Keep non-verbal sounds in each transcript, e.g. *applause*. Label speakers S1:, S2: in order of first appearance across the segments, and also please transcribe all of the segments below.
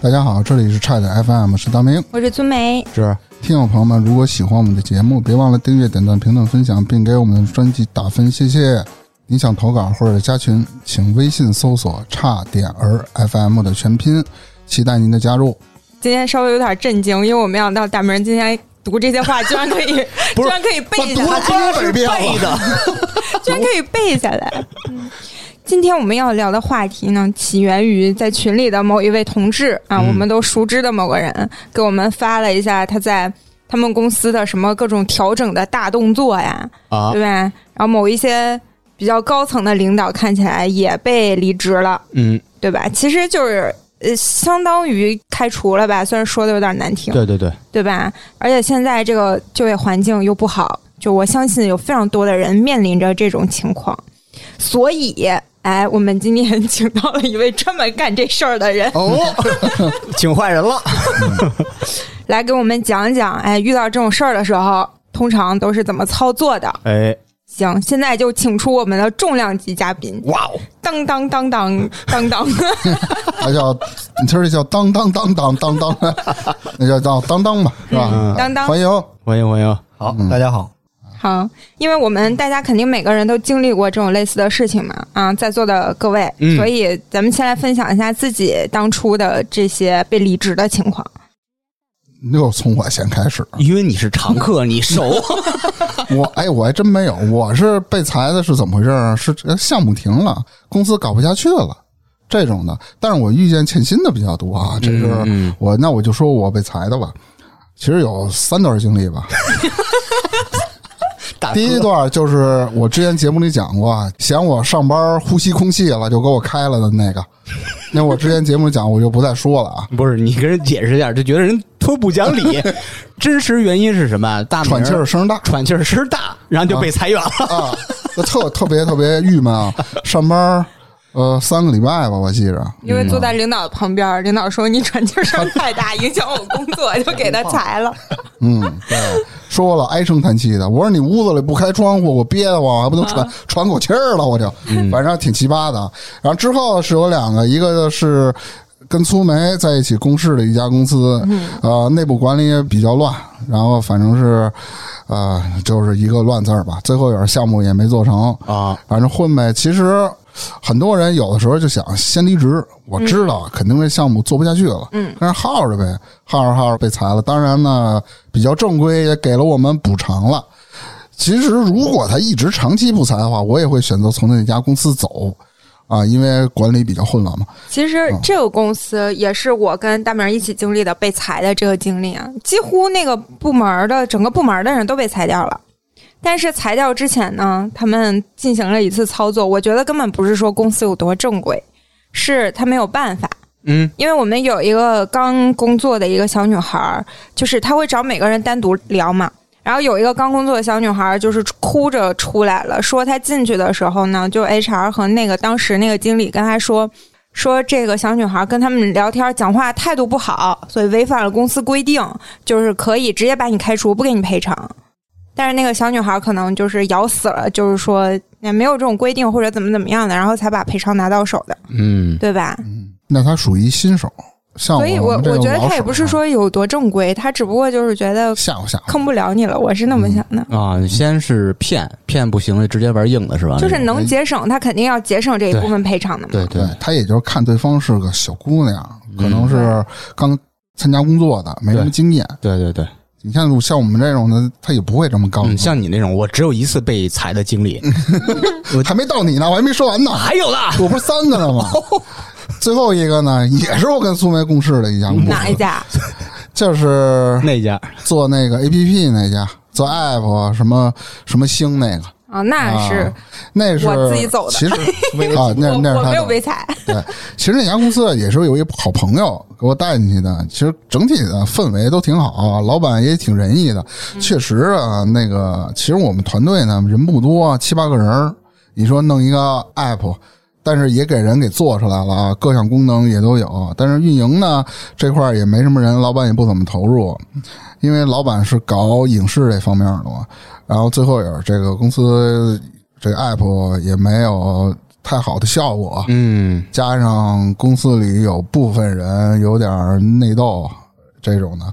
S1: 大家好，这里是差点 FM，是大明。
S2: 我是尊梅，
S3: 是
S1: 听友朋友们，如果喜欢我们的节目，别忘了订阅、点赞、评论、分享，并给我们的专辑打分，谢谢。你想投稿或者加群，请微信搜索“差点儿 FM” 的全拼，期待您的加入。
S2: 今天稍微有点震惊，因为我没想到大明今天读这些话居然可以，居
S3: 不是
S2: 然可以背下
S3: 我读了
S2: 来，
S3: 八十遍了，
S2: *laughs* 居然可以背下来。嗯今天我们要聊的话题呢，起源于在群里的某一位同志啊，
S3: 嗯
S2: 我们都熟知的某个人给我们发了一下他在他们公司的什么各种调整的大动作呀，
S3: 啊
S2: 对，吧？然后某一些比较高层的领导看起来也被离职了。
S3: 嗯，
S2: 对吧？其实就是呃，相当于开除了吧，虽然说的有点难听，
S3: *laughs* 对对对，
S2: 对吧？而且现在这个就业环境又不好，就我相信有非常多的人面临着这种情况，所以。哎，我们今天请到了一位专门干这事儿的人，
S3: 哦， *laughs* 请坏人了，
S2: 来给我们讲讲，哎，遇到这种事儿的时候，通常都是怎么操作的。
S3: 哎，
S2: 行，现在就请出我们的重量级嘉宾，
S3: 哇哦，
S2: 当当当当当当，
S1: 那叫 *laughs* 你听这叫当当当当当当，那叫叫当当吧，是吧？
S3: 嗯
S2: 当当
S1: 欢迎，
S3: 欢迎欢迎，
S4: 好，
S1: 嗯
S4: 大家好，
S2: 好，因为我们大家肯定每个人都经历过这种类似的事情嘛，啊，在座的各位，
S3: 嗯
S2: 所以咱们先来分享一下自己当初的这些被离职的情况。
S1: 又从我先开始。
S3: 因为你是常客，你熟， *laughs*
S1: 我哎，我还真没有，我是被裁的，是怎么回事啊？是这项目停了，公司搞不下去了，这种的。但是我遇见欠薪的比较多啊，这是
S3: 嗯
S1: 我那我就说我被裁的吧。其实有三段经历吧。
S3: 大
S1: 第一段就是我之前节目里讲过，啊嫌我上班呼吸空气了，就给我开了的那个。那我之前节目讲，我就不再说了啊。
S3: 不是你跟人解释一下，就觉得人特不讲 *laughs* 理，真实原因是什么？大明
S1: 喘气儿声大，
S3: 喘气儿声大，然后就被裁员了，
S1: 啊，就特特别特别郁闷啊！上班呃三个礼拜吧，我记着。
S2: 因为坐在领导旁边，领导说你喘气儿声太大，影响我工作，就给他裁了。
S1: 嗯，对，说了唉声叹气的。我说你屋子里不开窗户，我憋得慌，还不能喘、喘口气儿了，我就，反正挺奇葩的。然后之后是有两个，一个是跟粗梅在一起共事的一家公司，呃，内部管理也比较乱，然后反正是，呃，就是一个乱字儿吧。最后也是项目也没做成，
S3: 啊，
S1: 反正混呗。其实很多人有的时候就想先离职，
S2: 嗯
S1: 我知道肯定这项目做不下去了，嗯，但是耗着呗，耗着耗着被裁了。当然呢，比较正规也给了我们补偿了。其实如果他一直长期不裁的话，我也会选择从那家公司走。啊，因为管理比较混乱嘛，
S2: 其实这个公司也是我跟大明一起经历的被裁的这个经历啊，几乎那个部门的整个部门的人都被裁掉了。但是裁掉之前呢，他们进行了一次操作，我觉得根本不是说公司有多正规，是他没有办法。
S3: 嗯，
S2: 因为我们有一个刚工作的一个小女孩儿，就是她会找每个人单独聊嘛。然后有一个刚工作的小女孩儿，就是哭着出来了，说她进去的时候呢，就 HR 和那个当时那个经理跟她说，说这个小女孩跟他们聊天讲话态度不好，所以违反了公司规定，就是可以直接把你开除，不给你赔偿。但是那个小女孩可能就是咬死了，就是说也没有这种规定或者怎么怎么样的，然后才把赔偿拿到手的，
S3: *laughs* 嗯，
S2: 对吧？
S1: 那他属于新手，像
S2: 所以
S1: 我
S2: 我
S1: 们这
S2: 我
S1: 种
S2: 觉得
S1: 老
S2: 他也
S1: 手
S2: 不是
S1: 啊
S2: 说有多正规，他只不过就是觉得
S1: 吓唬吓唬，
S2: 坑不了你了，我是那么想的。
S3: 啊，先是骗骗不行了，直接玩硬的是吧？
S1: 嗯哎
S2: 就是能节省，他肯定要节省这一部分赔偿的嘛。
S3: 对对，
S1: 他也就是看对方是个小姑娘，可能是刚参加工作的，没什么
S3: 对
S1: 经验，
S3: 对对对，
S1: 你像像我们这种的，他也不会这么刚，
S3: 嗯，像你那种，我只有一次被裁的经 *laughs* 历，
S1: 还没到你呢，我还没说
S2: *laughs*
S1: 完呢，
S3: 还有呢，
S1: 我不是三个呢吗？最后一个呢，也是我跟苏梅共事的一家公司，
S2: 哪一家？
S1: 就是
S3: 那家
S1: 做那个 A P P 那家，做 App 什么什么星那个，
S2: 啊，那是
S1: 啊那是
S2: 我自己走的 *laughs*
S1: 其实啊，那
S2: 我
S1: 那是
S2: 我
S1: 他
S2: 没
S1: 走
S2: 有
S1: 的
S2: 被裁。
S1: 对，其实那家公司啊也是有一好朋友给我带进去的，其实整体的氛围都挺好，老板也挺仁义的。确实啊，那个其实我们团队呢人不多，七八个人儿，你说弄一个 app。但是也给人给做出来了啊，各项功能也都有。但是运营呢这块儿也没什么人，老板也不怎么投入，因为老板是搞影视这方面的嘛。然后最后也是这个公司这个 app 也没有太好的效果，
S3: 嗯，
S1: 加上公司里有部分人有点儿内斗这种的，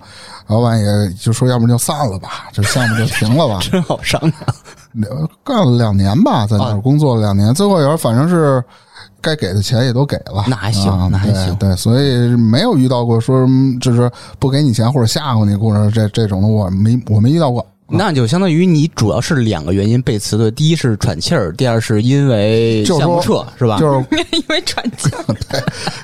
S1: 老板也就说，要不就散了
S3: *laughs*。
S1: 吧，这项目就停了吧
S3: 真好商量。
S1: 两干了两年吧，在那儿工作了两年，最后也是反正是该给的钱也都给了，
S3: 那还行
S1: 啊
S3: 那还
S1: 对
S3: 行
S1: 对，所以没有遇到过说嗯就是不给你钱或者吓唬你，或者这这种的，我没我没遇到过。
S3: 那就相当于你主要是两个原因被辞退，第一是喘气儿，第二是因为
S1: 就是
S3: 项目
S1: 说
S3: 撤，是吧？
S1: 就是
S2: *laughs* 因为传教，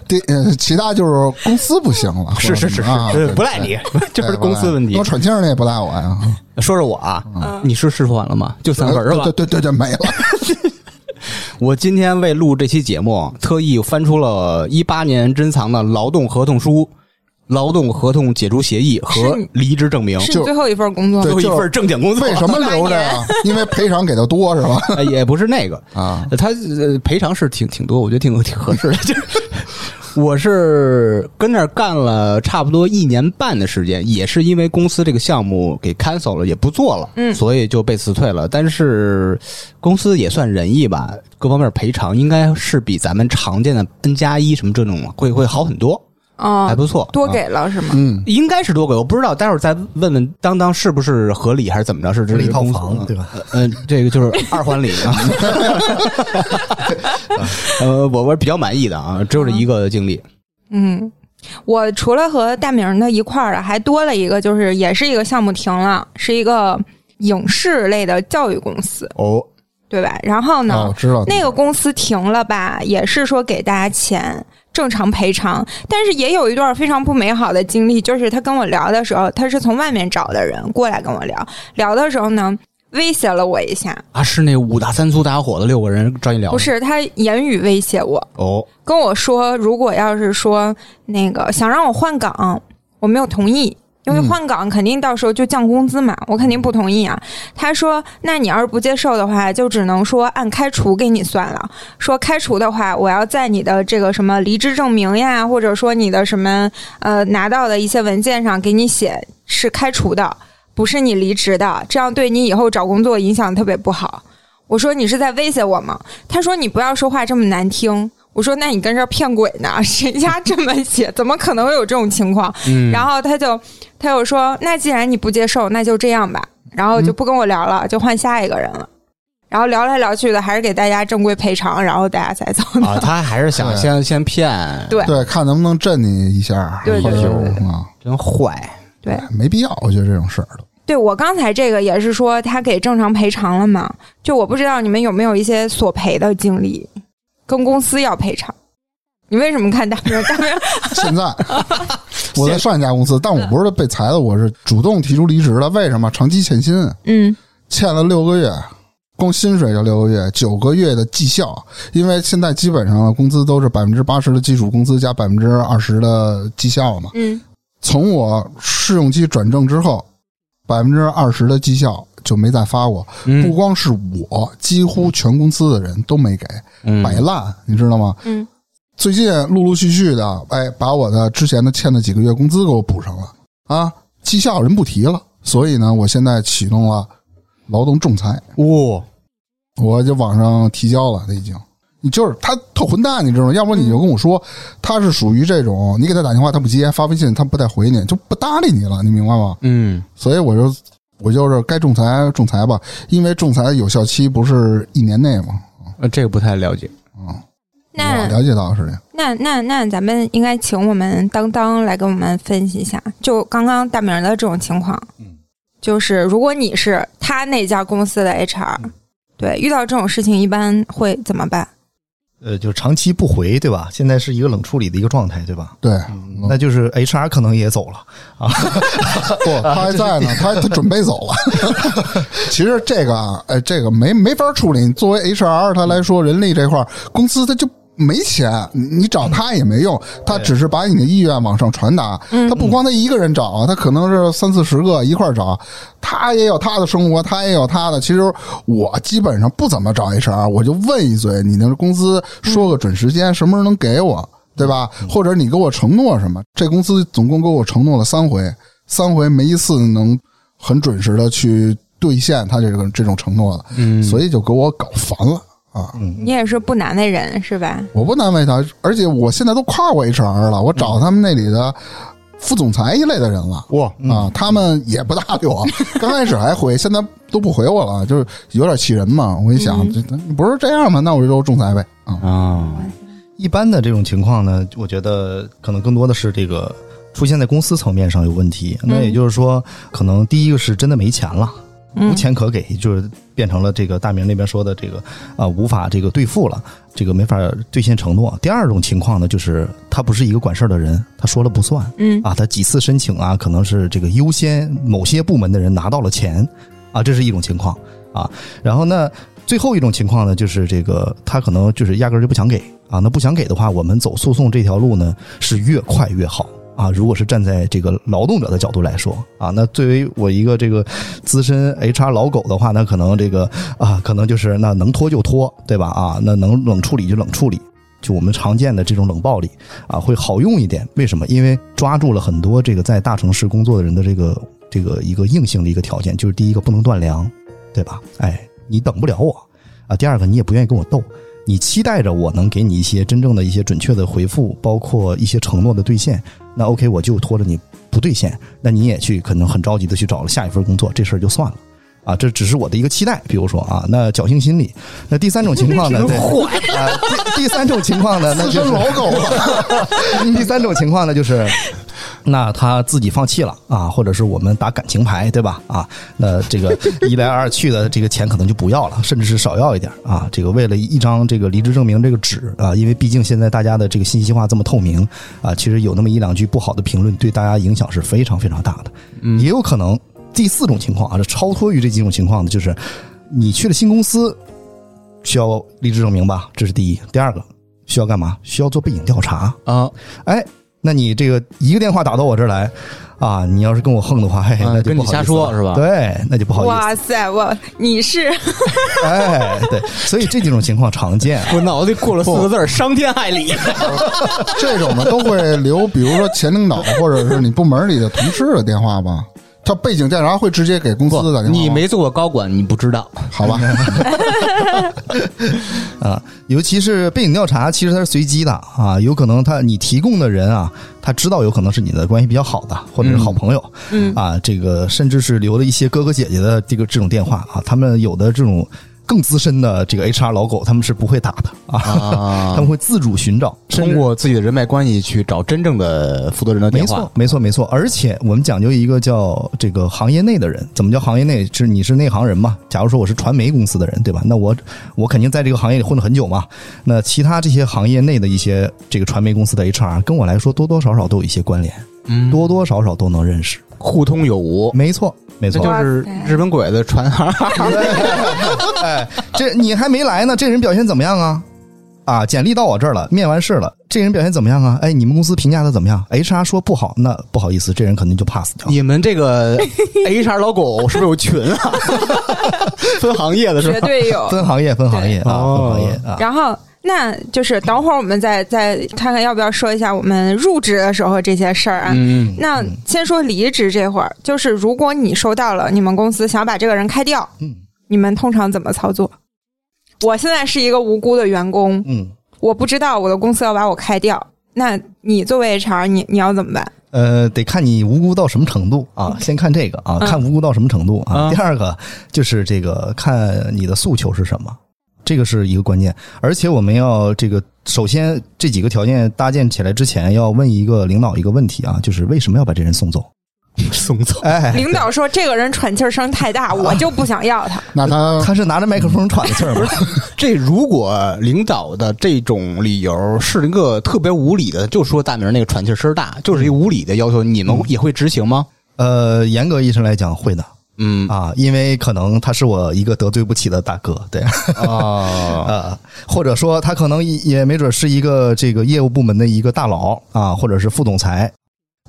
S1: 第呃，其他就是公司不行了，
S3: 是是是
S1: 啊
S3: 是，
S1: 对
S3: 不赖你， *laughs* 这不是公司问题
S1: 我。喘气儿那也不赖我
S3: *laughs*
S1: 呀，
S3: 说说我
S2: 嗯
S3: 啊，你是试说完了吗？就三分儿是吧
S1: 嗯呃对？对对对，没了。
S3: 我今天为录这期节目，特意翻出了一八年珍藏的劳动合同书、劳动合同解除协议和离职证明，
S2: 是你最后一份工作
S1: 对
S3: 最
S2: 吗。
S3: 后一
S1: 就是
S3: 份正经工
S1: *laughs*
S3: 作。
S1: 为什么留着
S2: *laughs*
S1: 呀？因为赔偿给的多是吧？
S3: 呃 *laughs* 也不是那个，
S1: 啊，
S3: 他呃赔偿是挺挺多，我觉得挺挺合适的。 *laughs* 就是我是跟那儿干了差不多一年半的时间，也是因为公司这个项目给 cancel 了，也不做了，
S2: 嗯
S3: 所以就被辞退了。但是公司也算仁义吧，各方面赔偿应该是比咱们常见的 N 加一什么这种会会好很多，还
S2: 哦，
S3: 不错，
S2: 多
S3: 啊
S2: 给了是吗？
S1: 嗯，
S3: 应该是多给，我不知道，待会儿再问问当当是不是合理还是怎么着，是这
S4: 了
S3: 是
S4: 一套
S3: 公司
S4: 房，对吧？
S3: 嗯、这个就是二环里啊。呃，我我比较满意的啊，只有这一个经历。
S2: 嗯，我除了和大明儿的一块儿啊的，还多了一个，就是也是一个项目停了，是一个影视类的教育公司，
S3: 哦，
S2: 对吧？然后呢，
S1: 哦，我知道
S2: 那个公司停了吧，也是说给大家钱。正常赔偿，但是也有一段非常不美好的经历，就是他跟我聊的时候，他是从外面找的人过来跟我聊，聊的时候呢，威胁了我一下，
S3: 啊，是那五大三粗大火的六个人找你聊的，
S2: 不是他言语威胁我，
S3: 哦，
S2: 跟我说，如果要是说那个想让我换岗，我没有同意，因为
S1: 嗯
S2: 换岗肯定到时候就降工资嘛，我肯定不同意啊。他说，那你要是不接受的话，就只能说按开除给你算了。说开除的话，我要在你的这个什么离职证明呀，或者说你的什么呃拿到的一些文件上给你写是开除的，不是你离职的，这样对你以后找工作影响特别不好。我说你是在威胁我吗？他说你不要说话这么难听。我说那你跟这儿骗鬼呢？ *laughs* 谁家这么写？ *laughs* 怎么可能会有这种情况？
S3: 嗯
S2: 然后他就他又说，那既然你不接受，那就这样吧。然后就不跟我聊了，就换下一个人了。然后聊来聊去的，还是给大家正规赔偿，然后大家才走 *laughs* 的。
S3: 啊，他还是想
S1: 对
S3: 先先骗，
S2: 对
S1: 对，看能不能震你一下，
S2: 对
S1: 或
S2: 对
S1: 者
S2: 对
S1: 是啊，
S3: 真坏，
S2: 对
S1: 没必要，我觉得这种事儿
S2: *laughs*
S1: 都
S2: 对我刚才这个也是说他给正常赔偿了嘛？就我不知道你们有没有一些索赔的经历，跟公司要赔偿。你为什么看大明？大明
S1: 现
S2: *laughs*
S1: 在我在上一家公司，
S2: 嗯
S1: 但我不是被裁的，我是主动提出离职的。为什么？长期欠薪，
S2: 嗯
S1: 欠了六个月，光薪水就六个月，九个月的绩效。因为现在基本上的工资都是百分之八十的基础工资加百分之二十的绩效嘛。
S2: 嗯，
S1: 从我试用期转正之后，百分之二十的绩效就没再发过。不
S3: 嗯
S1: 光是我，几乎全公司的人都没给，
S3: 嗯
S1: 摆烂，你知道吗？
S2: 嗯，
S1: 最近陆陆续续的，哎，把我的之前的欠的几个月工资给我补上了啊，绩效人不提了，所以呢，我现在启动了劳动仲裁，
S3: 哦，
S1: 我就网上提交了，他已经。你就是他特混蛋，你知道吗？要不然你就跟我说，他是属于这种，你给他打电话他不接，发微信他不带回你，就不搭理你了，你明白吗？
S3: 嗯
S1: 所以我就我就是该仲裁仲裁吧，因为仲裁的有效期不是一年内嘛。嗯
S3: 呃这个不太了解，
S2: 那
S1: 我了解到的是这样，
S2: 那那那，咱们应该请我们当当来给我们分析一下，就刚刚大明儿的这种情况，嗯，就是如果你是他那家公司的 HR，、对，
S4: 嗯
S2: 遇到这种事情一般会怎么办？
S4: 呃，就是长期不回，对吧？现在是一个冷处理的一个状态，对吧？
S1: 对，
S4: 那就是 HR 可能也走了，
S1: 不，他还在呢，他他准备走了。其实这个啊，哎，这个没没法处理。作为 HR 他来说，人力这块儿公司他就没钱，你你找他也没用，他只是把你的意愿往上传达。他不光他一个人找啊，他可能是三四十个一块儿找，他也有他的生活，他也有他的。其实我基本上不怎么找 HR，我就问一嘴，你那公司说个准时间，什么时候能给我？对吧？或者你给我承诺什么？这公司总共给我承诺了三回，三回没一次能很准时的去兑现他这个这种承诺的，
S3: 嗯
S1: 所以就给我搞烦了啊，
S4: 嗯，
S2: 你也是不难为人是吧？
S1: 我不难为他，而且我现在都跨过 HR 了，我找他们那里的副总裁一类的人了。
S4: 嗯哇，
S1: 啊，他们也不搭理我，刚开始还回，现在都不回我了，就是有点气人嘛。我一想，这不是这样吗？那我就仲裁呗。啊，
S3: *laughs* 啊，
S4: 一般的这种情况呢，我觉得可能更多的是这个出现在公司层面上有问题。那也就是说，可能第一个是真的没钱了，无
S2: 嗯，
S4: 钱可给，就是变成了这个大明那边说的这个啊、无法这个兑付了，这个没法兑现承诺。第二种情况呢，就是他不是一个管事儿的人，他说了不算
S2: 嗯
S4: 啊，他几次申请啊，可能是这个优先某些部门的人拿到了钱啊，这是一种情况啊。然后呢，最后一种情况呢，就是这个他可能就是压根儿就不想给啊，那不想给的话，我们走诉讼这条路呢是越快越好。啊，如果是站在这个劳动者的角度来说啊，那作为我一个这个资深 HR 老狗的话，那可能这个啊，可能就是那能拖就拖，对吧？啊，那能冷处理就冷处理，就我们常见的这种冷暴力啊，会好用一点。为什么？因为抓住了很多这个在大城市工作的人的这个这个一个硬性的一个条件，就是第一个不能断粮，对吧？哎，你等不了我啊。第二个，你也不愿意跟我斗，你期待着我能给你一些真正的一些准确的回复，包括一些承诺的兑现。那 OK，我就拖着你不兑现，那你也去可能很着急的去找了下一份工作，这事儿就算了。啊，这只是我的一个期待，比如说啊，那侥幸心理。那第三种情况呢？对，啊，第第三种情况呢，那
S1: 资
S4: 就
S1: 深
S4: 是
S1: 老狗了，
S4: 第三种情况呢，就是那他自己放弃了啊，或者是我们打感情牌，对吧？啊，那这个一来二去的，这个钱可能就不要了，甚至是少要一点啊。这个为了一张这个离职证明这个纸啊，因为毕竟现在大家的这个信息化这么透明啊，其实有那么一两句不好的评论，对大家影响是非常非常大的。也有可能第四种情况啊，这超脱于这几种情况的，就是你去了新公司，需要离职证明吧，这是第一。第二个需要干嘛？需要做背景调查。
S3: 啊，
S4: 哎，那你这个一个电话打到我这儿来啊，你要是跟我横的话，嘿，那就
S3: 啊跟你
S4: 不好意
S3: 瞎
S4: 思
S3: 说
S4: 了
S3: 是吧
S4: 对，那就不好意
S2: 哇塞，我你是
S4: 思。哎，对，所以这几种情况常见啊。
S3: 我脑子里过了四个字儿：伤天害 *laughs* 理。
S1: 这种的都会留，比如说前领导或者是你部门里的同事的电话吧。他背景调查会直接给公司打电话吗，
S3: 你没做过高管，你不知 *laughs* 道。
S1: 好吧？
S4: 啊，尤其是背景调查，其实它是随机的啊，有可能他你提供的人啊，他知道有可能是你的关系比较好的，或者是好朋友，
S2: 嗯
S4: 啊，这个甚至是留了一些哥哥姐姐的这个这种电话啊，他们有的这种更资深的这个 HR 老狗，他们是不会打的啊，
S3: 啊
S4: *laughs* 他们会自主寻找，甚
S3: 通
S4: 至
S3: 过自己的人脉关系去找真正的负责人的
S4: 没
S3: 电话
S4: 错，。没错，没错。而且我们讲究一个叫这个行业内的人，怎么叫行业内？是你是内行人嘛？假如说我是传媒公司的人，对吧？那我我肯定在这个行业里混了很久嘛。那其他这些行业内的一些这个传媒公司的 HR，跟我来说多多少少都有一些关联，
S3: 嗯
S4: 多多少少都能认识。
S3: 互通有无，
S4: 没错，没
S3: 这
S4: 错。
S3: 就是呃日本鬼子传 *laughs* 行。
S4: 哎，这你还没来呢，这人表现怎么样啊？啊，简历到我这儿了，面完试了，这人表现怎么样啊？哎，你们公司评价他怎么样？HR 说不好，那不好意思，这人肯定就 pass 掉了。
S3: 你们
S2: *laughs*
S3: 这个 HR 老狗是不是有群啊？分行业的是
S2: 绝
S3: 吧？
S2: 对
S4: *laughs*
S2: 有。
S4: 分行业，分行业啊，分
S3: 哦
S4: 行业啊。
S2: 然后，那就是等会儿我们再再看看要不要说一下我们入职的时候这些事儿啊。
S3: 嗯，
S2: 那先说离职这会儿，就是如果你收到了你们公司想把这个人开掉，
S4: 嗯
S2: 你们通常怎么操作？我现在是一个无辜的员工，
S4: 嗯，
S2: 我不知道我的公司要把我开掉，那你作为 HR，你你要怎么办？
S4: 呃，得看你无辜到什么程度啊，先看这个啊，
S2: 嗯
S4: 看无辜到什么程度啊。
S3: 啊
S4: 第二个就是这个，看你的诉求是什么，这个是一个关键。而且我们要这个，首先这几个条件搭建起来之前，要问一个领导一个问题啊，就是为什么要把这人送走？
S3: 送走。
S4: 哎，
S2: 领导说这个人喘气儿声太大，我就不想要他。
S1: *laughs* 那他
S4: *laughs* 他是拿着麦克风喘的气儿吗？
S3: 嗯这如果领导的这种理由是一个特别无理的，就说大明那个喘气声大，就是一无理的要求，你们也会执行吗？
S4: *laughs* 呃，严格意义上来讲会的
S3: 嗯
S4: 啊，因为可能他是我一个得罪不起的大哥，对。
S3: 啊，
S4: 呃，或者说他可能也也没准是一个这个业务部门的一个大佬啊，或者是副总裁。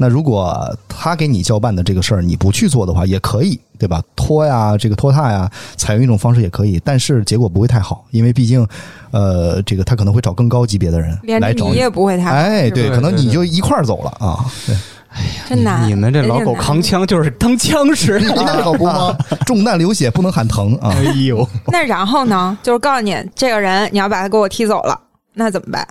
S4: 那如果他给你交办的这个事儿你不去做的话，也可以，对吧？拖呀，这个拖沓呀，采用一种方式也可以，但是结果不会太好，因为毕竟，呃，这个他可能会找更高级别的人
S2: 连
S4: 来找
S2: 你
S4: 你。
S2: 也不会他，
S4: 哎，
S2: 是吧
S4: 对，可能你就一块儿走了啊。对
S2: *laughs*
S4: *laughs*
S2: 真难。
S3: 你们这老狗扛枪就是当枪使的。
S4: 那可不吗？ *laughs* 重担流血不能喊疼啊！
S3: 哎呦，。
S2: 那然后呢？就是告诉你，这个人你要把他给我踢走了，那怎么办？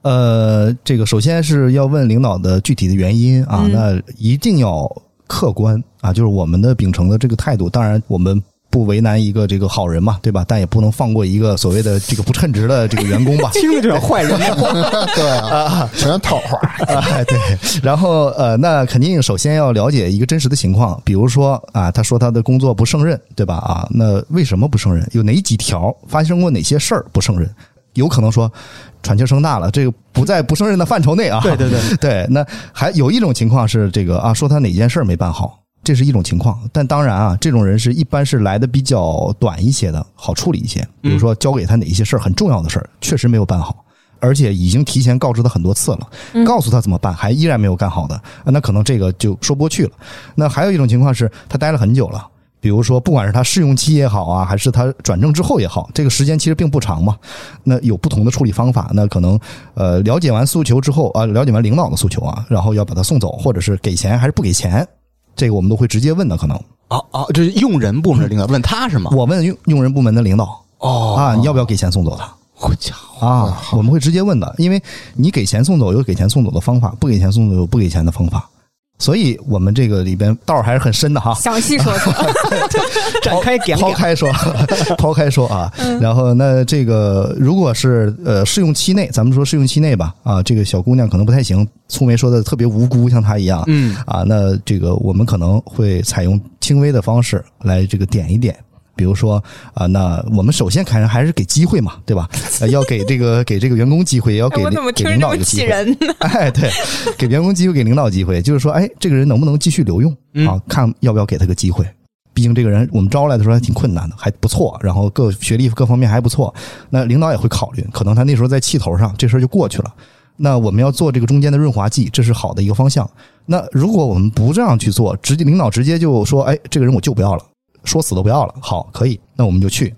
S4: 呃，这个首先是要问领导的具体的原因啊，
S2: 嗯
S4: 那一定要客观啊，就是我们的秉承的这个态度。当然，我们不为难一个这个好人嘛，对吧？但也不能放过一个所谓的这个不称职的这个员工吧
S3: 听着就像坏人。 *laughs*
S1: 对啊，全套话。
S4: 啊，对。
S3: *laughs*
S4: 然后呃，那肯定首先要了解一个真实的情况，比如说啊，他说他的工作不胜任，对吧？啊，那为什么不胜任？有哪几条发生过哪些事儿不胜任？有可能说喘气儿声大了，这个不在不胜任的范畴内啊。
S3: 对对对，
S4: 对，那还有一种情况是这个啊，说他哪件事儿没办好，这是一种情况。但当然啊，这种人是一般是来的比较短一些的，好处理一些。
S3: 嗯
S4: 比如说交给他哪一些事儿很重要的事儿，确实没有办好。而且已经提前告知他很多次了，告诉他怎么办，还依然没有干好的，啊那可能这个就说不过去了。那还有一种情况是，他待了很久了，比如说不管是他试用期也好啊，还是他转正之后也好，这个时间其实并不长嘛。那有不同的处理方法，那可能呃，了解完诉求之后啊，了解完领导的诉求啊，然后要把他送走，或者是给钱还是不给钱，这个我们都会直接问的。可能
S3: 哦哦，这是用人部门的领导问他是吗？
S4: 我问用用人部门的领导
S3: 啊哦
S4: 啊，你要不要给钱送走他
S3: 嗯好家伙，
S4: 啊？我们会直接问的，因为你给钱送走有给钱送走的方法，不给钱送走有不给钱的方法，所以我们这个里边道儿还是很深的哈。
S2: 详细说
S4: *laughs*
S2: 说，
S3: *laughs* 展开讲嗯
S4: 抛
S3: 讲。
S4: 开说， *laughs* 抛开说啊，然后那这个如果是呃试用期内，咱们说试用期内吧，啊，这个小姑娘可能不太行，粗梅说的特别无辜，像她一样，
S3: 嗯
S4: 啊，那这个我们可能会采用轻微的方式来这个点一点。比如说啊、那我们首先看还是给机会嘛，对吧？呃、要给这个给这个员工机会，也要
S2: 哎 *laughs*
S4: 给
S2: 我怎么
S4: 给
S2: 听着
S4: 领
S2: 这
S4: 导
S2: 么
S4: 一个机
S2: 气
S4: 会。
S2: 人呢？
S4: *laughs* 哎，对，给员工机会，给领导机会，就是说，哎，这个人能不能继续留用啊？看要不要给他个机会。毕竟这个人我们招来的时候还挺困难的，还不错，然后各学历各方面还不错，那领导也会考虑，可能他那时候在气头上，这事儿就过去了。那我们要做这个中间的润滑剂，这是好的一个方向。那如果我们不这样去做，直接领导直接就说，哎，这个人我就不要了，说死都不要了。好，可以，那我们就去。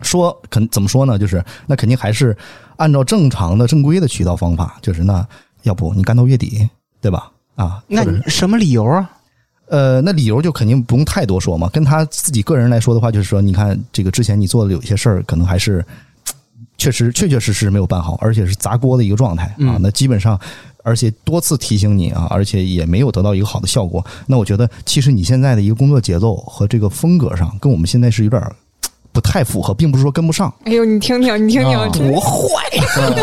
S4: 说肯怎么说呢？就是那肯定还是按照正常的正规的渠道方法，就是那要不你干到月底，对吧？啊，
S3: 那
S4: 或者
S3: 你什么理由啊？
S4: 呃，那理由就肯定不用太多说嘛。跟他自己个人来说的话，就是说，你看这个之前你做的有一些事儿，可能还是嘖确实确确实实没有办好，而且是砸锅的一个状态啊。那基本上，而且多次提醒你啊，而且也没有得到一个好的效果。那我觉得，其实你现在的一个工作节奏和这个风格上，跟我们现在是有点儿嘖不太符合，并不是说跟不上
S2: 哎呦，你听听，你听
S4: 啊
S2: 听，真
S3: 坏！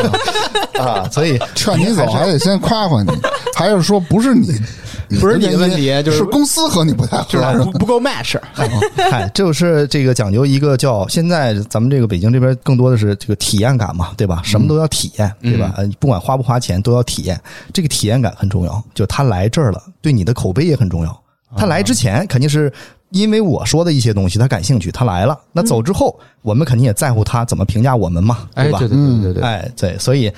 S3: *laughs*
S4: 啊。所以
S1: 劝你走还得先夸夸你，还是说不是你，
S3: 不是你的问题
S1: 原因
S3: 就是
S1: 是公司和你不太合
S3: 就
S1: 适
S3: 是。不不够 match。
S4: *laughs* 嗨，哎就是这个讲究一个叫现在咱们这个北京这边更多的是这个体验感嘛，对吧？什么都要体验，对吧？呃不管花不花钱都要体验，这个体验感很重要。就他来这儿了，对你的口碑也很重要。他来之前肯定是因为我说的一些东西他感兴趣，他来了。那走之后，我们肯定也在乎他怎么评价我们嘛，对吧？
S3: 对嗯
S1: 对对
S3: 对，
S4: 嗯哎，对，所以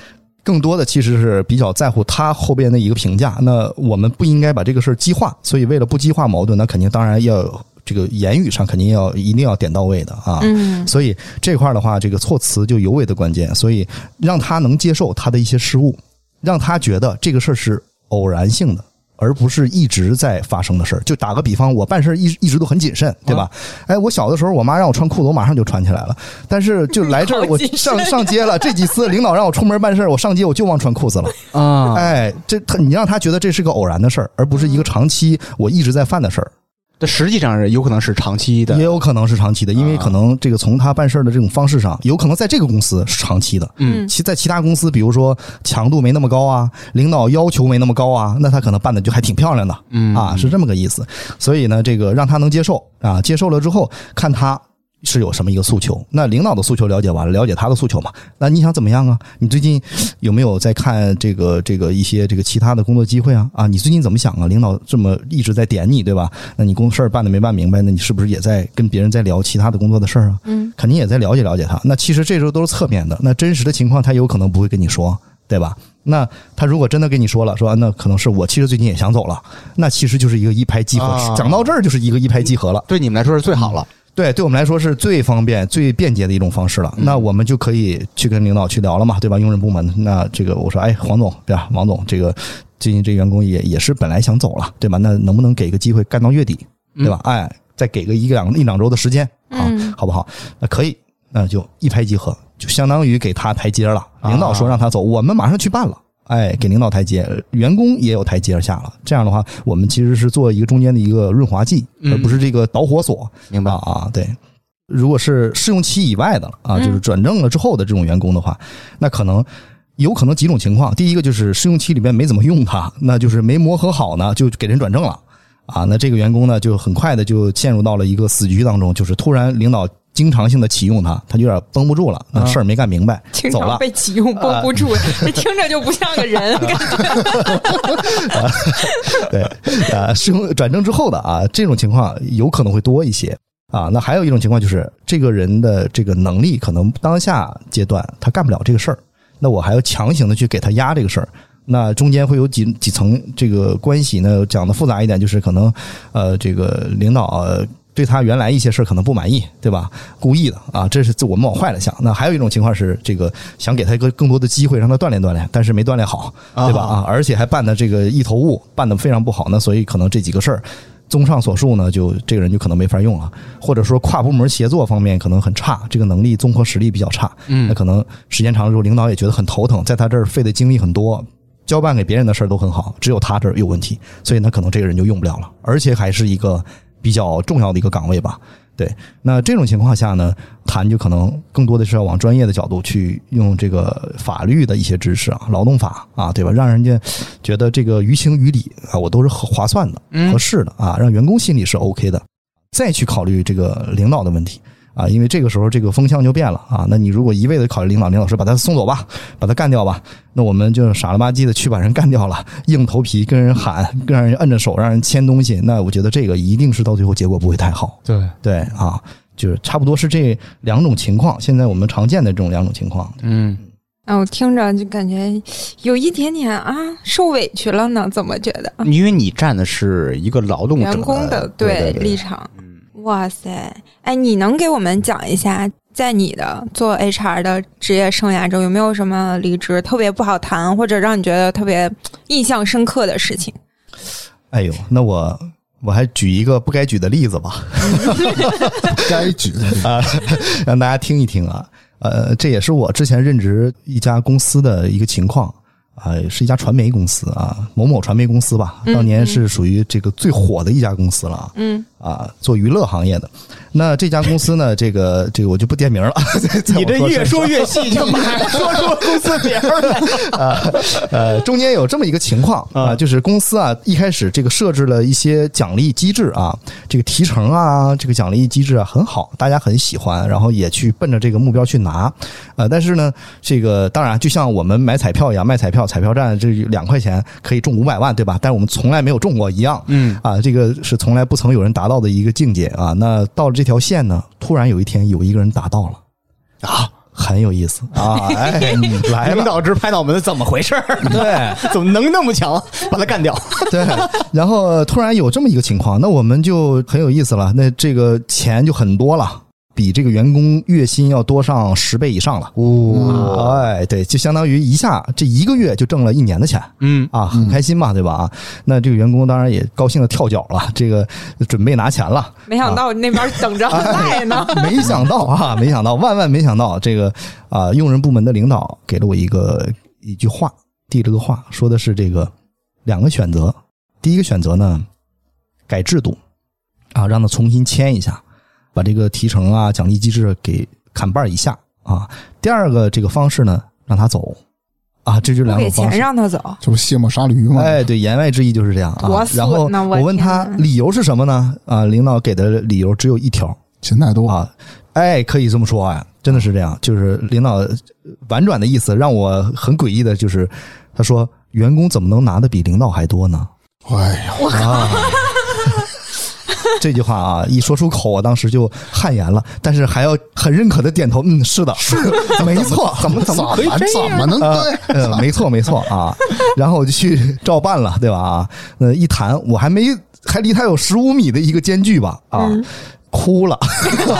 S4: 更多的其实是比较在乎他后边的一个评价。那我们不应该把这个事儿激化，所以为了不激化矛盾，那肯定当然要有这个言语上肯定要一定要点到位的啊。
S2: 嗯，
S4: 所以这块儿的话，这个措辞就尤为的关键，所以让他能接受他的一些失误，让他觉得这个事儿是偶然性的。而不是一直在发生的事儿。就打个比方，我办事儿一一直都很谨慎，对吧？
S2: 啊
S4: 哎，我小的时候，我妈让我穿裤子，我马上就穿起来了。但是就
S2: *laughs*
S4: 来这儿，
S2: 好
S4: 我
S2: 谨慎
S4: 上上街了，这几次领导让我出门办事儿，我上街我就忘穿裤子了。
S3: 啊，
S4: 哎，这他你让他觉得这是个偶然的事儿，而不是一个长期我一直在犯的事儿。
S3: 这实际上是有可能是长期
S4: 也
S3: 的。
S4: 有可能是长期的，因为
S3: 啊
S4: 可能这个从他办事儿的这种方式上，有可能在这个公司是长期的，
S3: 嗯
S4: 其在其他公司，比如说强度没那么高啊，领导要求没那么高啊，那他可能办的就还挺漂亮的，
S3: 嗯
S4: 啊，是这么个意思。所以呢，这个让他能接受啊，接受了之后，看他是有什么一个诉求。那领导的诉求了解完了，了解他的诉求嘛？那你想怎么样啊？你最近有没有在看这个这个一些这个其他的工作机会啊？啊，你最近怎么想啊？领导这么一直在点你，对吧？那你公事儿办的没办明白，那你是不是也在跟别人在聊其他的工作的事儿啊？
S2: 嗯，
S4: 肯定也在了解了解他。那其实这时候都是侧面的，那真实的情况他有可能不会跟你说，对吧？那他如果真的跟你说了，说啊那可能是我其实最近也想走了，那其实就是一个一拍即合。
S3: 啊
S4: 讲到这儿就是一个一拍即合了。
S3: 对你们来说是最好了。
S4: 对，对我们来说是最方便、最便捷的一种方式了。
S3: 嗯
S4: 那我们就可以去跟领导去聊了嘛，对吧？用人部门，那这个我说，哎，黄总，对吧？王总，这个最近这员工也也是本来想走了，对吧？那能不能给个机会干到月底，对吧？
S3: 嗯
S4: 哎，再给个一个两一两周的时间啊，
S2: 嗯
S4: 好不好？那可以，那就一拍即合，就相当于给他台阶了。
S3: 啊
S4: 领导说让他走，我们马上去办了。哎，给领导台阶，员工也有台阶下了。这样的话，我们其实是做一个中间的一个润滑剂，
S3: 嗯
S4: 而不是这个导火索。
S3: 明白
S4: 啊啊，对。如果是试用期以外的了啊，
S2: 嗯
S4: 就是转正了之后的这种员工的话，那可能有可能几种情况。第一个就是试用期里面没怎么用它，那就是没磨合好呢，就给人转正了啊。那这个员工呢，就很快的就陷入到了一个死局当中，就是突然领导经常性的启用他，他就有点绷不住了，那
S3: 啊
S4: 事儿没干明白，
S2: 经
S4: 走了
S2: 常。被启用绷不住， *laughs* 这听着就不像个人。
S4: 对，啊，使用转正之后的啊，这种情况有可能会多一些啊。那还有一种情况就是，这个人的这个能力可能当下阶段他干不了这个事儿，那我还要强行的去给他压这个事儿。那中间会有几几层这个关系呢？讲的复杂一点，就是可能，呃，这个领导呃对他原来一些事儿可能不满意，对吧？故意的啊，这是自我们往坏了想。那还有一种情况是，这个想给他一个更多的机会，让他锻炼锻炼，但是没锻炼好，对吧？啊，而且还办的这个一头雾，办的非常不好呢，所以可能这几个事儿。综上所述呢，就这个人就可能没法用了，或者说跨部门协作方面可能很差，这个能力综合实力比较差。
S3: 嗯
S4: 那可能时间长了之后，领导也觉得很头疼，在他这儿费的精力很多，交办给别人的事儿都很好，只有他这儿有问题，所以呢，可能这个人就用不了了，而且还是一个比较重要的一个岗位吧。对，那这种情况下呢，谈就可能更多的是要往专业的角度去用这个法律的一些知识啊，劳动法啊，对吧？让人家觉得这个于情于理啊，我都是合划算的、
S3: 嗯
S4: 合适的啊，让员工心里是 OK 的，再去考虑这个领导的问题。啊，因为这个时候这个风向就变了啊。那你如果一味的考虑领导，领导说把他送走吧，把他干掉吧，那我们就傻了吧唧的去把人干掉了， *laughs* 硬头皮跟人喊， *laughs* 让人摁着手，让人签东西，那我觉得这个一定是到最后结果不会太好。
S3: 对，
S4: 对啊，就是差不多是这两种情况，现在我们常见的这种两种情况。
S3: 嗯，
S2: 啊，我听着就感觉有一点点啊，受委屈了呢，怎么觉得？
S3: 因为你站的是一个劳动者
S2: 啊
S3: 呃
S2: 员工的
S3: 对
S2: 立场。哇塞，哎，你能给我们讲一下，在你的做 HR 的职业生涯中，有没有什么离职特别不好谈，或者让你觉得特别印象深刻的事情？
S4: 哎呦，那我我还举一个不该举的例子吧。
S3: *laughs*
S1: 该举的例子
S4: *laughs* 啊，让大家听一听啊。呃，这也是我之前任职一家公司的一个情况啊、是一家传媒公司啊，某某传媒公司吧，
S2: 嗯
S4: 当年是属于这个最火的一家公司了啊。
S2: 嗯，
S4: 啊，做娱乐行业的，那这家公司呢，这个这个我就不点名了。 *laughs* 在我
S3: 你这
S4: 身
S3: 越
S4: 上
S3: 说越细，就马 *laughs* 上说出公司名儿来了。
S4: 呃，中间有这么一个情况啊，
S3: 嗯
S4: 就是公司啊一开始这个设置了一些奖励机制啊，这个提成啊，这个奖励机制啊很好，大家很喜欢，然后也去奔着这个目标去拿。呃，但是呢，这个当然就像我们买彩票一样，卖彩票，彩票站这两块钱可以中五百万，对吧？但是我们从来没有中过一样。
S3: 嗯
S4: 啊，这个是从来不曾有人达到的一个境界啊。那到了这条线呢，突然有一天有一个人达到了啊，很有意思啊， *laughs* 哎，来了
S3: 领。导直拍脑门子，怎么回事 *laughs* 儿？
S4: 对，
S3: 怎么能那么强？把他干掉。
S4: *laughs* 对，然后突然有这么一个情况，那我们就很有意思了。那这个钱就很多了，比这个员工月薪要多上十倍以上了。
S3: 哦，
S4: 哎，对，就相当于一下这一个月就挣了一年的钱
S3: 嗯
S4: 啊，很开心嘛，对吧？啊，那这个员工当然也高兴的跳脚了，这个准备拿钱了。
S2: 没想到那边等着赖呢。
S4: *laughs* 没想到啊，没想到，万万没想到，这个啊、用人部门的领导给了我一个一句话，递了个话，说的是这个两个选择，第一个选择呢，改制度啊，让他重新签一下，把这个提成啊、奖励机制给砍半以下啊。第二个这个方式呢，让他走啊，这就
S2: 不
S4: 两
S2: 给
S4: 种
S2: 钱
S4: 方式。
S2: 让他走，
S1: 这不卸磨杀驴吗？
S4: 哎，对，言外之意就是这样啊
S2: 多。损
S4: 然后
S2: 呐我
S4: 我问
S2: 天
S4: 他
S2: 呐
S4: 理由是什么呢？啊，领导给的理由只有一条，
S1: 钱太多，
S4: 啊，哎，可以这么说啊，真的是这样。就是领导呃婉转的意思，让我很诡异的，就是他说员工怎么能拿的比领导还多呢？
S1: 哎呦，
S4: 啊， *laughs* 这句话啊，一说出口，我当时就汗颜了，但是还要很认可的点头，嗯，是的，是，没错，怎么
S1: 怎么怎么能
S4: 啊 *laughs*
S1: 对？
S4: 呃，没错没错啊。然后我就去照办了，对吧？啊，那一谈，我还没还离他有十五米的一个间距吧，啊，哭了，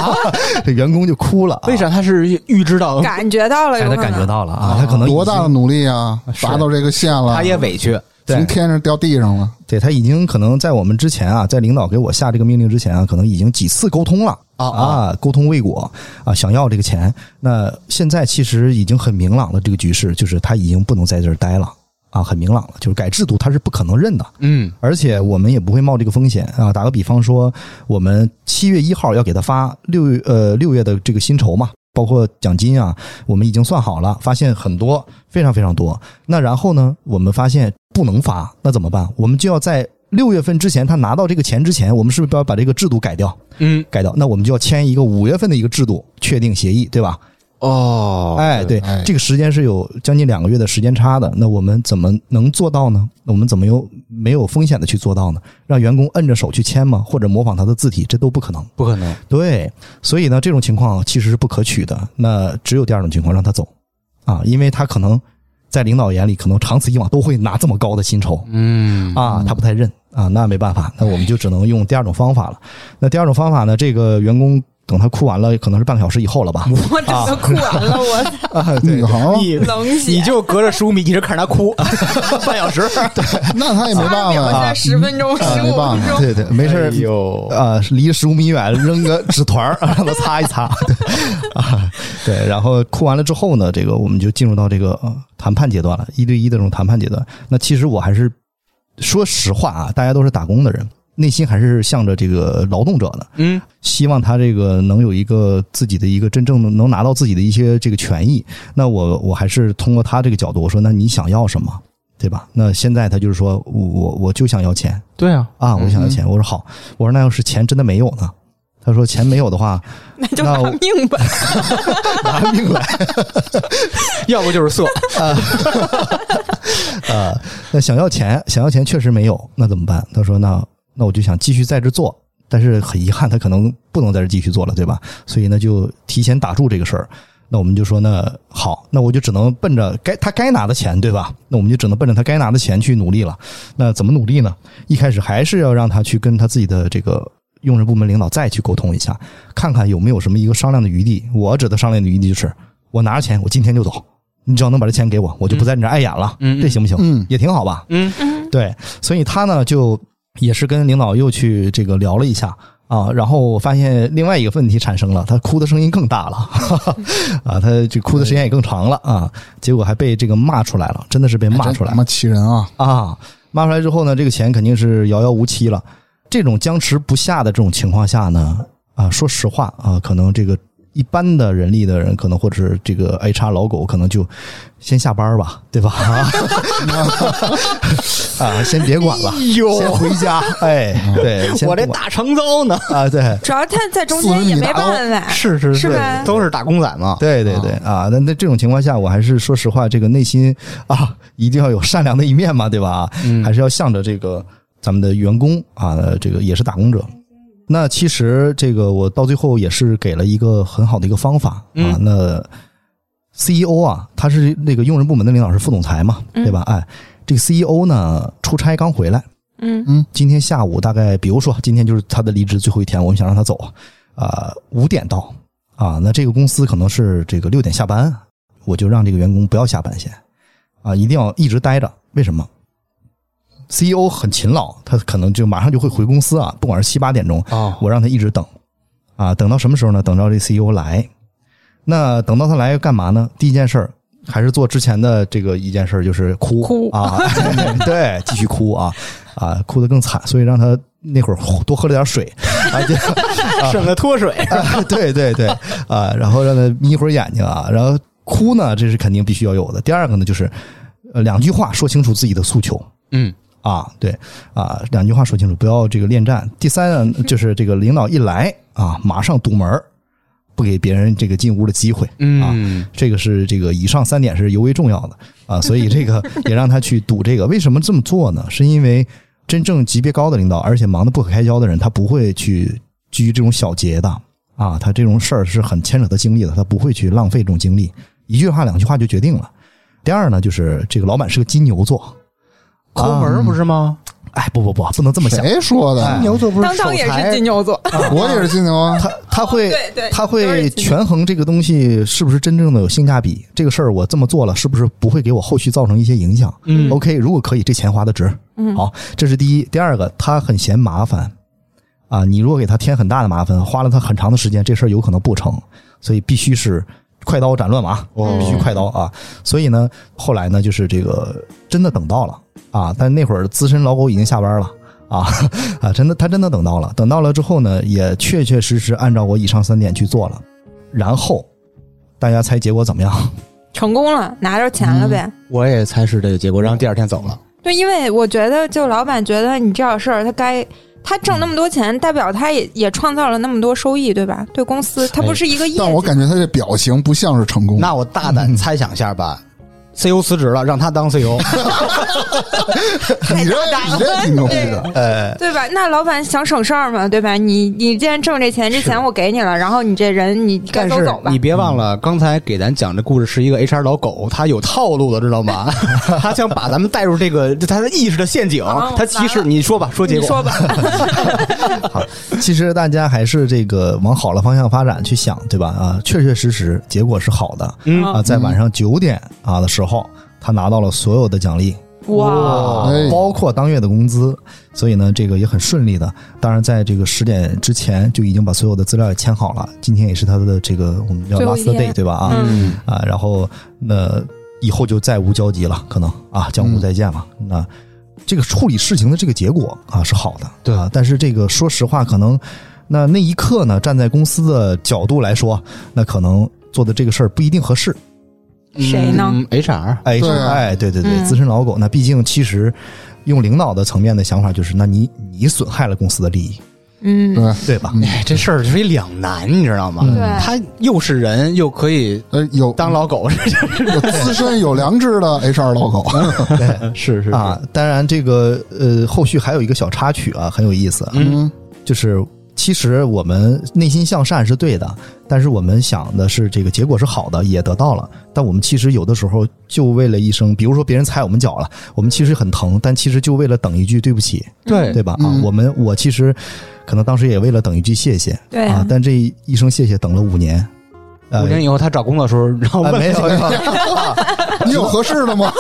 S4: *laughs* 这员工就哭了、啊，
S3: 为？啥他是预知到？
S2: 感觉到了，
S4: 哎，
S2: 有
S4: 他
S2: 可
S4: 感觉
S2: 能。
S4: 到了啊，他可能已经
S1: 多大的努力啊，达到这个线了，
S3: 他也委屈，
S1: 从天上掉地上了
S4: 对他已经可能在我们之前啊，在领导给我下这个命令之前啊，可能已经几次沟通了
S3: 啊
S4: 啊，沟通未果啊，想要这个钱。那现在其实已经很明朗了，这个局势就是他已经不能在这儿待了啊，很明朗了，就是改制度他是不可能认的，
S3: 嗯
S4: 而且我们也不会冒这个风险啊。打个比方说，我们七月一号要给他发六月呃六月的这个薪酬嘛，包括奖金啊，我们已经算好了，发现很多，非常非常多。那然后呢，我们发现不能发，那怎么办？我们就要在六月份之前，他拿到这个钱之前，我们是不是要把这个制度改掉？
S3: 嗯
S4: 改掉，那我们就要签一个五月份的一个制度确定协议，对吧？
S3: 哦
S4: 哎，对
S1: 哎，
S4: 这个时间是有将近两个月的时间差的。那我们怎么能做到呢？那我们怎么又没有风险的去做到呢？让员工摁着手去签吗？或者模仿他的字体，这都不可能。
S3: 不可能，
S4: 对，所以呢，这种情况其实是不可取的。那只有第二种情况，让他走啊，因为他可能在领导眼里，可能长此以往都会拿这么高的薪酬，
S3: 嗯
S4: 啊，他不太认啊，那没办法，那我们就只能用第二种方法了。那第二种方法呢，这个员工等他哭完了，可能是半个小时以后了吧？
S2: 我整个哭完了，我
S4: 啊，
S1: 女
S4: 对，
S1: 孩儿，
S3: 你
S2: 冷血。
S3: 你就隔着十五米一直看着他 *laughs* 哭半小时，
S1: 那他也哎没办
S2: 秒
S1: 法
S2: 在
S1: 呀。
S2: 十分钟、十
S1: 没
S2: 五
S1: 办
S2: 分
S1: 法
S2: 钟，
S4: *laughs* 对对，没事儿
S3: 哎呦
S4: 啊，离十五米远扔个纸团儿， *laughs* 让他擦一擦。对啊，对，然后哭完了之后呢，这个我们就进入到这个呃谈判阶段了，一对一的这种谈判阶段。那其实我还是说实话啊，大家都是打工的人，内心还是向着这个劳动者的。
S3: 嗯
S4: 希望他这个能有一个自己的一个真正能能拿到自己的一些这个权益。那我我还是通过他这个角度，我说那你想要什么，对吧？那现在他就是说我我我就想要钱
S3: 对啊
S4: 啊，我想要钱。我说好，我说那要是钱真的没有呢？他说钱没有的话，
S2: *laughs* 那就
S4: 那
S2: 拿
S4: 我
S2: 命 *laughs* 吧。
S4: 拿命来
S3: 要不就是色，
S4: 啊！ *laughs* 那想要钱，想要钱确实没有，那怎么办？他说那那我就想继续在这做。但是很遗憾，他可能不能在这继续做了，对吧？所以呢，就提前打住这个事儿。那我们就说，那好，那我就只能奔着该他该拿的钱，对吧？那我们就只能奔着他该拿的钱去努力了。那怎么努力呢？一开始还是要让他去跟他自己的这个用人部门领导再去沟通一下，看看有没有什么一个商量的余地。我指的商量的余地就是，我拿着钱，我今天就走，你只要能把这钱给我，我就不在你这儿碍眼了，
S3: 嗯嗯
S4: 这行不行？
S1: 嗯
S4: 也挺好吧。
S3: 嗯
S4: 对，所以他呢就也是跟领导又去这个聊了一下啊，然后我发现另外一个问题产生了，他哭的声音更大了， *laughs* 啊，他就哭的时间也更长了啊，结果还被这个骂出来了，真的是被骂出
S1: 哎真
S4: 来
S1: 他
S4: 了
S1: 妈气人啊！
S4: 啊，骂出来之后呢，这个钱肯定是遥遥无期了。这种僵持不下的这种情况下呢，啊，说实话啊，可能这个一般的人力的人，可能或者是这个 HR 老狗，可能就先下班吧，对吧？ *laughs* 啊，先别管了，先回家。哎，对，先
S3: 我这
S4: 不管
S3: 大长遭呢，
S4: 啊，对，
S2: 主要他在中
S1: 四十
S2: 间
S1: 米
S2: 也没
S1: 大
S2: 办法，
S4: 是是
S2: 是
S4: 对
S2: 吧？
S3: 都是打工仔嘛，
S4: 对对对啊，那那这种情况下，我还是说实话，这个内心啊，一定要有善良的一面嘛，对吧？
S3: 嗯
S4: 还是要向着这个咱们的员工啊，这个也是打工者。那其实这个我到最后也是给了一个很好的一个方法啊
S3: 嗯。
S4: 那 CEO 啊，他是那个用人部门的领导是副总裁嘛，
S2: 嗯
S4: 对吧？哎，这个 CEO 呢出差刚回来，
S2: 嗯，
S4: 今天下午大概，比如说今天就是他的离职最后一天，我们想让他走，啊、五点到啊，那这个公司可能是这个六点下班，我就让这个员工不要下班先，啊，一定要一直待着。为什么？CEO 很勤劳，他可能就马上就会回公司啊，不管是七八点钟，
S3: 哦
S4: 我让他一直等，啊，等到什么时候呢？等到这 CEO 来。那等到他来干嘛呢？第一件事儿还是做之前的这个一件事儿，就是哭
S2: 哭
S4: 啊， *laughs* 对，继续哭啊啊，哭得更惨，所以让他那会儿多喝了点水啊，就 *laughs*
S3: 省得脱水，
S4: 啊，对对对，啊，然后让他眯一会儿眼睛啊，然后哭呢，这是肯定必须要有的。第二个呢，就是呃两句话说清楚自己的诉求
S3: 嗯
S4: 啊，对啊，两句话说清楚，不要这个恋战。第三呢，就是这个领导一来啊，马上堵门儿不给别人这个进屋的机会。
S3: 嗯
S4: 这个是这个以上三点是尤为重要的啊，所以这个也让他去赌这个。为什么这么做呢？是因为真正级别高的领导，而且忙得不可开交的人，他不会去居于这种小节的啊，他这种事儿是很牵扯他精力的，他不会去浪费这种精力，一句话两句话就决定了。第二呢，就是这个老板是个金牛座，
S3: 抠门儿不是吗？
S4: 哎，不不不，不能这么想。
S1: 谁说的？
S4: 哎
S5: 金牛座不是
S2: 当
S5: 守
S2: 当也是
S5: 财
S2: 金，牛座，
S1: 我也是金牛啊，
S4: 他他会
S2: 哦对对，
S4: 他
S2: 都是
S4: 会
S2: 金牛
S4: 权衡这个东西是不是真正的有性价比，这个事儿我这么做了是不是不会给我后续造成一些影响？
S3: 嗯
S4: OK，如果可以，这钱花的值。
S2: 嗯
S4: 好，这是第一。第二个，他很嫌麻烦啊，你如果给他添很大的麻烦，花了他很长的时间，这事儿有可能不成，所以必须是快刀斩乱麻，
S2: 哦
S4: 必须快刀啊。所以呢，后来呢，就是这个真的等到了啊，但那会儿资深老狗已经下班了。啊 *laughs* 啊，真的，他真的等到了，等到了之后呢，也确确实实按照我以上三点去做了，然后大家猜结果怎么样？
S2: *laughs* 成功了，拿着钱了呗。
S3: 我也猜是这个结果，然后第二天走了。
S2: 对，因为我觉得，就老板觉得你这点事儿，他该他挣那么多钱，代表他也也创造了那么多收益，对吧？对公司，他不是一个业绩。
S1: 但我感觉他这表情不像是成功的。
S3: 那我大胆猜想一下吧，CEO 辞职了，让他当 E CEO，
S1: 你这你这挺牛逼的，
S4: 呃，
S2: 对吧？那老板想省事儿嘛，对吧？你你既然挣这钱，这钱我给你了，然后你这人你该
S3: 但
S2: 走
S3: 是
S2: 走吧
S3: 你。别忘了，刚才给咱讲这故事是一个 HR 老狗，他有套路的，知道吗？他想把咱们带入这个他的意识的陷阱
S2: 啊，
S3: 他其实你说吧，说结
S2: 你
S3: 果，
S2: 说吧，
S4: 好， *laughs* 其实大家还是这个往好的方向发展去想，对吧？啊，确确实实结果是好的
S3: 嗯
S2: 啊
S4: 啊，在晚上九点啊的时候，他拿到了所有的奖励
S2: 哇，
S4: 啊
S1: 哎，
S4: 包括当月的工资，所以呢，这个也很顺利的。当然，在这个十点之前就已经把所有的资料也签好了，今天也是他的这个我们叫
S2: 最后一
S4: last day，
S2: 天
S4: 对吧？啊，
S2: 嗯
S4: 啊，然后那以后就再无交集了，可能啊，江湖再见了。那这个处理事情的这个结果啊是好的，
S3: 对
S4: 啊，但是这个说实话，可能那那一刻呢，站在公司的角度来说，那可能做的这个事儿不一定合适。
S2: 谁呢
S3: 嗯？HR，
S4: 哎，
S1: 对啊
S4: 哎，对对对，
S2: 嗯
S4: 资深老狗，那毕竟其实用领导的层面的想法就是，那你你损害了公司的利益，
S2: 嗯，
S1: 对，
S4: 对吧？
S3: 哎，这事儿是一两难，你知道吗？
S4: 嗯
S2: 对，
S3: 他又是人，又可以
S1: 呃，有
S3: 当老狗，
S1: 有资深有良知的 HR 老狗，
S3: 是是
S4: 啊，当然这个呃，后续还有一个小插曲啊，很有意思啊。
S1: 嗯，
S4: 就是其实我们内心向善是对的，但是我们想的是这个结果是好的，也得到了。但我们其实有的时候就为了一声，比如说别人踩我们脚了，我们其实很疼，但其实就为了等一句对不起，
S3: 对
S4: 对吧？啊
S1: 嗯，
S4: 我们我其实可能当时也为了等一句谢谢
S2: 对
S4: 啊，但这一声谢谢等了五年，呃
S3: 五年以后他找工作的时候，然后
S4: 啊
S3: 问
S4: 没有没有，
S1: 你有合适的吗？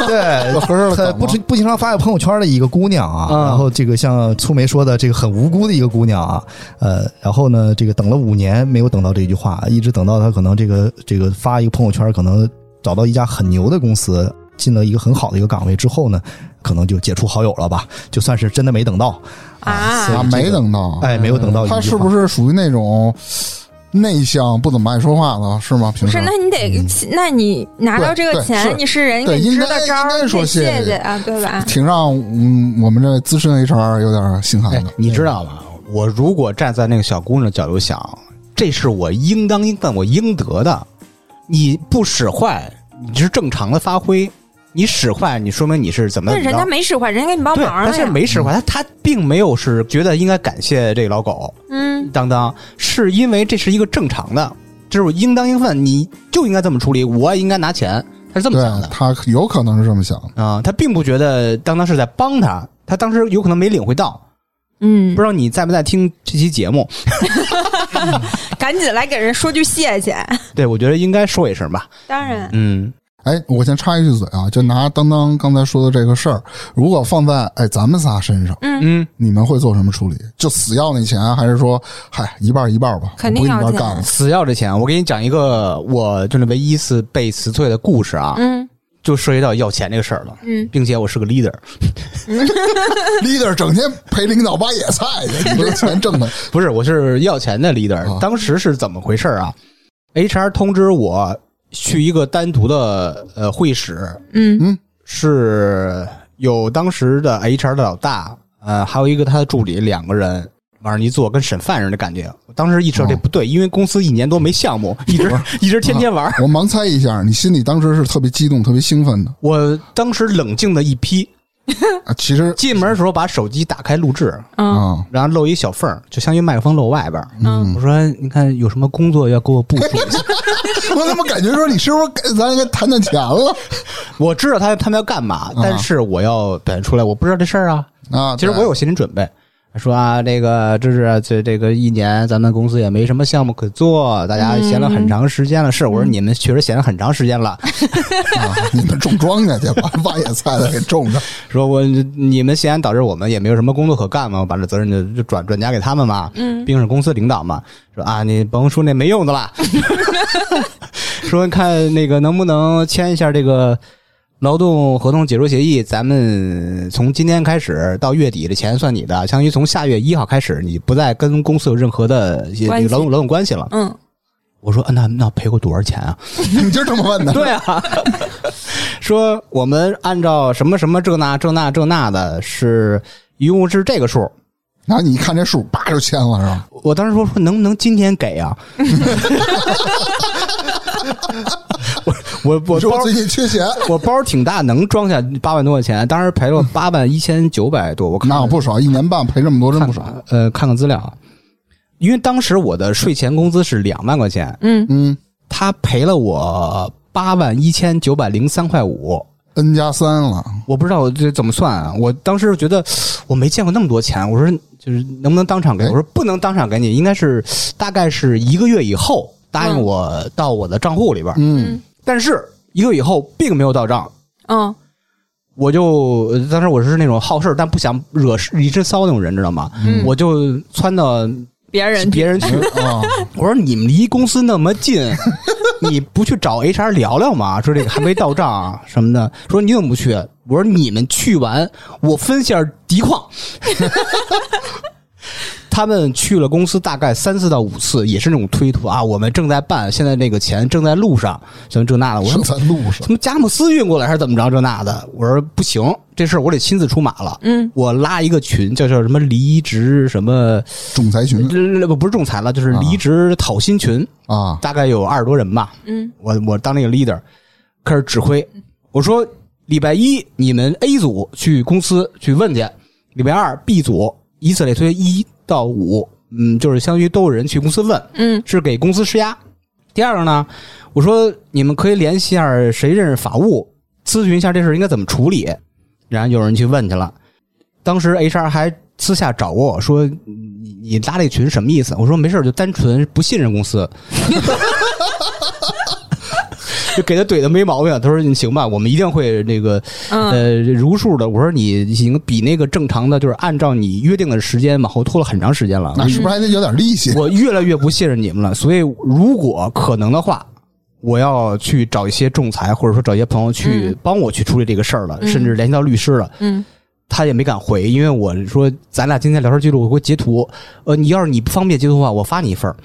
S1: *laughs*
S4: 对，
S1: 有合适的
S4: 她
S1: 梗
S4: 不
S1: 吗啊
S4: 知不经常发朋友圈的一个姑娘啊，
S3: 嗯
S4: 然后这个像粗梅说的，这个很无辜的一个姑娘啊，呃，然后呢，这个等了五年没有等到这句话，一直等到她可能这个这个发一个朋友圈，可能找到一家很牛的公司，进了一个很好的一个岗位之后呢，可能就解除好友了吧，就算是真的没等到，
S1: 啊，
S4: 所以
S2: 啊，
S4: 这个
S1: 没等到，
S4: 哎，没有等到一句
S1: 他
S4: 话
S1: 是不是属于那种内向、不怎么爱说话的，是吗？
S2: 不
S1: 平时
S2: 是，那你得，那你拿到这个
S1: 嗯对对
S2: 钱，
S1: 是
S2: 你是人，
S1: 对
S2: 你
S1: 应
S2: 支
S1: 该
S2: 的招
S1: 应
S2: 儿，
S1: 该
S2: 你
S1: 说
S2: 得
S1: 谢
S2: 谢
S1: 谢
S2: 啊，对吧？
S1: 挺让嗯我们这资深 HR 有点心寒
S3: 哎
S1: 的，，
S3: 你知道吗？我如果站在那个小姑娘的角度想，这是我应当应当我应得的。你不使坏，你是正常的发挥；你使坏，你说明你是怎么
S2: 但
S3: 怎
S2: 人
S3: 么
S2: 家
S3: 着。
S2: 没使坏，人家给你帮
S3: 对，
S2: 忙
S3: 他
S2: 了
S3: 现在
S2: 呀。
S3: 没使坏，他他并没有是觉得应该感谢这个老狗
S2: 嗯，
S3: 当当，是因为这是一个正常的，这是我应当应分，你就应该这么处理，我也应该拿钱，他是这么
S1: 对
S3: 想的。
S1: 他有可能是这么想的，
S3: 啊、他并不觉得当当是在帮他，他当时有可能没领会到，
S2: 嗯
S3: 不知，道你在不在听这期节目。
S2: 赶紧来给人说句谢谢。
S3: 对，我觉得应该说一声吧。
S2: 当然，
S3: 嗯，
S1: 哎，我先插一句嘴啊，就拿当当刚才说的这个事儿，如果放在哎咱们仨身上，
S2: 嗯，
S3: 嗯，
S1: 你们会做什么处理？就死要那钱，还是说嗨一半儿一半儿吧？
S2: 肯定
S1: 我不
S2: 要
S1: 跟你一
S2: 这
S1: 块儿
S2: 样
S1: 干了。
S3: 死要这钱，我给你讲一个我真的唯一一次被辞退的故事啊，
S2: 嗯
S3: 就涉及到要钱这个事儿了，
S2: 嗯，
S3: 并且我是个 leader，
S1: leader 整天陪领导挖野菜去，你这钱挣的，
S3: 不是，我是要钱的 leader
S1: 啊。
S3: 当时是怎么回事儿啊？HR 通知我去一个单独的呃会议室，
S2: 嗯
S3: 是有当时的 HR 的老大，呃，还有一个他的助理，两个人往上一坐，跟审犯人的感觉。我当时意识到这不
S2: 哦
S3: 对，因为公司一年多没项
S2: *laughs*
S3: 目，一
S2: 啊
S3: 直一直天天玩儿。
S1: 我盲猜一下，你心里当时是特别激动、特别兴奋的
S3: 我当时冷静的一批，
S1: 啊？其实
S3: 进门的时候把手机打开录制，
S2: 嗯
S1: 啊，
S3: 然后露一小缝儿，就相当于麦克风露外边儿。
S2: 嗯，
S3: 我说：“你看有什么工作要给我布置
S2: *laughs*
S3: 一下？”
S1: 我怎么感觉说你是不是该咱该谈谈钱了？
S3: 我知道他他们要干嘛，但是我要表现出来，我不知道这事儿啊。
S1: 嗯啊，
S3: 其实
S1: 对
S3: 我有心理准备，说啊，这个这是这这个一年咱们公司也没什么项目可做，大
S1: 嗯
S3: 家闲了很长时间了。是，我说你们确实闲了很长时间了。
S1: 啊，你们种庄稼去吧，把野菜的给种上。
S3: 说我你们闲导致我们也没有什么工作可干嘛，我把这责任就就转转嫁给他们嘛。
S2: 嗯，
S3: 毕竟是公司领导嘛，说啊，你甭说那没用的啦， *laughs* 说看那个能不能签一下这个劳动合同解除协议，咱们从今天开始到月底的钱算你的，相当于从下月一号开始，你不再跟公司有任何的一些
S2: 关系
S3: 这个劳动劳动关系了。
S2: 嗯，
S3: 我说，啊、那那赔我多少钱啊？
S1: 你就这么
S3: *laughs*
S1: 问的？
S3: 对啊，说我们按照什么什么这那这那这那的，是一共是这个数。
S1: 然后你一看这数，叭就签了是吧？
S3: 我当时说说能不能今天给啊？ *laughs* 我我
S1: 你
S3: 我包
S1: 说最近缺钱，
S3: 我包挺大，能装下八万多块钱，当时赔了八万一千九百多，我看
S1: 那不少，一年半赔这么多，真
S3: 看
S1: 不少。
S3: 呃，看看资料啊，因为当时我的税前工资是两万块钱，
S1: 嗯
S3: 他赔了我八万一千九百零三块五。
S1: ，N 加三了，
S3: 我不知道这怎么算啊！我当时觉得我没见过那么多钱，我说就是能不能当场给？
S1: 哎
S3: 我说不能当场给你，应该是大概是一个月以后答应我到我的账户里边儿，
S1: 嗯，
S3: 但是一个月以后并没有到账，
S2: 嗯，
S3: 我就呃当时我是那种好事儿但不想惹事一身骚那种人，知道吗？
S2: 嗯
S3: 我就撺到
S2: 别人
S3: 别人去， *laughs*
S1: 啊，
S3: 嗯我说你们离公司那么 *laughs* 近，你不去找 HR 聊聊吗？说这个还没到账啊什么的。说你怎么不去？我说你们去完，我分下敌况。 *laughs* 他们去了公司大概三次到五次，也是那种推脱啊，我们正在办，现在这个钱正在路上，什么这那的。我
S1: 正
S3: 说
S1: 在路上
S3: 什么佳木斯运过来还是怎么着这那的？我说不行，这事儿我得亲自出马了。
S2: 嗯，
S3: 我拉一个群，叫叫什么离职什么，
S1: 仲裁群
S3: 呃不不是仲裁了，就是
S1: 啊
S3: 离职讨薪群。
S1: 啊，
S3: 大概有二十多人吧。
S2: 嗯，
S3: 我我当那个 leader，开始指挥。我说礼拜一你们 A 组去公司去问去，礼拜二 B 组以此类推，一到五，嗯，就是相当于都有人去公司问，
S2: 嗯，
S3: 是给公司施压。第二个呢，我说你们可以联系一下谁认识法务，咨询一下这事儿应该怎么处理。然后有人去问去了，当时 HR 还私下找过我说：“你你拉这群什么意思？”我说：“没事儿，就单纯不信任公司。” *laughs* 就给他怼的没毛病。他说：“你行吧，我们一定会那个
S2: 嗯，
S3: 呃如数的。”我说：“你行，比那个正常的，就是按照你约定的时间往后拖了很长时间了。
S1: 那是不是还得有点利息？
S3: *laughs* 我越来越不信任你们了。所以如果可能的话，我要去找一些仲裁，或者说找一些朋友去
S2: 嗯
S3: 帮我去处理这个事儿了，
S2: 嗯
S3: 甚至联系到律师了。
S2: 嗯，
S3: 他也没敢回，因为我说咱俩今天聊天记录我给我截图，呃，你要是你不方便截图的话，我发你一份儿。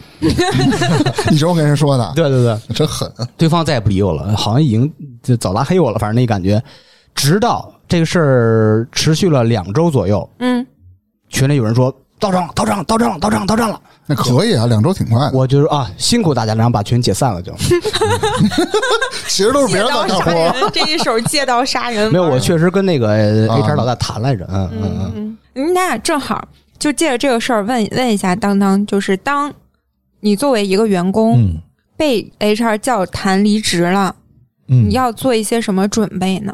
S1: 你这我跟人说的，
S3: 对对对，
S1: 真狠。啊
S3: 对方再也不理我了，好像已经就早拉黑我了，反正那感觉。直到这个事儿持续了两周左右，
S2: 嗯，
S3: 群里有人说到账了，到账了，到账了，到账了，到账了。
S1: 那可以啊，两周挺快的。
S3: 我就说啊，辛苦大家，然后把群解散了就。
S1: 其实都是别
S2: 借
S1: 人
S2: 刀
S1: 在干
S2: 杀
S1: 活，
S2: 人，这一手借刀杀人，
S3: *laughs* 没有，我确实跟那个呃
S1: 啊
S3: HR 老大谈来着，嗯嗯嗯，
S2: 嗯，你俩正好就借着这个事儿问问一下当当，就是当你作为一个员工、
S4: 嗯
S2: 被 HR 叫谈离职了，
S4: 嗯，
S2: 你要做一些什么准备呢？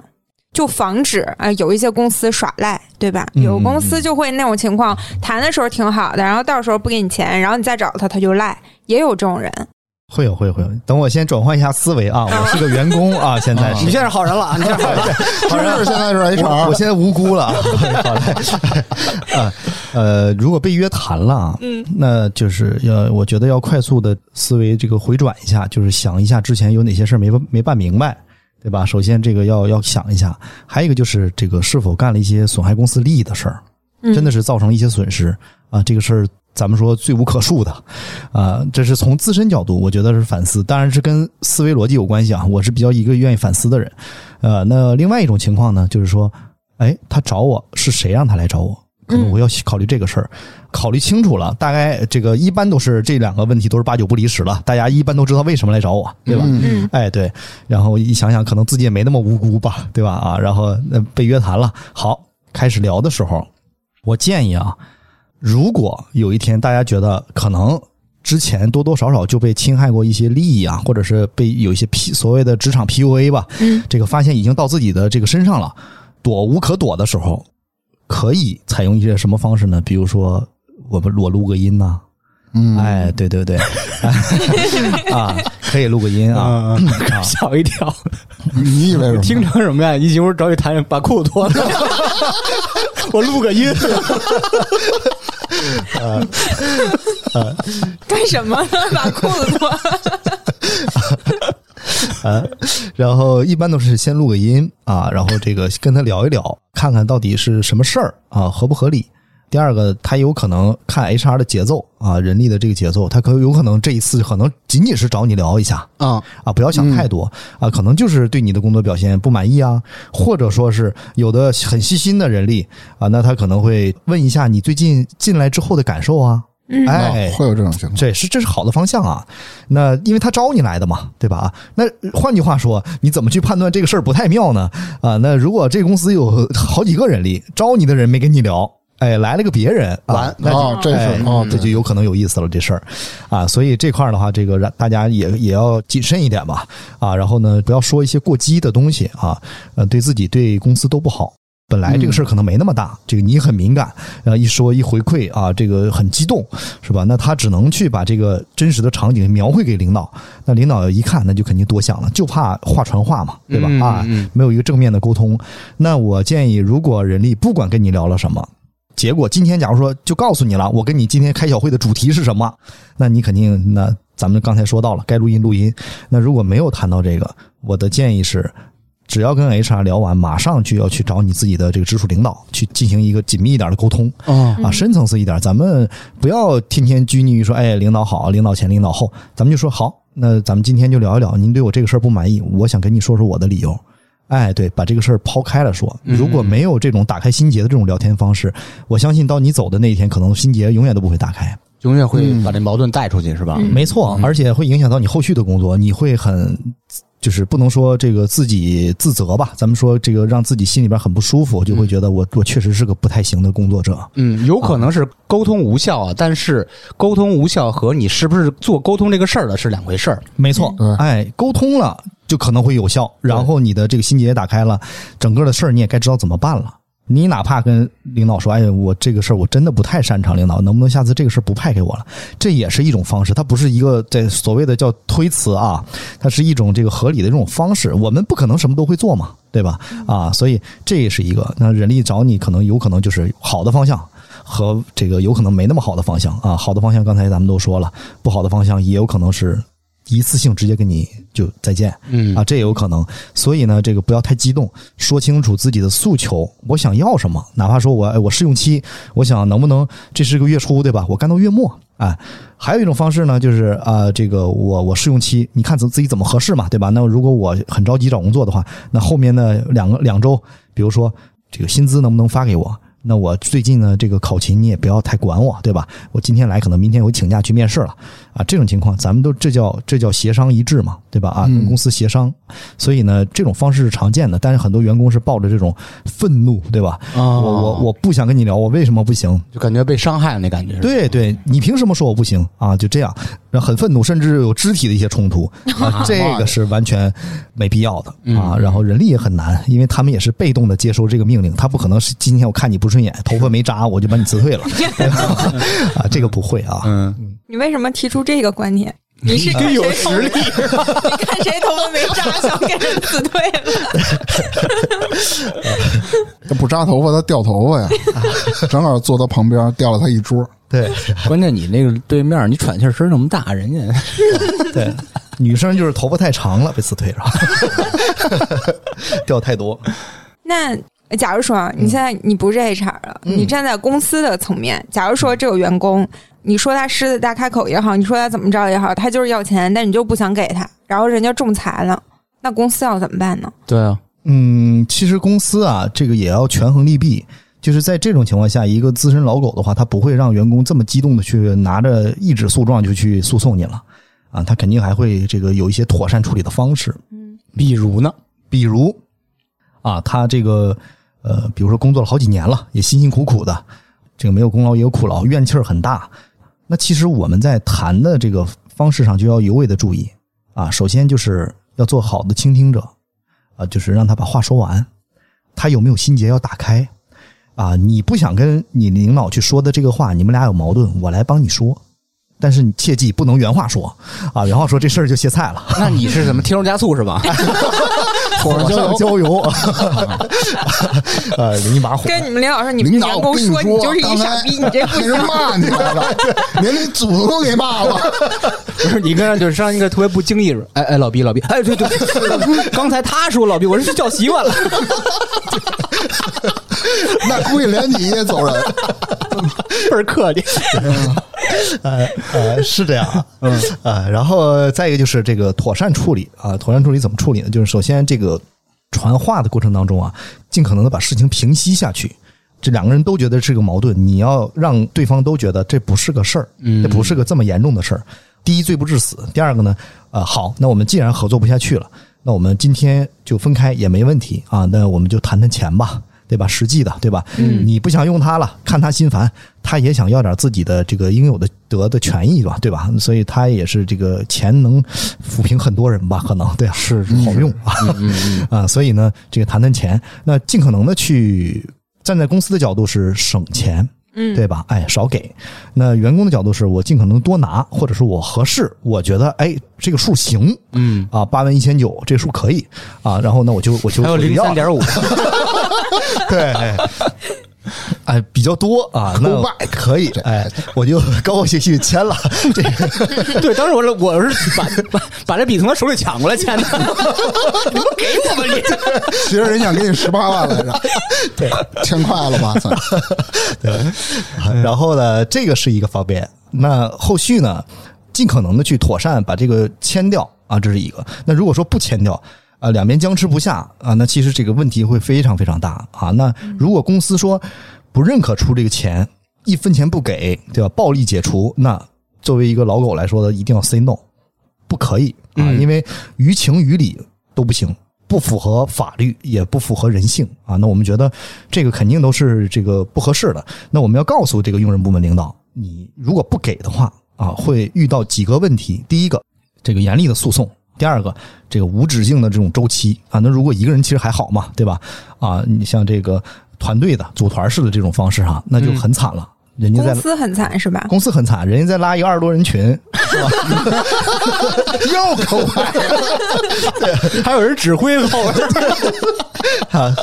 S2: 就防止啊、呃有一些公司耍赖，对吧？
S4: 嗯
S2: 有公司就会那种情况，谈的时候挺好的，然后到时候不给你钱，然后你再找他，他就赖，也有这种人。
S4: 会有会有会有。等我先转换一下思维啊，我是个员
S1: *laughs*
S4: 工啊，现在
S3: 你
S4: 是。
S3: 现在是好人了，啊你现在是好人了。
S1: 是不是现在是
S4: 我 *laughs* 我
S1: HR？
S4: 现在无辜了，好嘞， *laughs* 啊呃，如果被约谈了啊，
S2: 嗯
S4: 那就是要，我觉得要快速的思维这个回转一下，就是想一下之前有哪些事儿没没办明白，对吧？首先这个要要想一下，还有一个就是这个是否干了一些损害公司利益的事儿，
S2: 嗯
S4: 真的是造成了一些损失啊，这个事儿咱们说罪无可恕的啊，这是从自身角度，我觉得是反思，当然是跟思维逻辑有关系啊，我是比较一个愿意反思的人，呃，那另外一种情况呢，就是说，哎，他找我是谁让他来找我？可能我要考虑这个事儿，考虑清楚了，大概这个一般都是这两个问题都是八九不离十了，大家一般都知道为什么来找我，对吧？
S2: 嗯
S4: 哎，对，然后一想想，可能自己也没那么无辜吧，对吧？啊，然后呃被约谈了，好，开始聊的时候，我建议啊，如果有一天大家觉得可能之前多多少少就被侵害过一些利益啊，或者是被有一些 P 所谓的职场 PUA 吧，
S2: 嗯
S4: 这个发现已经到自己的这个身上了，躲无可躲的时候，可以采用一些什么方式呢？比如说我们我录个音呐、
S1: 嗯，
S4: 哎，对对对， *laughs* 啊，可以录个音啊，
S3: 啊， *laughs* 吓我一跳！
S1: 你以为什么？
S3: 听成什么呀？一会儿找你谈把裤子脱了， *laughs* 我录个音。
S2: 干什么？把裤子
S4: 哎
S2: 脱？
S4: 然后一般都是先录个音啊，然后这个跟他聊一聊，看看到底是什么事儿啊，合不合理。第二个，他有可能看 HR 的节奏啊，人力的这个节奏，他可有可能这一次可能仅仅是找你聊一下
S1: 啊，
S4: 啊，不要想太多、啊，可能就是对你的工作表现不满意啊，或者说是有的很细心的人力啊，那他可能会问一下你最近进来之后的感受啊，
S2: 嗯
S4: 哎
S1: 啊，会有这种情况。
S4: 这是这是好的方向啊。那因为他招你来的嘛，对吧？那换句话说，你怎么去判断这个事儿不太妙呢？啊，那如果这公司有好几个人力，招你的人没跟你聊，哎，来了个别人，啊
S3: 完、
S4: 那就
S1: 哦，这
S4: 哎
S1: 是哦，
S4: 这就有可能有意思了这事儿，啊，所以这块儿的话，这个让大家也也要谨慎一点吧，啊，然后呢，不要说一些过激的东西啊，呃，对自己对公司都不好。本来这个
S3: 嗯
S4: 事儿可能没那么大，这个你很敏感，然后一说一回馈啊，这个很激动，是吧？那他只能去把这个真实的场景描绘给领导，那领导一看，那就肯定多想了，就怕话传话嘛，对吧？
S3: 嗯
S4: 啊
S3: 嗯嗯，
S4: 没有一个正面的沟通。那我建议，如果人力不管跟你聊了什么，结果今天假如说就告诉你了，我跟你今天开小会的主题是什么，那你肯定那咱们刚才说到了，该录音录音。那如果没有谈到这个，我的建议是，只要跟 HR 聊完，马上就要去找你自己的这个直属领导去进行一个紧密一点的沟通
S1: 啊
S3: 哦
S4: 啊，深层次一点。咱们不要天天拘泥于说，哎，领导好，领导前，领导后，咱们就说好，那咱们今天就聊一聊，您对我这个事儿不满意，我想跟你说说我的理由。哎，对，把这个事儿抛开了说。如果没有这种打开心结的这种聊天方式，我相信到你走的那一天，可能心结永远都不会打开。
S3: 永远会把这矛盾带出去，是吧？
S4: 没错，而且会影响到你后续的工作，你会很。就是不能说这个自己自责吧，咱们说这个让自己心里边很不舒服，就会觉得我我确实是个不太行的工作者。
S3: 嗯，有可能是沟通无效啊，但是沟通无效和你是不是做沟通这个事儿的是两回事儿。
S4: 没错
S1: 嗯，对
S4: 哎，沟通了就可能会有效，然后你的这个心结也打开了，整个的事儿你也该知道怎么办了。你哪怕跟领导说，哎，我这个事儿我真的不太擅长，领导能不能下次这个事儿不派给我了？这也是一种方式，它不是一个这所谓的叫推辞啊，它是一种这个合理的这种方式。我们不可能什么都会做嘛，对吧？啊，所以这也是一个。那人力找你，可能有可能就是好的方向和这个有可能没那么好的方向啊。好的方向刚才咱们都说了，不好的方向也有可能是一次性直接跟你就再见，
S3: 嗯
S4: 啊，这也有可能。所以呢，这个不要太激动，说清楚自己的诉求，我想要什么，哪怕说我哎我试用期，我想能不能这是个月初对吧？我干到月末啊。还有一种方式呢，就是啊、这个我我试用期，你看自自己怎么合适嘛，对吧？那如果我很着急找工作的话，那后面呢两个两周，比如说这个薪资能不能发给我？那我最近呢，这个考勤你也不要太管我，对吧？我今天来，可能明天我请假去面试了啊。这种情况，咱们都这叫这叫协商一致嘛，对吧？啊，跟公司协商。所以呢，这种方式是常见的，但是很多员工是抱着这种愤怒，对吧？
S3: 啊
S4: 我我我不想跟你聊，我为什么不行？
S3: 就感觉被伤害了那感觉。，
S4: 对对，你凭什么说我不行啊？就这样，然后很愤怒，甚至有肢体的一些冲突，啊、这个是完全没必要的啊。然后人力也很难，因为他们也是被动的接收这个命令，他不可能是今天我看你不顺眼，头发没扎，我就把你辞退了，对吧啊，这个不会啊。
S3: 嗯，
S2: 你为什么提出这个观
S4: *laughs*
S2: 点？你是看
S3: 真
S2: 谁
S3: 有
S2: 头
S3: 实力，
S2: 你看谁头发
S4: *laughs*
S2: 没扎，想给人辞退了？
S1: 他不扎头发，他掉头发呀，正好坐他旁边，掉了他一桌。
S4: 对
S3: 关键你那个对面，你喘气儿声那么大，人家
S4: 对，女生就是头发太长了被辞退了， *laughs* 掉太多。
S2: 那假如说啊你现在你不是 HR 了，你站在公司的层面，假如说这个员工，你说他狮子大开口也好，你说他怎么着也好，他就是要钱，但你就不想给他，然后人家仲裁了，那公司要怎么办呢？
S3: 对啊，
S4: 嗯，其实公司啊，这个也要权衡利弊。就是在这种情况下，一个资深老狗的话，他不会让员工这么激动的去呃拿着一纸诉状就去诉讼你了，啊，他肯定还会这个有一些妥善处理的方式，
S3: 比如呢，
S4: 比如啊，他这个呃，比如说工作了好几年了，也辛辛苦苦的，这个没有功劳也有苦劳，怨气儿很大。那其实我们在谈的这个方式上就要尤为的注意啊，首先就是要做好的倾听者啊，就是让他把话说完，他有没有心结要打开。啊、啊，你不想跟你领导去说的这个话，你们俩有矛盾，我来帮你说。但是你切记不能原话说啊，原话说这事儿就歇菜了，
S3: *laughs* 那你是怎么添油加醋是 *laughs* 吧？
S1: 火上浇
S4: 上
S1: 油。
S4: 浇油， *laughs* 呃，零一把火，
S2: 跟你们领导说，你们
S1: 领
S2: 员
S1: 导，我
S2: 工
S1: 跟你
S2: 你就是一
S1: 刚
S2: 傻
S1: 才
S2: 逼，你
S1: *laughs*
S2: 这不
S1: 被
S2: 行
S1: 人。骂你来了， *laughs* 连你祖宗都给骂了。
S3: 不是你跟上就是上一个特别不经意的，哎哎，老毕老毕，哎对对，对 *laughs* 刚才他说老毕，我是叫习惯了。 *laughs*
S1: 那估计连你也走人。
S3: 倍儿客气。
S4: *laughs* 呃呃，是这样啊，嗯呃，然后再一个就是这个妥善处理啊，妥善处理怎么处理呢？就是首先这个传话的过程当中啊，尽可能的把事情平息下去。这两个人都觉得是个矛盾，你要让对方都觉得这不是个事儿，这不是个这么严重的事儿。第一，罪不至死；第二个呢，呃，好，那我们既然合作不下去了，那我们今天就分开也没问题啊。那我们就谈谈钱吧，对吧？实际的，对吧？嗯，你不想用它了，看他心烦，他也想要点自己的这个应有的得的权益吧，对吧？所以他也是这个钱能抚平很多人吧，可能对啊，是好用啊，
S3: 嗯
S4: *laughs* 啊，所以呢，这个谈谈钱，那尽可能的去站在公司的角度是省钱，
S2: 嗯，
S4: 对吧？哎，少给。那员工的角度是我尽可能多拿，或者是我合适，我觉得哎这个数行
S3: 嗯，
S4: 啊，八万一千九这数可以啊，然后呢我就我就
S3: 还有
S4: 我就
S3: 零
S4: 要
S3: 三点五，
S4: 对，哎哎比较多啊，那
S1: Callback
S4: 可以哎，我就高高兴兴签 *laughs* 了这个。
S3: *laughs* 对，当时我是我是把把把这笔从他手里抢过来签的，你不给我们这
S1: 其实人想给你十八万来着，对，欠快了吧？算
S4: 然后呢，这个是一个方面。那后续呢，尽可能的去妥善把这个签掉啊，这是一个。那如果说不签掉，啊，两边僵持不下啊，那其实这个问题会非常非常大啊。那如果公司说不认可出这个钱，一分钱不给，对吧？暴力解除，那作为一个老狗来说的，一定要 say no，不可以啊，因为于情于理都不行。不符合法律，也不符合人性啊！那我们觉得这个肯定都是这个不合适的。那我们要告诉这个用人部门领导，你如果不给的话啊，会遇到几个问题。第一个，这个严厉的诉讼；第二个，这个无止境的这种周期啊。那如果一个人其实还好嘛，对吧？啊，你像这个团队的组团式的这种方式哈、那就很惨了。人家
S2: 公
S4: 在哦
S2: 司很惨是吧？
S4: 公司很惨，人家在拉一个二十多人群，
S1: 又抠派，
S3: *laughs* 还有人指挥后边儿，
S4: 啊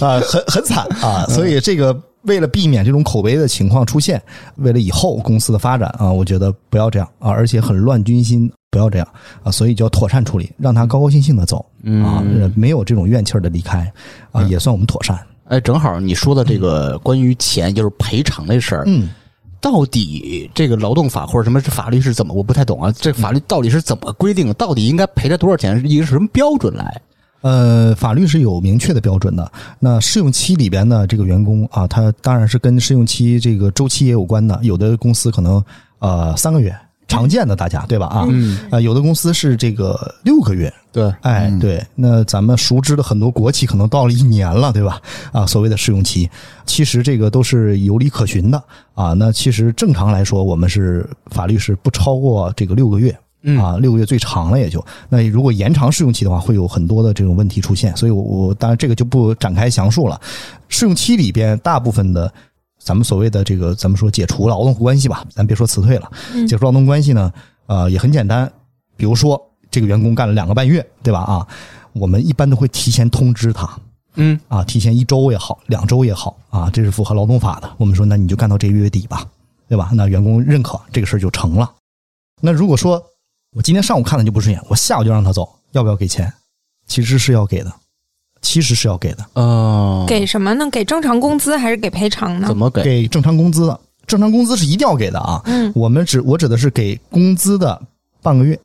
S4: 啊，很很惨啊！所以这个为了避免这种口碑的情况出现，为了以后公司的发展啊，我觉得不要这样啊，而且很乱军心，不要这样啊，所以就要妥善处理，让他高高兴兴的走啊，没有这种怨气儿的离开啊，也算我们妥善。
S3: 哎，正好你说的这个关于钱就是赔偿这事儿，
S4: 嗯，
S3: 到底这个劳动法或者什么法律是怎么？我不太懂啊，这法律到底是怎么规定的？到底应该赔他多少钱？一个是什么标准来？
S4: 呃，法律是有明确的标准的。那试用期里边呢，这个员工啊，他当然是跟试用期这个周期也有关的。有的公司可能呃三个月，常见的大家对吧啊？嗯。啊、有的公司是这个六个月。
S3: 对，
S4: 哎，对，那咱们熟知的很多国企可能到了一年了，对吧？啊，所谓的试用期，其实这个都是有理可循的啊。那其实正常来说，我们是法律是不超过这个六个月，啊，六个月最长了也就。那如果延长试用期的话，会有很多的这种问题出现，所以我我当然这个就不展开详述了。试用期里边大部分的。咱们所谓的这个，咱们说解除劳动关系吧，咱别说辞退了，解除劳动关系呢，呃，也很简单，比如说这个员工干了两个半月，对吧？啊，我们一般都会提前通知他，
S3: 嗯
S4: 啊，提前一周也好，两周也好啊，这是符合劳动法的。我们说，那你就干到这月底吧，对吧？那员工认可这个事儿就成了。那如果说我今天上午看他就不顺眼，我下午就让他走，要不要给钱？其实是要给的，其实是要给的，
S3: 哦，
S2: 给什么呢？给正常工资还是给赔偿呢
S3: 怎？么给？
S4: 给正常工资的，正常工资是一定要给的啊。
S2: 嗯，
S4: 我们指我指的是给工资的半个月，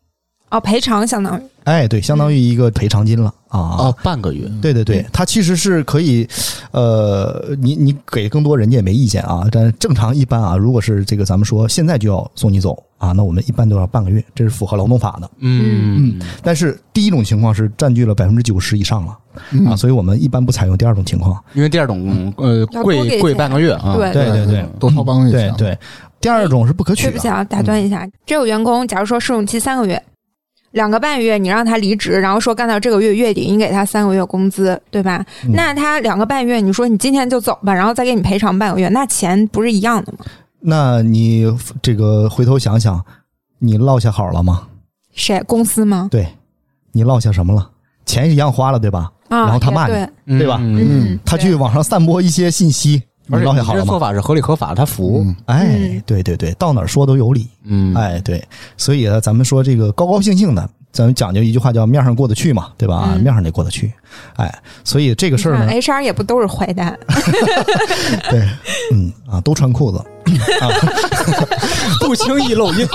S2: 哦，赔偿相当于
S4: 哎，对，相当于一个赔偿金了啊。
S3: 哦，半个月。
S4: 对对对，它其实是可以，呃，你你给更多人家也没意见啊。但正常一般啊，如果是这个咱们说现在就要送你走啊，那我们一般都要半个月，这是符合劳动法的。
S3: 嗯
S4: 但是第一种情况是占据了百分之九十以上了
S3: 嗯
S4: 啊，所以我们一般不采用第二种情况。
S3: 因为第二种呃
S2: 要多给
S3: 贵
S2: 钱
S3: 贵半个月啊，嗯
S2: 对
S4: 对对对，
S1: 多掏半个月
S4: 对
S1: 钱。
S4: 哎对，第二种是不可取嗯
S2: 对
S4: 的。
S2: 不起啊，打断一下，这个员工假如说试用期三个月，两个半月你让他离职，然后说干到这个月月底你给他三个月工资，对吧？
S4: 嗯
S2: 那他两个半月，你说你今天就走吧，然后再给你赔偿半个月，那钱不是一样的吗？
S4: 那你这个回头想想，你落下好了吗？
S2: 谁公司吗？
S4: 对，你落下什么了？钱一样花了，对吧？
S2: 啊，
S4: 然后他
S2: 也
S4: 骂你
S2: 对，
S3: 对吧？
S1: 嗯
S2: 嗯，
S4: 他
S2: 对
S4: 去网上散播一些信息，你
S3: 而且
S4: 落下
S3: 你
S4: 好
S3: 这
S4: 了
S3: 做
S4: 吗？
S3: 法是合理合法，他服。
S1: 嗯
S4: 哎
S2: 嗯，
S4: 对对对，到哪儿说都有理。
S3: 嗯，
S4: 哎，对，所以啊，咱们说这个高高兴兴的，咱们讲究一句话叫面上过得去嘛，对吧？啊
S2: 嗯
S4: 面上得过得去。哎，所以这个事儿
S2: 你哎
S4: 呢
S2: 看，HR 啊也不都是坏
S4: *laughs*
S2: 蛋，
S4: 对， *laughs* 嗯啊，都穿裤子，
S3: *laughs* 不轻易露阴。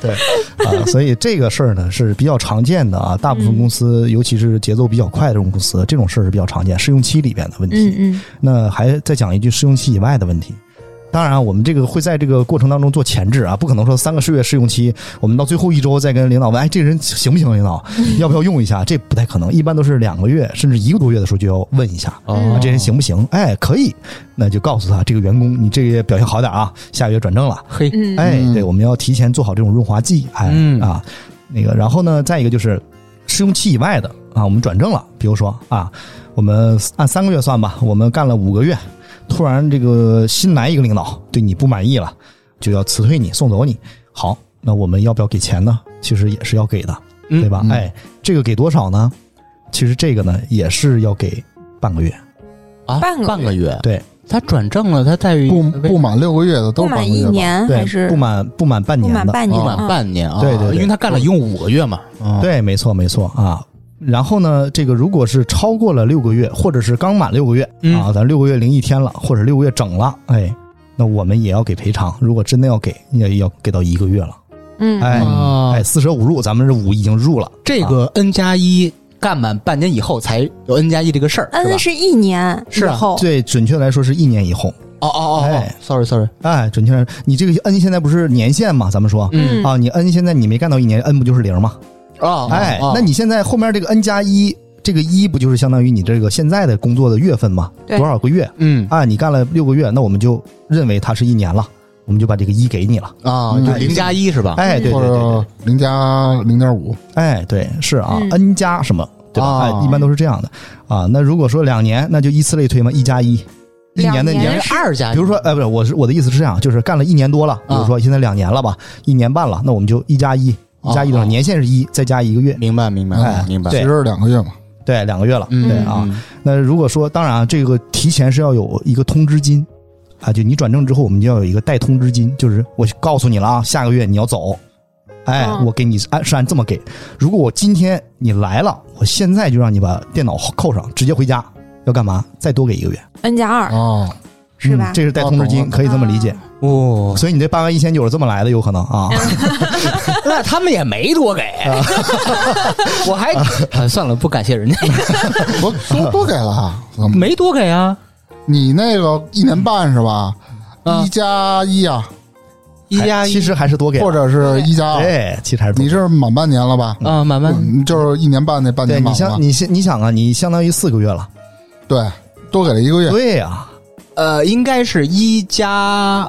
S4: 对
S2: *laughs*
S4: 啊，所以这个事儿呢是比较常见的啊，大部
S2: 嗯
S4: 分公司，尤其是节奏比较快的这种公司，这种事儿是比较常见，试用期里边的问题。
S2: 嗯嗯
S4: 那还再讲一句试用期以外的问题。当然啊，我们这个会在这个过程当中做前置啊，不可能说三个月试用期，我们到最后一周再跟领导问，哎，这个人行不行？领导要不要用一下？这不太可能，一般都是两个月甚至一个多月的时候就要问一下，
S2: 哦
S4: 啊，这人行不行？哎，可以，那就告诉他这个员工，你这个月表现好点啊，下个月转正了。
S3: 嘿，
S2: 嗯，
S4: 哎，
S1: 嗯
S4: 对，我们要提前做好这种润滑剂，哎、
S3: 嗯
S4: 啊，那个，然后呢，再一个就是试用期以外的啊，我们转正了，比如说啊，我们按三个月算吧，我们干了五个月，突然这个新来一个领导对你不满意了，就要辞退你，送走你。好，那我们要不要给钱呢？其实也是要给的，
S3: 嗯
S4: 对吧？
S1: 嗯
S4: 哎，这个给多少呢？其实这个呢也是要给半个月，
S3: 啊，
S2: 半个月
S3: 半个月，
S4: 对
S3: 他转正了，他待遇
S1: 不不满六个月的都
S2: 不
S1: 是半
S2: 满
S1: 个
S2: 一
S1: 月吧？
S2: 年嗯还
S4: 对
S2: 是，
S4: 不满不满半
S2: 不
S4: 年
S2: 满
S4: 的，
S2: 半
S3: 不
S2: 年？
S3: 满
S2: 嗯
S3: 半年啊，
S4: 对对对
S3: 因为他干了一共五个月嘛，
S1: 嗯，
S4: 对，没错，没错啊。然后呢，这个如果是超过了六个月，或者是刚满六个月、
S3: 嗯
S4: 啊，咱六个月零一天了，或者六个月整了，哎，那我们也要给赔偿。如果真的要给，也要给到一个月了。
S2: 嗯，
S4: 哎、
S3: 哦
S4: 哎，四舍五入，咱们这五已经入了。
S3: 这个 N 加一干满半年以后才有 N 加一这个事儿，是吧
S2: N？是一年以
S3: 是啊
S2: 后，
S4: 对，准确来说是一年以后。
S3: 哦哦哦哦
S4: 哎
S3: ，sorry sorry，
S4: 哎，准确来说，你这个 n 现在不是年限嘛？咱们说、
S2: 嗯
S4: 啊，你 n 现在你没干到一年，n 不就是零吗？
S3: 哦，
S4: 哎
S3: 哦，
S4: 那你现在后面这个 n 加一，这个一不就是相当于你这个现在的工作的月份吗？
S2: 对
S4: 多少个月？
S3: 嗯
S4: 啊，你干了六个月，那我们就认为它是一年了，我们就把这个一给你了。
S3: 啊，
S1: 嗯
S3: 就零加一是吧？
S4: 哎，对
S1: 或
S4: 对对对
S1: 者，零加零点五，
S4: 哎，对，是啊、
S2: 嗯
S4: n 加什么，对吧？
S3: 啊
S4: 哎，一般都是这样的啊。那如果说两年，那就依次类推嘛，一加一，一
S2: 两
S4: 年的
S2: 年
S4: 年
S3: 那
S2: 是。
S3: 是二加一，
S4: 比如说，哎，不是，我是我的意思是这样，就是干了一年多了，
S3: 啊
S4: 比如说现在两年了吧，一年半了，那我们就一加一，一加一多
S3: 啊
S4: 少？年限是一，再加一个月，
S3: 明白明白
S4: 哎
S3: 明白，
S1: 嗯其
S4: 对
S1: 实是两个月嘛。
S4: 对，两个月了。
S3: 嗯
S2: 对
S4: 啊，
S3: 嗯
S4: 那如果说，当然啊，这个提前是要有一个通知金啊，就你转正之后，我们就要有一个带通知金，就是我告诉你了啊，下个月你要走，哎，
S2: 嗯
S4: 我给你按是按这么给。如果我今天你来了，我现在就让你把电脑扣上，直接回家，要干嘛？再多给一个月，
S2: N 加二
S1: 哦，
S2: 是吧
S4: 嗯？这是带通知
S1: 哦
S4: 金，
S1: 懂
S4: 可以这么理解。
S3: 哦，
S4: 所以你这八万一千九是这么来的，有可能啊。
S3: *laughs* 那他们也没多给， *laughs* 我还啊算了，不感谢人家，
S1: 我多多给了，怎么？
S3: *laughs* 没多给啊，
S1: 你那个一年半是吧？
S3: 啊哎
S1: 一加一啊，
S3: 一加一
S4: *laughs* 其实还是多给的，
S1: 或者是一加二，
S4: 对，其实还是多给
S1: 你这是满半年了吧？
S3: 啊，满满
S1: 嗯就是一年半那半
S4: 对
S1: 年
S4: 你
S1: 满了
S4: 像，你现你想啊，你相当于四个月了，
S1: 对，多给了一个月。
S4: 对啊呀，
S3: 呃，应该是一加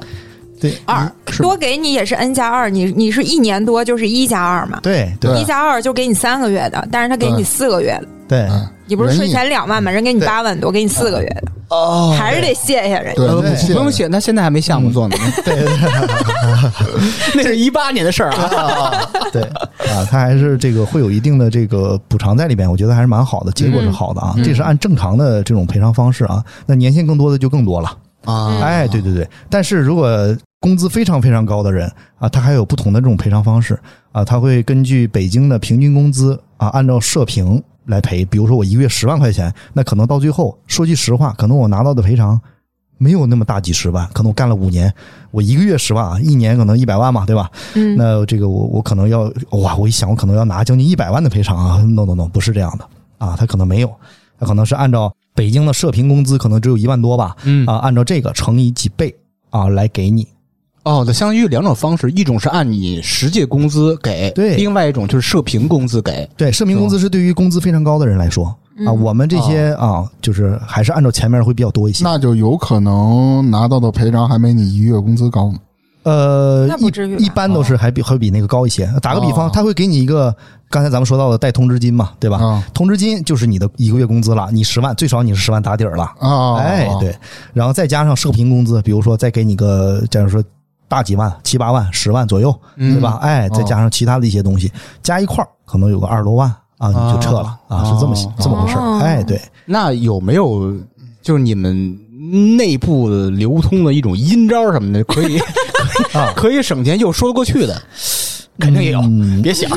S4: 对
S2: 二
S4: 嗯是
S2: 多给你也是 N 加二，你你是一年多就是一加二嘛，
S4: 对
S1: 对
S2: 一加二就给你三个月的，但是他给
S1: 对
S2: 你四个月的，
S4: 对
S1: 嗯，
S2: 你不是
S1: 仁
S2: 税
S1: 义
S2: 前两万吗？人给你
S4: 对
S2: 八万多，给你四个月的，
S3: 哦
S2: 还是得谢谢人家。
S1: 对，那
S3: 呃，不不
S1: 谢
S3: 用
S1: 谢
S3: 写，他现在还没项目做 *laughs* 呢。
S4: 对对。
S3: 那是一八年的事儿啊。
S4: 对啊，它还是这个会有一定的这个补偿在里边，我觉得还是蛮好的，结果是好的啊。
S3: 嗯
S4: 这是按正常的这种赔偿方式啊，那年限更多的就更多了。
S3: 啊
S1: 嗯
S4: 哎，对对对，但是如果工资非常非常高的人啊，他还有不同的这种赔偿方式啊，他会根据北京的平均工资啊，按照社平来赔。比如说我一个月十万块钱，那可能到最后说句实话，可能我拿到的赔偿没有那么大几十万，可能我干了五年，我一个月十万啊，一年可能一百万嘛，对吧？
S2: 嗯，
S4: 那这个我我可能要哇，我一想我可能要拿将近一百万的赔偿啊，no no no，不是这样的啊，他可能没有，他可能是按照北京的社平工资可能只有一万多吧，
S3: *laughs* 嗯
S4: 啊，按照这个乘以几倍啊来给你，
S3: 哦，那相当于两种方式，一种是按你实际工资给，
S4: 对
S3: 另外一种就是社平工资给。
S4: 对，社平工资是对于工资非常高的人来说
S2: 嗯
S4: 啊，我们这些啊就是还是按照前面会比较多一些，
S1: 那就有可能拿到的赔偿还没你一月工资高呢。
S4: 呃
S2: 那，不至于吧
S4: 一一般都是还比会比那个高一些。打个比方，
S1: 哦
S4: 他会给你一个刚才咱们说到的带通知金嘛，对吧？
S1: 啊
S4: 通知金就是你的一个月工资了，你十万最少你是十万打底儿了。
S1: 啊，
S3: 哦
S4: 哎，对，然后再加上社平工资，比如说再给你个，假如说大几万、七八万、十万左右，
S3: 嗯
S4: 对吧？哎，
S3: 哦
S4: 再加上其他的一些东西，加一块儿可能有个二十多万啊，你就撤了啊，是这么
S3: 哦
S4: 这么回事儿。
S2: 哦
S4: 哎，对，
S3: 那有没有就是你们内部流通的一种阴招什么的，可以
S4: 啊
S3: *laughs* 可以省钱又说得过去的？肯定也有，
S4: 嗯
S3: 别想。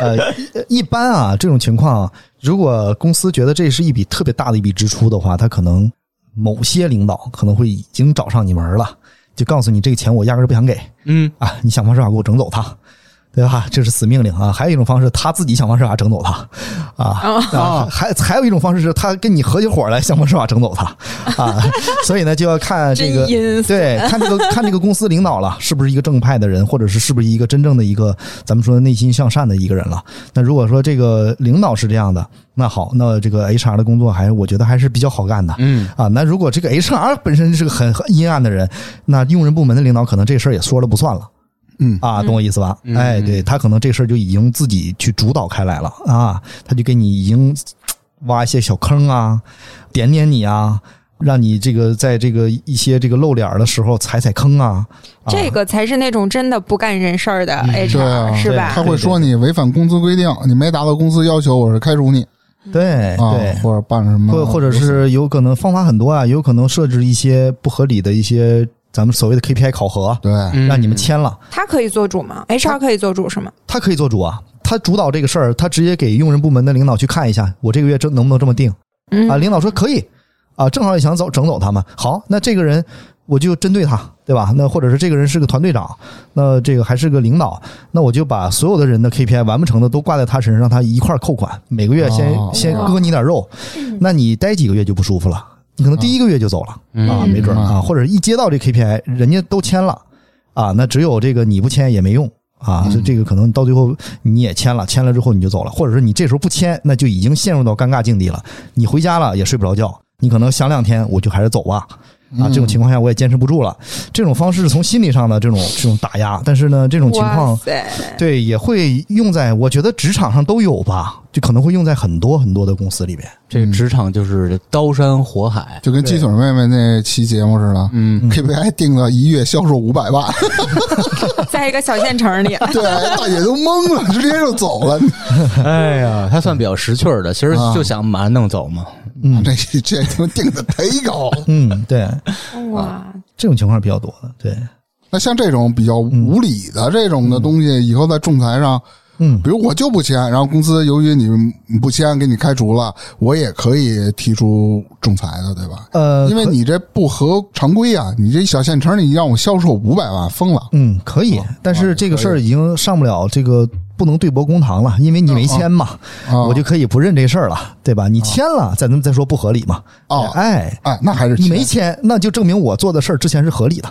S4: 呃，一一般啊，这种情况啊，如果公司觉得这是一笔特别大的一笔支出的话，他可能某些领导可能会已经找上你门儿了，就告诉你这个钱我压根儿不想给
S3: *laughs* 嗯，
S4: 啊，你想方设法给我整走他。对吧？这是死命令啊！还有一种方式，他自己想方设法整走他，啊，
S2: 哦
S4: 啊还还有一种方式是他跟你合起伙来想方设法整走他，啊，所以呢就要看这个
S2: 真阴森 *laughs*
S4: 对，看这个看这个公司领导了，是不是一个正派的人，或者是是不是一个真正的一个咱们说内心向善的一个人了。那如果说这个领导是这样的，那好，那这个 HR 的工作还是我觉得还是比较好干的。嗯啊，那如果这个 HR 本身是个很很阴暗的人，那用人部门的领导可能这事儿也说了不算了。
S1: 嗯
S4: 啊，懂我意思吧？
S3: 嗯
S4: 哎，对他可能这事儿就已经自己去主导开来了啊，他就给你已经挖一些小坑啊，点点你啊，让你这个在这个一些这个露脸儿的时候踩踩坑啊。啊
S2: 这个才是那种真的不干人事儿的
S1: 对啊
S2: HR，是吧
S1: 他？会说你违反工资规定，你没达到工资要求，我是开除你
S4: 对
S3: 嗯
S1: 啊
S4: 哎
S3: 哦
S4: 对，，
S1: 或者办什么，
S4: 或或者是有可能方法很多啊，有可能设置一些不合理的一些咱们所谓的 KPI 考核，
S1: 对，
S3: 嗯
S4: 让你们签了，
S2: 他可以做主吗？HR 可以做主是吗？
S4: 他可以做主啊。他主导这个事儿，他直接给用人部门的领导去看一下，我这个月这能不能这么定？
S2: 嗯
S4: 啊，领导说可以，啊，正好也想走整走他们。好，那这个人我就针对他，对吧？那或者是这个人是个团队长，那这个还是个领导，那我就把所有的人的 KPI 完不成的都挂在他身上，让他一块儿扣款，每个月先、
S1: 哦
S4: 先割你点肉，那你待几个月就不舒服了，你可能第一个月就走了、啊，
S2: 嗯
S4: 没准儿
S1: 嗯
S4: 啊，或者一接到这 KPI，人家都签了啊，那只有这个你不签也没用。啊，
S1: 嗯
S4: 这这个可能到最后你也签了，签了之后你就走了，或者是你这时候不签，那就已经陷入到尴尬境地了。你回家了也睡不着觉，你可能想两天，我就还是走吧。啊，
S1: 嗯
S4: 这种情况下我也坚持不住了。这种方式是从心理上的这种这种打压，但是呢，这种情
S2: 哇
S4: 况
S2: 塞，
S4: 对也会用在我觉得职场上都有吧，就可能会用在很多很多的公司里边。
S3: 这个职场就是刀山火海。
S1: 就跟鸡腿妹妹那期节目似的。
S3: 嗯，
S1: KPI 定了一月销售五百
S4: *laughs*
S1: 万，
S2: 在一个小县城里，
S1: 对，大姐都懵
S4: *laughs*
S1: 了，直接就走了。
S3: 哎呀，他算比较识趣儿的，其实就想把他弄走嘛。
S4: 嗯
S1: 啊这这他妈定的忒高。
S4: 嗯，
S1: *laughs*
S4: 对，
S2: 哇，
S4: 这种情况是比较多的。对，
S1: 那像这种比较无理的这种的东西，以后在仲裁上，
S4: 嗯
S1: 比如我就不签，然后公司由于你不签给你开除了，我也可以提出仲裁的，对吧？
S4: 呃，
S1: 因为你这不合常规啊，你这小县城里让我销售五百万，疯了。
S4: 嗯，可以，但是这个事儿已经上不了这个不能对簿公堂了，因为你没签嘛，
S1: 啊
S4: 我就可以不认这事儿了，对吧？你签了，咱们再说不合理嘛。
S1: 哦
S4: 哎，
S1: 哎，那还是
S4: 你没签，那就证明我做的事儿之前是合理的。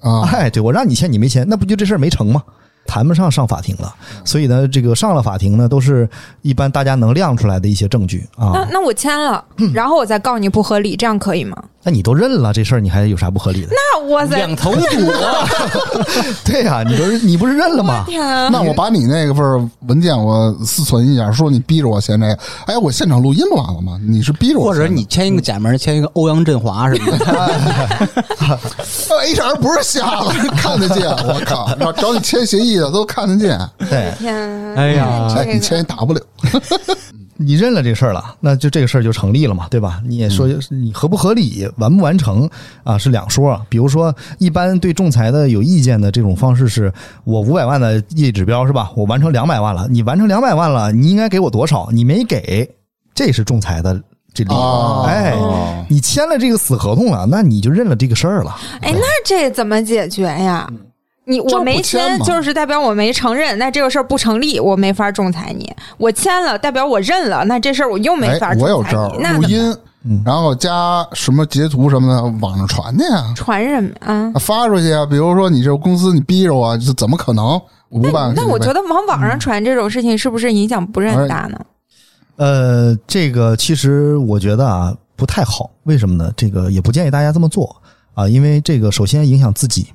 S1: 啊？
S4: 哎，对我让你签，你没签，那不就这事儿没成吗？谈不上上法庭了，所以呢，这个上了法庭呢，都是一般大家能亮出来的一些证据
S2: 那
S4: 啊。
S2: 那我签了，然后我再告你不合理，这样可以吗？
S4: 那你都认了这事儿，你还有啥不合理的？
S2: 那哇塞，
S3: 两头堵啊！
S4: 对呀、你都是你不是认了吗？
S1: *laughs*
S2: 天啊！
S1: 那我把你那个份儿文件我私存一下，说你逼着我签这个，哎，我现场录音不完了吗？你是逼着我
S3: 或者
S1: 签的，
S3: 你签一个假名，签一个欧阳振华什么的，
S1: 呃 HR 不是瞎 *laughs* 子，是看得见，我靠，找找你签协议的都看得 *laughs* 见，
S4: 对
S2: 天啊，
S3: 哎呀
S2: 这
S1: 哎，
S2: 个
S1: 你签也打不了。
S4: 你认了这事儿了，那就这个事儿就成立了嘛，对吧？你也说你合不合理、完不完成啊是两说啊。比如说，一般对仲裁的有意见的这种方式是，我五百万的业绩指标是吧？我完成两百万了，你完成两百万了，你应该给我多少？你没给，这是仲裁的这理由。
S1: 哦
S4: 哎，你签了这个死合同了，那你就认了这个事儿了。
S2: 哎，那这怎么解决呀？你
S1: 嗯这
S2: 我
S1: 不
S2: 没
S1: 签
S2: 签，
S1: 吗
S2: 就是代表我没承认，那这个事儿不成立，我没法仲裁你。我签了，代表我认了，那这事儿我又没
S1: 哎
S2: 法，仲裁你。
S1: 我有招儿，
S2: 那
S1: 录音
S4: 嗯，
S1: 然后加什么截图什么的，网上传去啊，
S2: 传什么啊？
S1: 发出去啊。比如说你这公司你逼着我，这怎么可能？五百万，
S2: 那我觉得往网上传这种事情，是不是影响不是
S1: 哎
S2: 很大呢？
S4: 呃，这个其实我觉得啊不太好，为什么呢？这个也不建议大家这么做啊，因为这个首先影响自己，啊，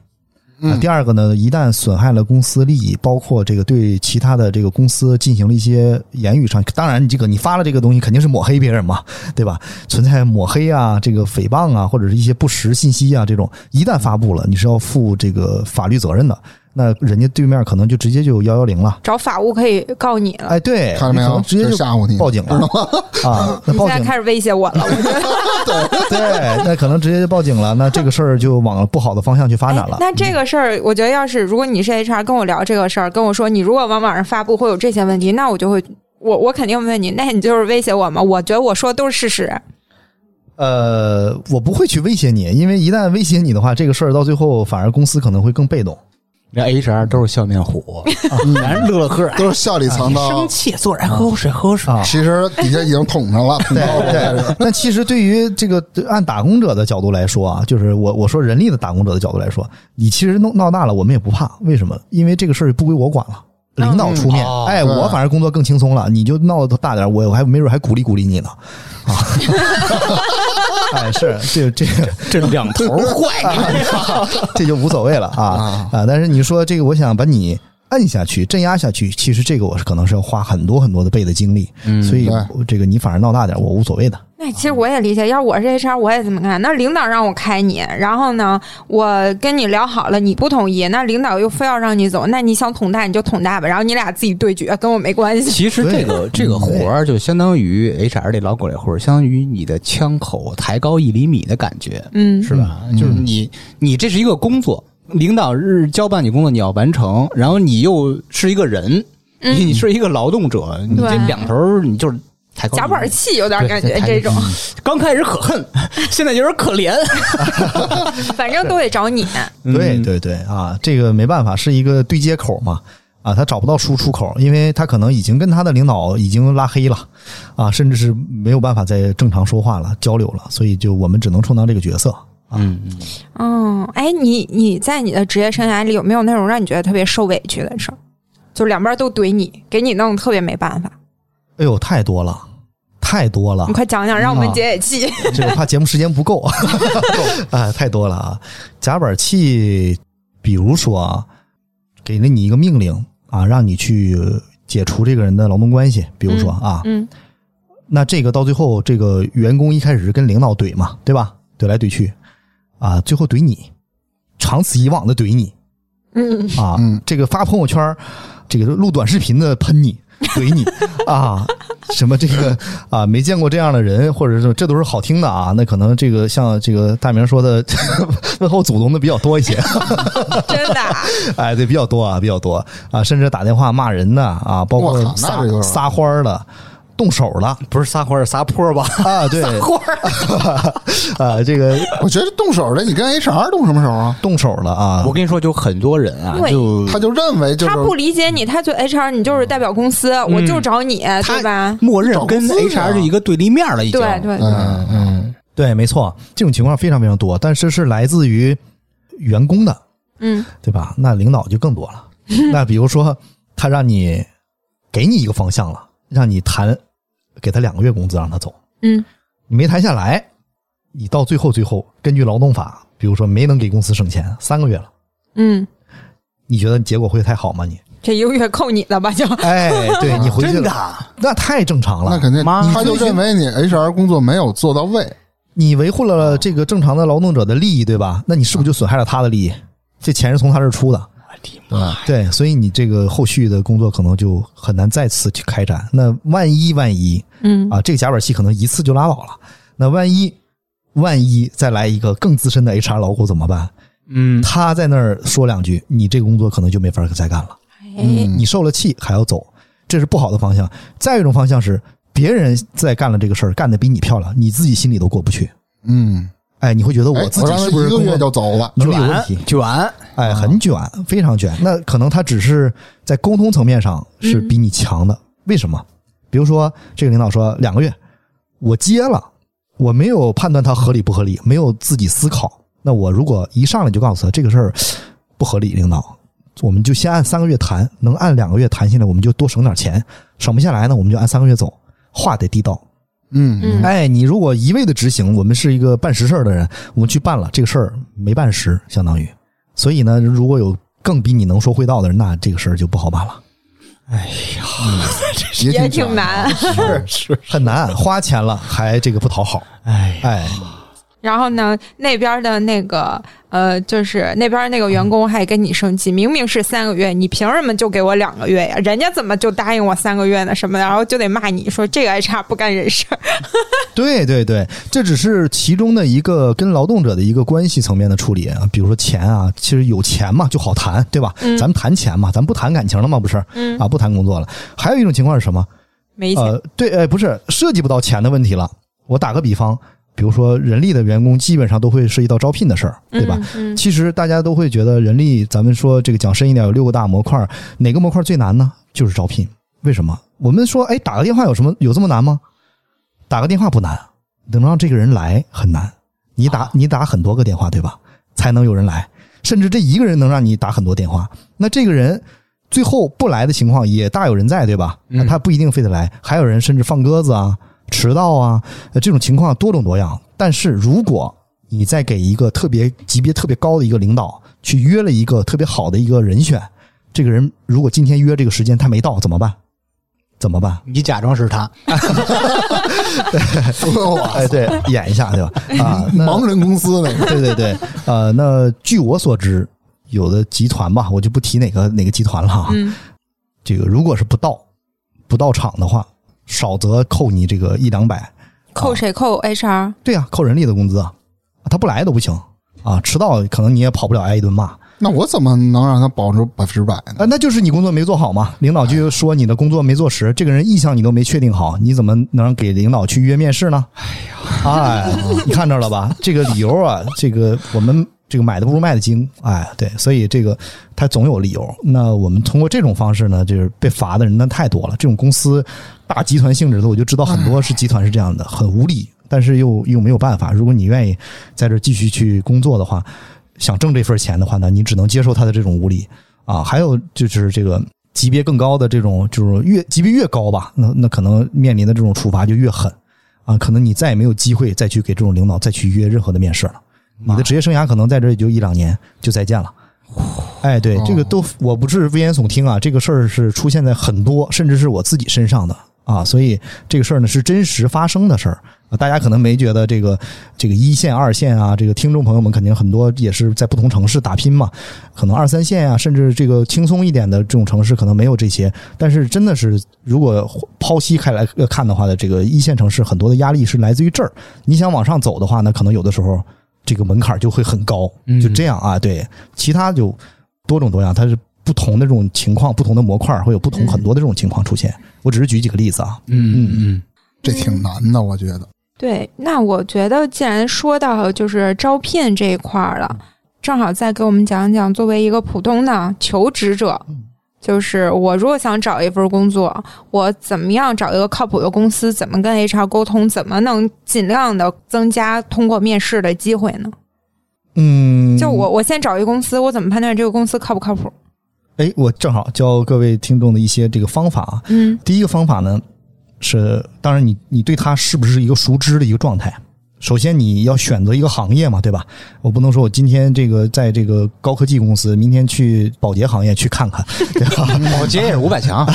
S1: 嗯
S4: 第二个呢，一旦损害了公司利益，包括这个对其他的这个公司进行了一些言语上，当然你这个你发了这个东西肯定是抹黑别人嘛，对吧？存在抹黑啊，这个诽谤啊，或者是一些不实信息啊，这种一旦发布了，你是要负这个法律责任的。那人家对面可能就直接就幺幺零了，
S2: 找法务可以告你了。
S4: 哎，对，
S1: 看到没
S4: 你可
S1: 有
S4: 能？直接
S1: 这
S4: 就
S1: 吓唬你，嗯
S4: 报警了
S1: 知道吗？
S4: 啊，
S2: *laughs*
S4: 那
S2: 你
S4: 报
S2: 现在
S4: 警
S2: 开始威胁我了，我觉得。
S4: 对，那可能直接就报警了，那这个事儿就往不好的方向去发展了。
S2: 那这个事儿，我觉得要是如果你是 HR 跟我聊这个事儿，跟我说你如果往网上发布会有这些问题，那我就会。我我肯定问你，那你就是威胁我吗？我觉得我说的都是事实。
S4: 呃，我不会去威胁你，因为一旦威胁你的话，这个事儿到最后反而公司可能会更被动。
S3: 那 HR 都是笑面虎， *laughs* 男人乐呵，
S1: 都是笑里藏刀。
S3: 气坐着喝口水，喝口水
S4: 啊
S1: 其实底下已经捅上了，捅
S4: 对
S1: 刀了。
S4: *laughs* 对，但其实对于这个按打工者的角度来说啊，就是我我说人力的打工者的角度来说，你其实弄闹大了，我们也不怕，为什么？因为这个事儿不归我管了。领导出面，
S3: 嗯哦
S4: 哎，
S1: 对
S4: 我反而工作更轻松了，你就闹得大点儿，我还没准还鼓励鼓励你呢，啊， *laughs* 哎，是这这个
S3: 这两头 *laughs* 坏，
S4: 这就无所谓了啊啊！但是你说这个，我想把你摁下去、镇压下去，其实这个我是可能是要花很多很多的倍的精力，
S3: 嗯
S4: 所以
S1: 对
S4: 我这个你反而闹大点，我无所谓的。
S2: 那其实我也理解，要我是 HR，我也这么干。那领导让我开你，然后呢，我跟你聊好了，你不同意，那领导又非要让你走，那你想捅大你就捅大吧，然后你俩自己对决，跟我没关系。
S3: 其实这个这个活儿就相当于 HR 这老狗这活儿，相当于你的枪口抬高一厘米的感觉，
S2: 嗯，
S3: 是吧？就是你你这是一个工作，领导日交办你工作你要完成，然后你又是一个人，你你是一个劳动者，你这
S2: 嗯对
S3: 两头儿你就是抬高一厘
S2: 夹
S3: 米。
S2: 板气有点
S3: 对
S2: 感觉，
S3: 抬
S2: 这种
S3: 刚开始可恨， *laughs* 现在有点可怜。
S2: 反正都得找你。
S4: 对
S3: 嗯
S4: 对对啊，这个没办法，是一个对接口嘛。啊，他找不到输出口，因为他可能已经跟他的领导已经拉黑了，啊，甚至是没有办法再正常说话了、交流了，所以就我们只能充当这个角色。
S3: 嗯，
S2: 嗯，哎，你你在你的职业生涯里有没有那种让你觉得特别受委屈的事儿？就两边都怼你，给你弄得特别没办法。
S4: 哎呦，太多了，太多了
S2: 你！快讲讲，让我们
S4: 啊
S2: 解解气。 *laughs*
S4: 这个怕节目时间不够啊，太多了啊！夹板器，比如说啊，给了你一个命令啊，让你去解除这个人的劳动关系，比如说啊，
S2: 嗯
S4: 那这个到最后，这个员工一开始是跟领导怼嘛，对吧？怼来怼去啊，最后怼你，长此以往的怼你
S2: 嗯，
S4: 啊，
S1: 嗯
S4: 这个发朋友圈儿，这个录短视频的喷你。 *laughs* 怼你啊，什么这个啊，没见过这样的人，或者是这都是好听的啊。那可能这个像这个大明说的， *laughs* 问候祖宗的比较多一些。 *laughs*
S2: 真的啊，
S4: 哎，对，比较多啊，比较多啊，甚至打电话骂人的啊，包
S1: 我
S4: 括
S1: 靠那
S4: 撒
S1: 这就是
S4: 撒欢儿的，动手了
S3: 不是撒欢儿撒泼儿吧？
S4: 啊，
S3: *laughs*
S4: 对， *laughs* 啊，这个
S1: 我觉得动手的，你跟 HR 动什么手啊？
S4: 动手了啊
S3: 我，跟你说，就很多人啊，
S2: 对
S3: 就
S1: 他就认为就是
S2: 他不理解你，他觉得 HR 你就是代表公司，我就找你，对吧？
S3: 默认
S1: 找
S3: 跟
S1: 公司啊
S3: HR 是一个对立面了，已经。
S2: 对对，
S1: 嗯嗯，
S4: 对，没错，这种情况非常非常多，但是是来自于员工的，
S2: 嗯
S4: 对吧？那领导就更多
S3: *laughs*
S4: 了。那比如说，他让你给你一个方向了，让你谈，给他两个月工资让他走，
S2: 嗯
S4: 你没谈下来，你到最后最后根据劳动法，比如说没能给公司省钱，三个月了，
S2: 嗯，
S4: 你觉得结果会太好
S3: *laughs*
S4: 吗？你
S2: 这一个月扣你的吧，就
S4: 哎，对你回去
S3: 真的
S4: 了，
S3: 啊，
S4: 那太正常了
S1: 那。肯定，
S3: 妈
S1: 他就认为你 HR 工作没有做到位，
S4: 你维护了这个正常的劳动者的利益，对吧？那你是不是就损害了他的利益？这钱是从他这儿出的，
S3: 我的
S1: 对吧？
S4: 对，所以你这个后续的工作可能就很难再次去开展。那万一万一
S2: 嗯
S4: 啊，这个夹板器可能一次就拉倒了。那万一万一再来一个更资深的 HR 老虎怎么办？
S3: 嗯，
S4: 他在那儿说两句，你这个工作可能就没法再干了。嗯
S2: 哎，
S4: 你受了气还要走，这是不好的方向。再有一种方向是，别人在干了这个事儿，干得比你漂亮，你自己心里都过不去。
S1: 嗯，
S4: 哎，你会觉得
S1: 哎
S4: 我自己
S1: 让他
S4: 是不是
S1: 一个
S4: 工作
S1: 月就啊走了？
S4: 能力有问题
S3: 卷？卷，
S4: 哎，很卷，非常卷。那可能他只是在沟通层面上是比你强的，为什么？比如说，这个领导说两个月，我接了，我没有判断他合理不合理，没有自己思考。那我如果一上来就告诉他这个事儿不合理，领导，我们就先按三个月谈，能按两个月谈下来，我们就多省点钱；省不下来呢，我们就按三个月走。话得地道，
S1: 嗯
S2: 嗯
S4: 哎，你如果一味的执行，我们是一个办实事儿的人，我们去办了这个事儿没办实，相当于，所以呢，如果有更比你能说会道的人，那这个事儿就不好办了，
S2: 也
S1: 也
S2: 挺
S1: 难。
S2: 难。
S4: 是是很难，花钱了还这个不讨好，
S3: 哎，
S4: 哎，
S2: 然后呢，那边的那个呃，就是那边那个员工还跟你生气，明明是三个月，你凭什么就给我两个月呀？人家怎么就答应我三个月呢？什么的，然后就得骂你说这个 HR 不干人事儿。
S4: 对对对，这只是其中的一个跟劳动者的一个关系层面的处理啊，比如说钱啊，其实有钱嘛就好谈，对吧？
S2: 嗯
S4: 咱们谈钱嘛，咱不谈感情了嘛，不是
S2: 嗯，
S4: 啊，不谈工作了。还有一种情况是什么？
S2: 没钱。
S4: 呃，对，哎，不是涉及不到钱的问题了。我打个比方，比如说人力的员工基本上都会涉及到招聘的事儿，对吧？
S2: 嗯？嗯
S4: 其实大家都会觉得人力，咱们说这个讲深一点，有六个大模块儿，哪个模块最难呢？就是招聘。为什么？我们说，哎，打个电话有什么有这么难吗？打个电话不难，能让这个人来很难。你打你打很多个电话，对吧？才能有人来，甚至这一个人能让你打很多电话。那这个人最后不来的情况也大有人在，对吧？那他不一定非得来，还有人甚至放鸽子啊、迟到啊，呃这种情况多种多样。但是如果你再给一个特别级别特别高的一个领导去约了一个特别好的一个人选，这个人如果今天约这个时间他没到怎么办？怎么办？
S3: 你假装是他，
S1: *laughs* 我
S4: 哎，对，演一下，对吧？啊，那
S1: 盲人公司
S3: *laughs*
S1: 那个，
S4: 对对对，呃，那据我所知，啊有的集团吧，我就不提哪个哪个集团了哈。
S2: 嗯
S4: 这个如果是不到不到场的话，少则扣你这个一两百，
S2: 扣谁扣 HR？
S4: 对呀、扣人力的工资啊，他不来都不行啊，迟到可能你也跑不了挨一顿骂啊、
S1: 那我怎么能让他保住百分之百呢？
S4: 呃那就是你工作没做好嘛，领导就说你的工作没做实，这个人意向你都没确定好，你怎么能给领导去约面试呢？哎呀，哎，你看着了吧？这个理由啊，这个我们这个买的不如卖的精，哎，对，所以这个他总有理由。那我们通过这种方式呢，就是被罚的人呢太多了。这种公司大集团性质的，我就知道很多是集团是这样的，很无理，但是又又没有办法。如果你愿意在这儿继续去工作的话，想挣这份钱的话呢，你只能接受他的这种无理啊。还有就是这个。级别更高的这种，就是越级别越高吧，那那可能面临的这种处罚就越狠。啊，可能你再也没有机会再去给这种领导再去约任何的面试了。你的职业生涯可能在这也就一两年就再见了。哎，对，这个都我不是危言耸听啊，这个事儿是出现在很多，甚至是我自己身上的啊，所以这个事儿呢是真实发生的事儿、啊。大家可能没觉得这个这个一线、二线啊，这个听众朋友们肯定很多也是在不同城市打拼嘛，可能二三线啊，甚至这个轻松一点的这种城市可能没有这些，但是真的是如果剖析开来呃看的话呢，这个一线城市很多的压力是来自于这儿。你想往上走的话呢，可能有的时候这个门槛就会很高，
S3: 嗯
S4: 就这样啊，对，其他就多种多样，它是不同的这种情况，不同的模块会有不同
S2: 嗯
S4: 很多的这种情况出现。我只是举几个例子啊，
S3: *laughs* 嗯嗯
S1: 这挺难的，我觉得。
S2: 对，那我觉得既然说到就是招聘这一块儿
S4: 嗯
S2: 了，正好再给我们讲讲，作为一个普通的求职者，
S4: 嗯
S2: 就是我如果想找一份工作，我怎么样找一个靠谱的公司，怎么跟 HR 沟通，怎么能尽量的增加通过面试的机会呢？
S4: 嗯，
S2: 就我，我现在找一个公司，我怎么判断这个公司靠不靠谱？
S4: 哎，我正好教各位听众的一些这个方法啊。
S2: 嗯
S4: 第一个方法呢是，当然你你对它是不是一个熟知的一个状态。首先你要选择一个行业嘛，对吧？我不能说我今天这个在这个高科技公司，明天去保洁行业去看看，对吧？
S3: 嗯，保洁也是五百 *laughs* 强，
S4: *laughs*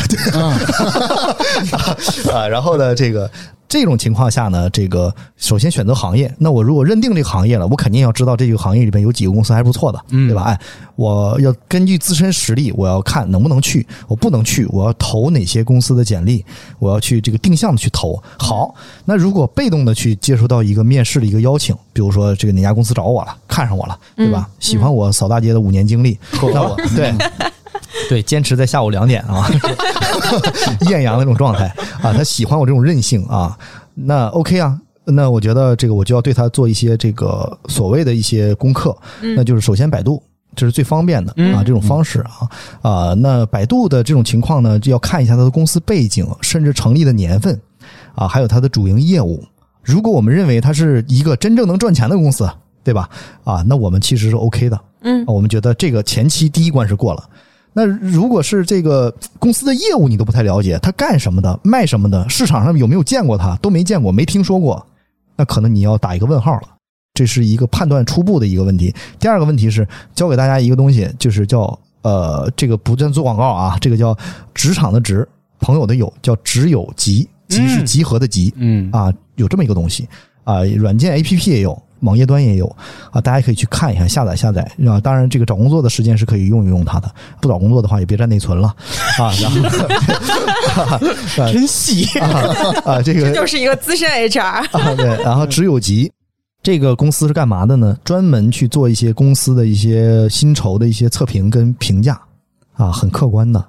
S4: 啊，然后呢，这个这种情况下呢，这个首先选择行业。那我如果认定这个行业了，我肯定要知道这个行业里边有几个公司还是不错的，
S3: 嗯
S4: 对吧？哎，我要根据自身实力，我要看能不能去，我不能去，我要投哪些公司的简历，我要去这个定向的去投。好，那如果被动的去接收到一个面试的一个邀请，比如说这个哪家公司找我了，看上我了，对吧？
S2: 嗯
S4: 喜欢我扫大街的五年经历，那
S3: *laughs*
S4: 我对。对，坚持在下午两点啊， *laughs* 艳阳那种状态啊，他喜欢我这种任性啊，那 OK 啊，那我觉得这个我就要对他做一些这个所谓的一些功课，那就是首先百度。这是最方便的啊，这种方式啊啊、那百度的这种情况呢，就要看一下它的公司背景，甚至成立的年份啊，还有它的主营业务。如果我们认为它是一个真正能赚钱的公司，对吧？啊，那我们其实是 OK 的。
S2: 嗯
S4: 啊，我们觉得这个前期第一关是过了。那如果是这个公司的业务你都不太了解，他干什么的，卖什么的，市场上有没有见过他，都没见过，没听说过，那可能你要打一个问号了。这是一个判断初步的一个问题。第二个问题是教给大家一个东西，就是叫呃，这个不算做广告啊，这个叫职场的职，朋友的友，叫职友集，集是
S3: 嗯
S4: 集合的集。
S3: 嗯
S4: 啊，有这么一个东西啊，软件 APP 也有，网页端也有啊，大家可以去看一看，下载下载。啊，当然，这个找工作的时间是可以用一用它的，不找工作的话也别占内存了啊。然
S2: *laughs*
S4: 后
S3: 真细，
S4: 啊，这个
S2: 就是一个资深
S4: *laughs*
S2: HR，
S4: 啊，对，然后只有集。这个公司是干嘛的呢？专门去做一些公司的一些薪酬的一些测评跟评价，啊，很客观的。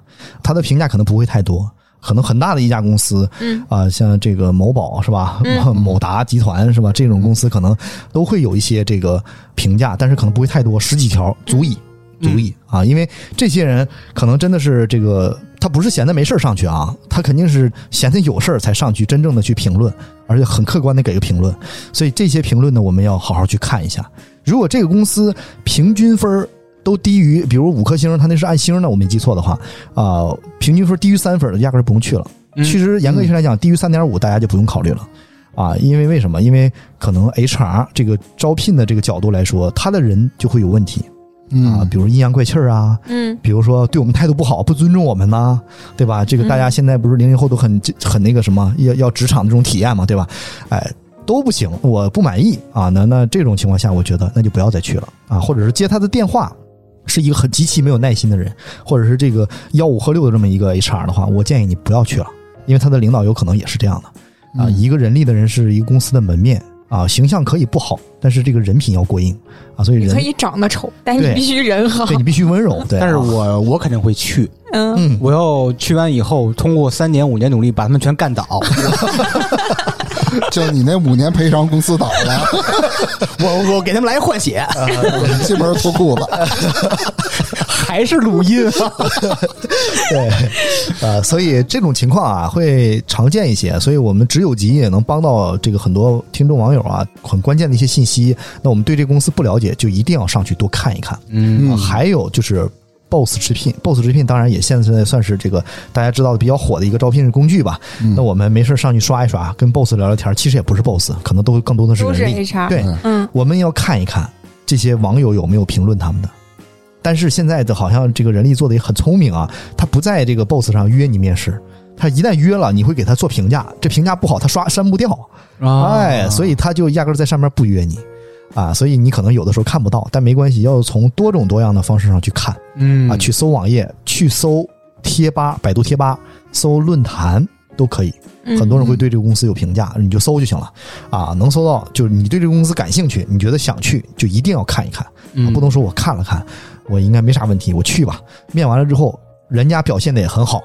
S4: 它的评价可能不会太多，可能很大的一家公司，
S2: 嗯
S4: 啊，像这个某宝是吧，
S2: 嗯
S4: 某达集团是吧，这种公司可能都会有一些这个评价，但是可能不会太多，十几条足以。足以
S3: 嗯
S4: 啊，因为这些人可能真的是这个，他不是闲的没事儿上去啊，他肯定是闲的有事儿才上去，真正的去评论，而且很客观的给个评论。所以这些评论呢，我们要好好去看一下。如果这个公司平均分儿都低于，比如五颗星，它那是按星的，我没记错的话，啊、平均分儿低于三分儿的，压根儿不用去了。
S3: 嗯
S4: 其实严格意义上来讲，低于三点五大家就不用考虑了。啊，因为为什么？因为可能 HR 这个招聘的这个角度来说，他的人就会有问题啊，
S1: 嗯，
S4: 比如阴阳怪气儿啊，
S2: 嗯
S4: 比如说对我们态度不好，不尊重我们呐、对吧？这个大家现在不是零零后都很很那个什么，要要职场的这种体验嘛，对吧？哎，都不行，我不满意啊。那那这种情况下，我觉得那就不要再去了啊，或者是接他的电话。是一个很极其没有耐心的人，或者是这个吆五喝六的这么一个 HR 的话，我建议你不要去了，因为他的领导有可能也是这样的。啊，
S1: 嗯
S4: 一个人力的人是一个公司的门面啊，形象可以不好，但是这个人品要过硬啊，所以
S2: 你
S4: 人
S2: 可以长得丑，但你
S4: 对
S2: 必须人好
S4: 对。你必须温柔。对，
S3: 但是
S4: 啊
S3: 我我肯定会去，
S2: 嗯，
S4: 嗯，
S3: 我要去完以后，通过三年五年努力把他们全干 *laughs* 倒。
S1: 就你那五年赔偿公司倒了， *laughs*
S3: 我我给他们来换血，
S1: 你进门脱裤子，
S3: *laughs* 还是录 *laughs* 音啊？
S4: 对，呃，所以这种情况啊会常见一些，所以我们只有集也能帮到这个很多听众网友啊，很关键的一些信息。那我们对这公司不了解，就一定要上去多看一看。
S3: 嗯
S4: 啊还有就是。Boss 直聘，Boss 直聘当然也现在算是这个大家知道的比较火的一个招聘工具吧。
S3: 嗯
S4: 那我们没事上去刷一刷，跟 Boss 聊聊天，其实也不是 Boss，可能都更多的是
S2: 都是
S4: 人力。
S2: HR，
S4: 对，
S2: 嗯，
S4: 我们要看一看这些网友有没有评论他们的。但是现在的好像这个人力做的也很聪明啊，他不在这个 boss 上约你面试，他一旦约了，你会给他做评价，这评价不好，他刷删不掉，
S3: 啊
S4: 哎，所以他就压根儿在上面不约你。啊，所以你可能有的时候看不到，但没关系，要从多种多样的方式上去看
S3: 嗯
S4: 啊，去搜网页，去搜贴吧，百度贴吧，搜论坛都可以。
S2: 嗯
S4: 很多人会对这个公司有评价，你就搜就行了啊，能搜到就是你对这个公司感兴趣，你觉得想去就一定要看一看，
S3: 嗯
S4: 啊、不能说我看了看，我应该没啥问题，我去吧。面完了之后，人家表现的也很好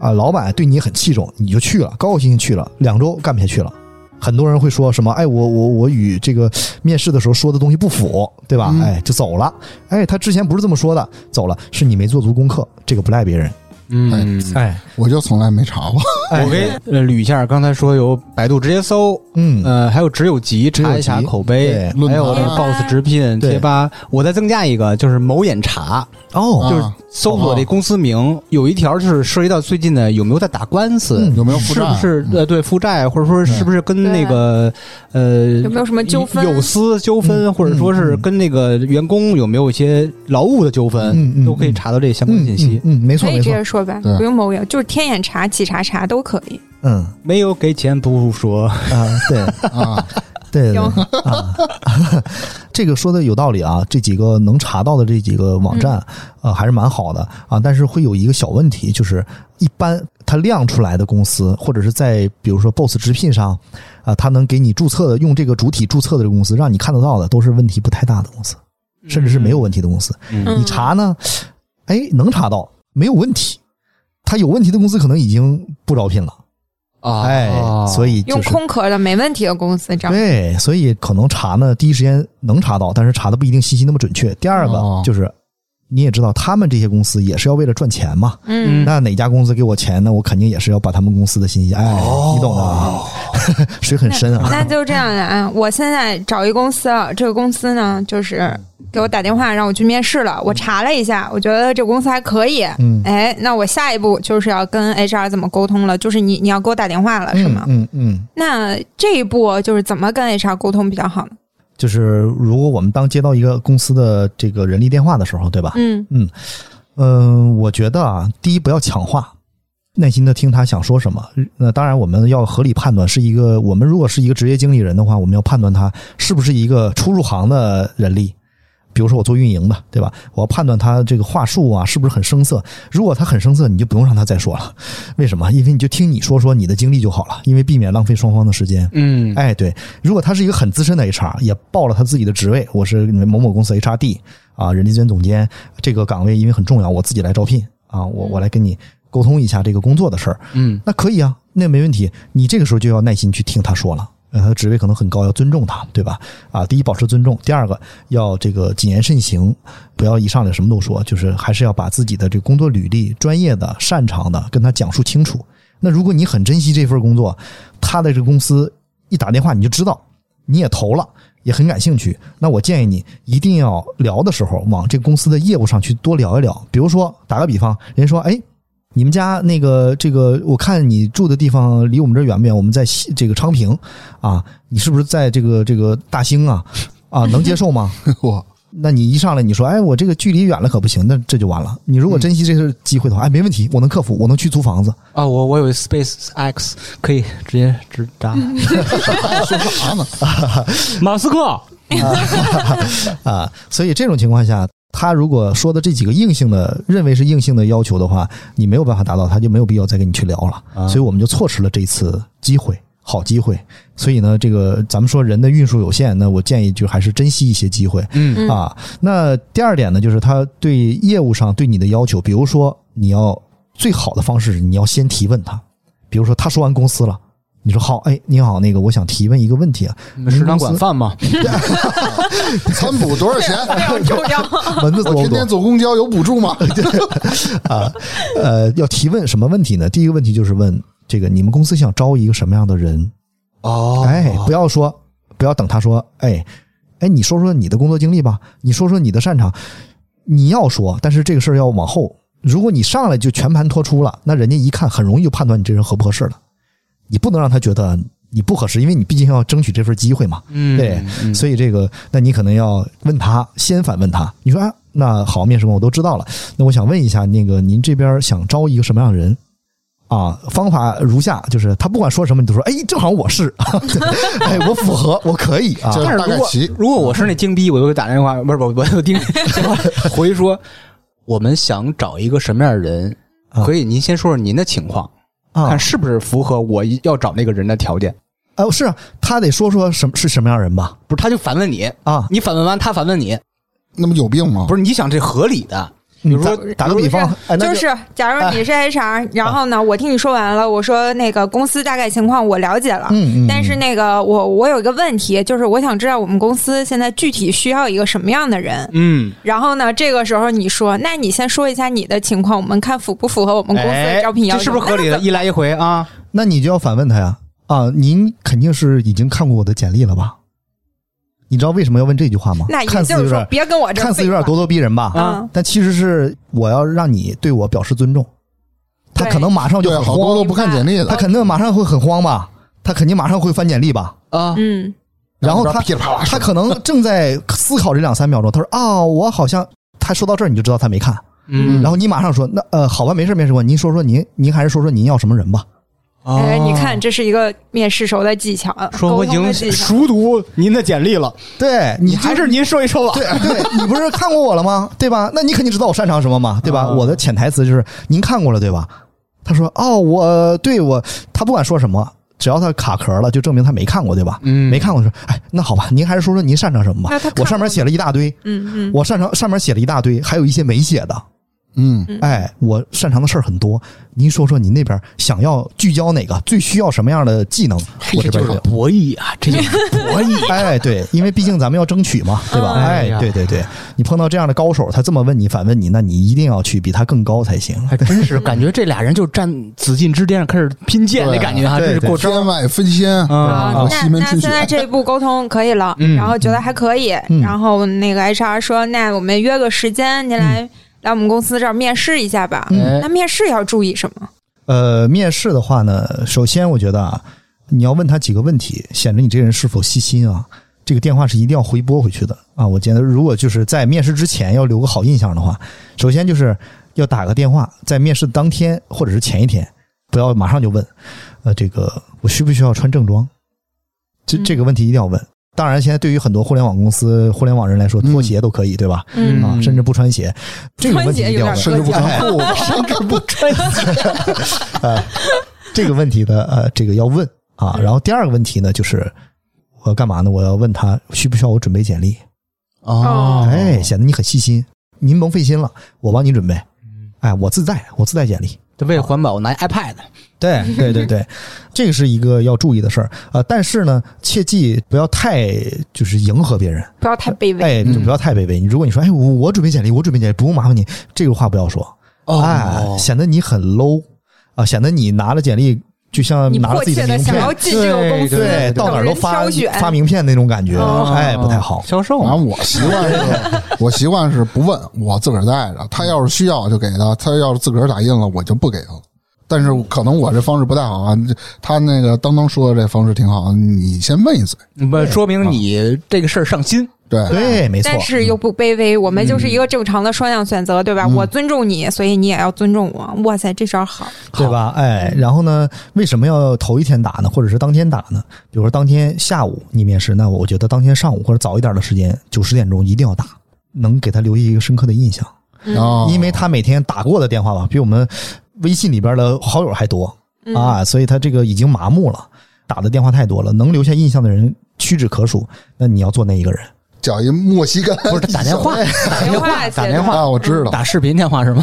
S4: 啊，老板对你也很器重，你就去了，高高兴兴去了，两周干不下去了。很多人会说什么？哎，我我我与这个面试的时候说的东西不符，对吧？
S1: 嗯
S4: 哎，就走了。哎，他之前不是这么说的，走了是你没做足功课，这个不赖别人。
S3: 嗯。
S4: 哎，
S1: 我就从来没查过。
S4: 哎
S3: 我给呃捋一下，刚才说有百度直接搜，
S4: 嗯，
S3: 呃，还有只有集
S4: 只有集
S3: 查一查口碑，
S4: 对
S1: 论
S3: 还有
S1: 坛
S3: 这
S2: 啊
S3: Boss 直聘
S4: 对
S3: 贴吧，我再增加一个，就是某眼查，
S4: 哦，
S1: 啊
S3: 就是搜索这公司名，有一条就是涉及到最近的有没有在打官司
S4: 嗯，
S1: 有没有负
S3: 是
S1: 债？啊
S3: 不是呃对负债，或者说是不是跟
S2: 对
S3: 那个呃
S2: 有没有什么纠纷？
S3: 有私纠
S4: 嗯
S3: 纷，或者说是跟那个员工有没有一些劳务的纠
S4: 嗯嗯
S3: 纷，都可以查到这相关信息。
S4: 嗯，嗯嗯没错
S2: 可以
S4: 没
S2: 直
S4: 错，
S2: 接说吧
S1: 对，
S2: 不用某眼，就是天眼查、企查查都可以。
S4: 嗯
S3: 没有给钱不说，
S4: 啊，对
S1: 啊？
S4: 对对
S2: 有
S4: 啊， *laughs* 这个说的有道理啊。这几个能查到的这几个网
S2: 嗯
S4: 站，呃，还是蛮好的啊。但是会有一个小问题，就是一般它亮出来的公司，或者是在比如说 Boss 直聘上啊，它能给你注册的，用这个主体注册的公司，让你看得到的，都是问题不太大的公司，甚至是没有问题的公司。
S2: 嗯
S4: 你查呢，哎，能查到，没有问题。它有问题的公司可能已经不招聘了，
S3: 啊
S4: 哎，所以就
S2: 用
S4: 是
S2: 空壳的没问题的公司找，
S4: 对，所以可能查呢，第一时间能查到，但是查的不一定信息那么准确。第二个
S1: 哦
S4: 就是，你也知道，他们这些公司也是要为了赚钱嘛。
S2: 嗯，
S4: 那哪家公司给我钱呢？我肯定也是要把他们公司的信息，哎，
S2: 哦
S4: 你懂的啊， *laughs* 水很深啊。
S2: 嗯 *laughs* 那就这样了啊！我现在找一公司啊，这个公司呢，就是给我打电话让我去面试了。我查了一下，我觉得这公司还可以。
S4: 嗯，
S2: 哎，那我下一步就是要跟 HR 怎么沟通了？就是你你要给我打电话了，是吗？
S4: 嗯嗯嗯，
S2: 那这一步就是怎么跟 HR 沟通比较好呢？
S4: 就是如果我们当接到一个公司的这个人力电话的时候，对吧？
S2: *laughs* 嗯
S4: 嗯、我觉得啊，第一不要强化，耐心的听他想说什么。那当然，我们要合理判断是一个，我们如果是一个职业经理人的话，我们要判断他是不是一个初入行的人力。比如说我做运营的，对吧？我要判断他这个话术啊是不是很生涩。如果他很生涩，你就不用让他再说了。为什么？因为你就听你说说你的经历就好了，因为避免浪费双方的时间。
S3: 嗯，
S4: 哎，对，如果他是一个很资深的 HR，也报了他自己的职位，我是你们某某公司 HRD 啊，人力资源总监这个岗位，因为很重要，我自己来招聘啊，我我来跟你沟通一下这个工作的事儿，
S3: 嗯，
S4: 那可以啊，那没问题。你这个时候就要耐心去听他说了。呃，他职位可能很高，要尊重他，对吧？啊，第一保持尊重，第二个要这个谨言慎行，不要一上来什么都说，就是还是要把自己的这个工作履历、专业的、擅长的跟他讲述清楚。那如果你很珍惜这份工作，他的这个公司一打电话你就知道，你也投了，也很感兴趣。那我建议你一定要聊的时候，往这个公司的业务上去多聊一聊。比如说，打个比方，人家说，哎。你们家那个这个，我看你住的地方离我们这儿远不远？我们在西这个昌平，啊，你是不是在这个这个大兴啊？啊，能接受吗？ *laughs*
S1: 我
S4: 那你一上来你说，哎，我这个距离远了可不行，那这就完了。你如果珍惜这次机会的话，哎，没问题，我能克服，我能去租房子。
S3: 啊，我我有 Space X 可以直接直达，
S1: 说啥呢？
S3: *laughs* 马斯克，
S4: 啊，所以这种情况下，他如果说的这几个硬性的认为是硬性的要求的话，你没有办法达到，他就没有必要再跟你去聊了。所以我们就错失了这次机会，好机会。所以呢，这个咱们说人的运数有限，那我建议就还是珍惜一些机会。
S3: 嗯
S2: 嗯
S4: 啊。那第二点呢，就是他对业务上对你的要求，比如说你要最好的方式，你要先提问他。比如说他说完公司了，你说好，哎，你好，那个我想提问一个问题啊，
S3: 食堂管饭嘛，
S1: 餐补多少钱？
S2: 非常重要。
S4: 蚊子多
S1: 我
S4: 不
S1: 天
S4: 多
S1: 天？坐公交有补助吗？
S4: *laughs* 啊，呃，要提问什么问题呢？第一个问题就是问这个你们公司想招一个什么样的人？
S3: 哦
S4: 哎，不要说，不要等他说，哎，哎，你说说你的工作经历吧，你说说你的擅长，你要说，但是这个事儿要往后。如果你上来就全盘托出了，那人家一看很容易就判断你这人合不合适了。你不能让他觉得你不合适，因为你毕竟要争取这份机会嘛。
S3: 嗯
S4: 对，
S3: 嗯
S4: 所以这个，那你可能要问他，先反问他，你说啊，那好，面试官我都知道了，那我想问一下，那个您这边想招一个什么样的人？啊，方法如下，就是他不管说什么，你都说，哎，正好我是， *laughs* 哎，我符合，我可以啊，
S1: 就是
S3: 但是
S1: 大概
S3: 如果
S1: 齐。
S3: 如果我是那精逼，我就会打电话，不是不是，我就盯 *laughs* 回说，我们想找一个什么样的人
S4: 啊？
S3: 可以，您先说说您的情况，
S4: 啊
S3: 看，是不是符合我要找那个人的条件。
S4: 哦，是啊，他得说说什么是什么样的人吧？
S3: 不是，他就反问你，
S4: 啊，
S3: 你反问完，他反问你，
S1: 那么有病吗？
S3: 不是你想这合理的，
S4: 比
S3: 如说
S4: 嗯打个比方， *laughs* 哎，那
S2: 哦就是，假如你是 HR，然后呢，我听你说完了，我说那个公司大概情况我了解了，
S4: 嗯嗯，
S2: 但是那个我我有一个问题，就是我想知道我们公司现在具体需要一个什么样的人。
S3: 嗯，
S2: 然后呢，这个时候你说，那你先说一下你的情况，我们看符不符合我们公司的
S3: 哎
S2: 招聘要求，
S3: 这是不是合理的？一来一回啊，
S4: 那你就要反问他呀，啊，您肯定是已经看过我的简历了吧？啊你知道为什么要问这句话吗？
S2: 那也
S4: 看似
S2: 就
S4: 有
S2: 是说
S4: 点，，
S2: 别跟我这
S4: 看似有点咄咄逼人吧，
S2: 啊，嗯
S4: 但其实是我要让你对我表示尊重。他
S2: 对
S4: 可能马上哦就
S1: 对，
S4: 很
S1: 好多
S4: 慌，
S1: 都不看简历
S4: 他
S1: 的，
S4: 肯定马上会很慌吧？他肯定马上会翻简历吧？
S3: 啊，
S2: 嗯，
S4: 然后他
S1: 噼里啪啦
S4: 他
S1: 说，
S4: 可能正在思考这两三秒钟，他说啊，我好像他说到这儿你就知道他没看，
S3: 嗯
S4: 然后你马上说那呃好吧，没事没事，我您说说您您还是说说您要什么人吧。
S2: 哎，你看，这是一个面试时候的技巧，
S3: 哦说
S2: 沟
S3: 我已
S2: 通
S3: 经
S2: 的技巧。
S3: 熟读您的简历了，
S4: 对你
S3: 你
S4: 就
S3: 还是您说一说吧。
S4: *laughs* 对对，你不是看过我了吗？对吧？那你肯定知道我擅长什么嘛，对吧？
S3: 啊
S4: 我的潜台词就是您看过了，对吧？他说哦，我对我他不管说什么，只要他卡壳了，就证明他没看过，对吧？
S3: 嗯
S4: 没看过说，哎，那好吧，您还是说说您擅长什么吧
S2: 那他看。过
S4: 我上面写了一大堆，
S2: 嗯嗯，
S4: 我擅长上面写了一大堆，还有一些没写的。
S1: 嗯
S4: 哎，我擅长的事儿很多，您说说您那边想要聚焦哪个，最需要什么样的技能？
S2: 哎
S4: 我这边有。
S3: 博弈啊，这
S2: *laughs*
S3: 就是博弈。
S4: 哎，对，因为毕竟咱们要争取嘛，对吧？
S3: 嗯哎
S4: 哎
S3: 呀，
S4: 对对对，你碰到这样的高手，他这么问你、反问你，那你一定要去比他更高才行。
S3: 还真是感觉这俩人就站紫禁之巅上开始拼剑的
S1: 对
S3: 感觉啊，
S4: 对
S3: 这是过招
S1: 天外飞仙，
S3: 啊
S1: 啊
S2: 啊，
S1: 西
S2: 那
S1: 门
S2: 那
S1: 庆 *laughs*
S2: 现在
S1: 选
S2: 这一步沟通可以了，
S3: 嗯
S2: 然后觉得还可以，
S4: 嗯
S2: 然后那个 HR 说，那我们约个时间，您来、
S1: 嗯
S2: 来我们公司这儿面试一下吧。
S1: 哎
S2: 那面试要注意什么？
S4: 呃，面试的话呢，首先我觉得啊，你要问他几个问题，显着你这个人是否细心啊。这个电话是一定要回拨回去的啊！我觉得，如果就是在面试之前要留个好印象的话，首先就是要打个电话，在面试当天或者是前一天，不要马上就问，呃，这个我需不需要穿正装？这
S2: 嗯
S4: 这个问题一定要问。当然，现在对于很多互联网公司、互联网人来说，脱鞋都可以，对吧？
S2: 嗯
S4: 啊，
S3: 嗯
S4: 甚至不穿鞋，这个问题一定要
S2: 穿
S4: 问。
S2: 鞋
S1: 甚至不穿裤子， *laughs*
S4: 这个问题呢，呃，这个要问啊。然后第二个问题呢，就是我要干嘛呢？我要问他需不需要我准备简历？
S3: 哦
S1: 啊，
S2: 哦
S4: 哎，显得你很细心，您甭费心了，我帮你准备。哎，我自带，我自带简历。
S3: 这为了环保，我拿 iPad。
S4: *laughs* 对对对对，这个是一个要注意的事儿呃。但是呢，切记不要太就是迎合别人，
S2: 不要太卑微。
S4: 哎，就不要太卑微。你如果你说，哎，我我准备简历，我准备简历，不用麻烦你，这个话不要说，
S3: 哦
S4: 哎，显得你很 low 啊，显得你拿了简历就像
S2: 你
S4: 拿了
S2: 迫
S4: 自己
S2: 切
S4: 的
S2: 的
S4: 名
S2: 想
S4: 片
S2: 要，进这个公司，
S3: 对对
S4: 到哪
S2: 等
S4: 儿都
S2: 人
S4: 发
S2: 挑选，
S4: 发名片那种感觉，
S2: 哦
S4: 哎，不太好。
S3: 销售
S1: 反
S3: 嘛
S1: 正我习惯是，我习惯是不问，我自个儿带着。他要是需要就给他，他要是自个儿打印了，我就不给他了。但是可能我这方式不太好啊，这他那个当当说的这方式挺好，你先问一嘴，
S3: 不说明你这个事儿上心。
S1: 对，
S4: 对，没错
S2: 但。是又不卑微。我们就是一个正常的双向选择，对吧？
S1: 嗯
S2: 我尊重你，所以你也要尊重我。哇塞，这招好！
S4: 对吧？哎，然后呢，为什么要头一天打呢，或者是当天打呢？比如说当天下午你面试，那我觉得当天上午或者早一点的时间，九十点钟一定要打，能给他留下一个深刻的印象，
S1: 然
S3: 哦
S1: 后
S4: 因为他每天打过的电话吧，比我们微信里边的好友还多
S2: 嗯
S4: 啊，所以他这个已经麻木了，打的电话太多了，能留下印象的人屈指可数。那你要做那一个人，
S1: 搅一莫西干，
S3: 不是打电话，打电话，打电话，
S1: *laughs* 啊，我知道，
S3: 打视频电话是吗？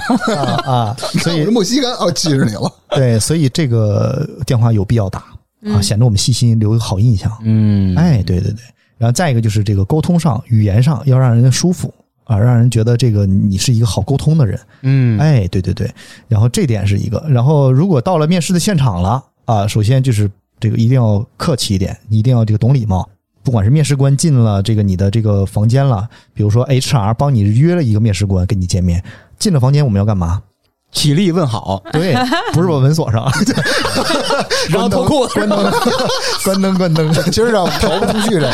S4: 啊，所
S1: 我
S4: 以
S1: 这莫西干，哦，记着你了，
S4: 对，所以这个电话有必要打
S2: 嗯
S4: 啊，显得我们细心，留一个好印象。
S3: *laughs* 嗯
S4: 哎，对对对。然后再一个就是这个沟通上、语言上要让人家舒服啊，让人觉得这个你是一个好沟通的人。
S3: 嗯，
S4: 哎，对对对。然后这点是一个。然后如果到了面试的现场了啊，首先就是这个一定要客气一点，你一定要这个懂礼貌。不管是面试官进了这个你的这个房间了，比如说 HR 帮你约了一个面试官跟你见面，进了房间我们要干嘛？
S3: 起立问好，
S4: 对，不是把门锁上，
S3: 然后脱裤子，
S1: *laughs*
S4: 关灯，关灯，关灯。
S1: 今儿啊逃不出去这 *laughs* 个，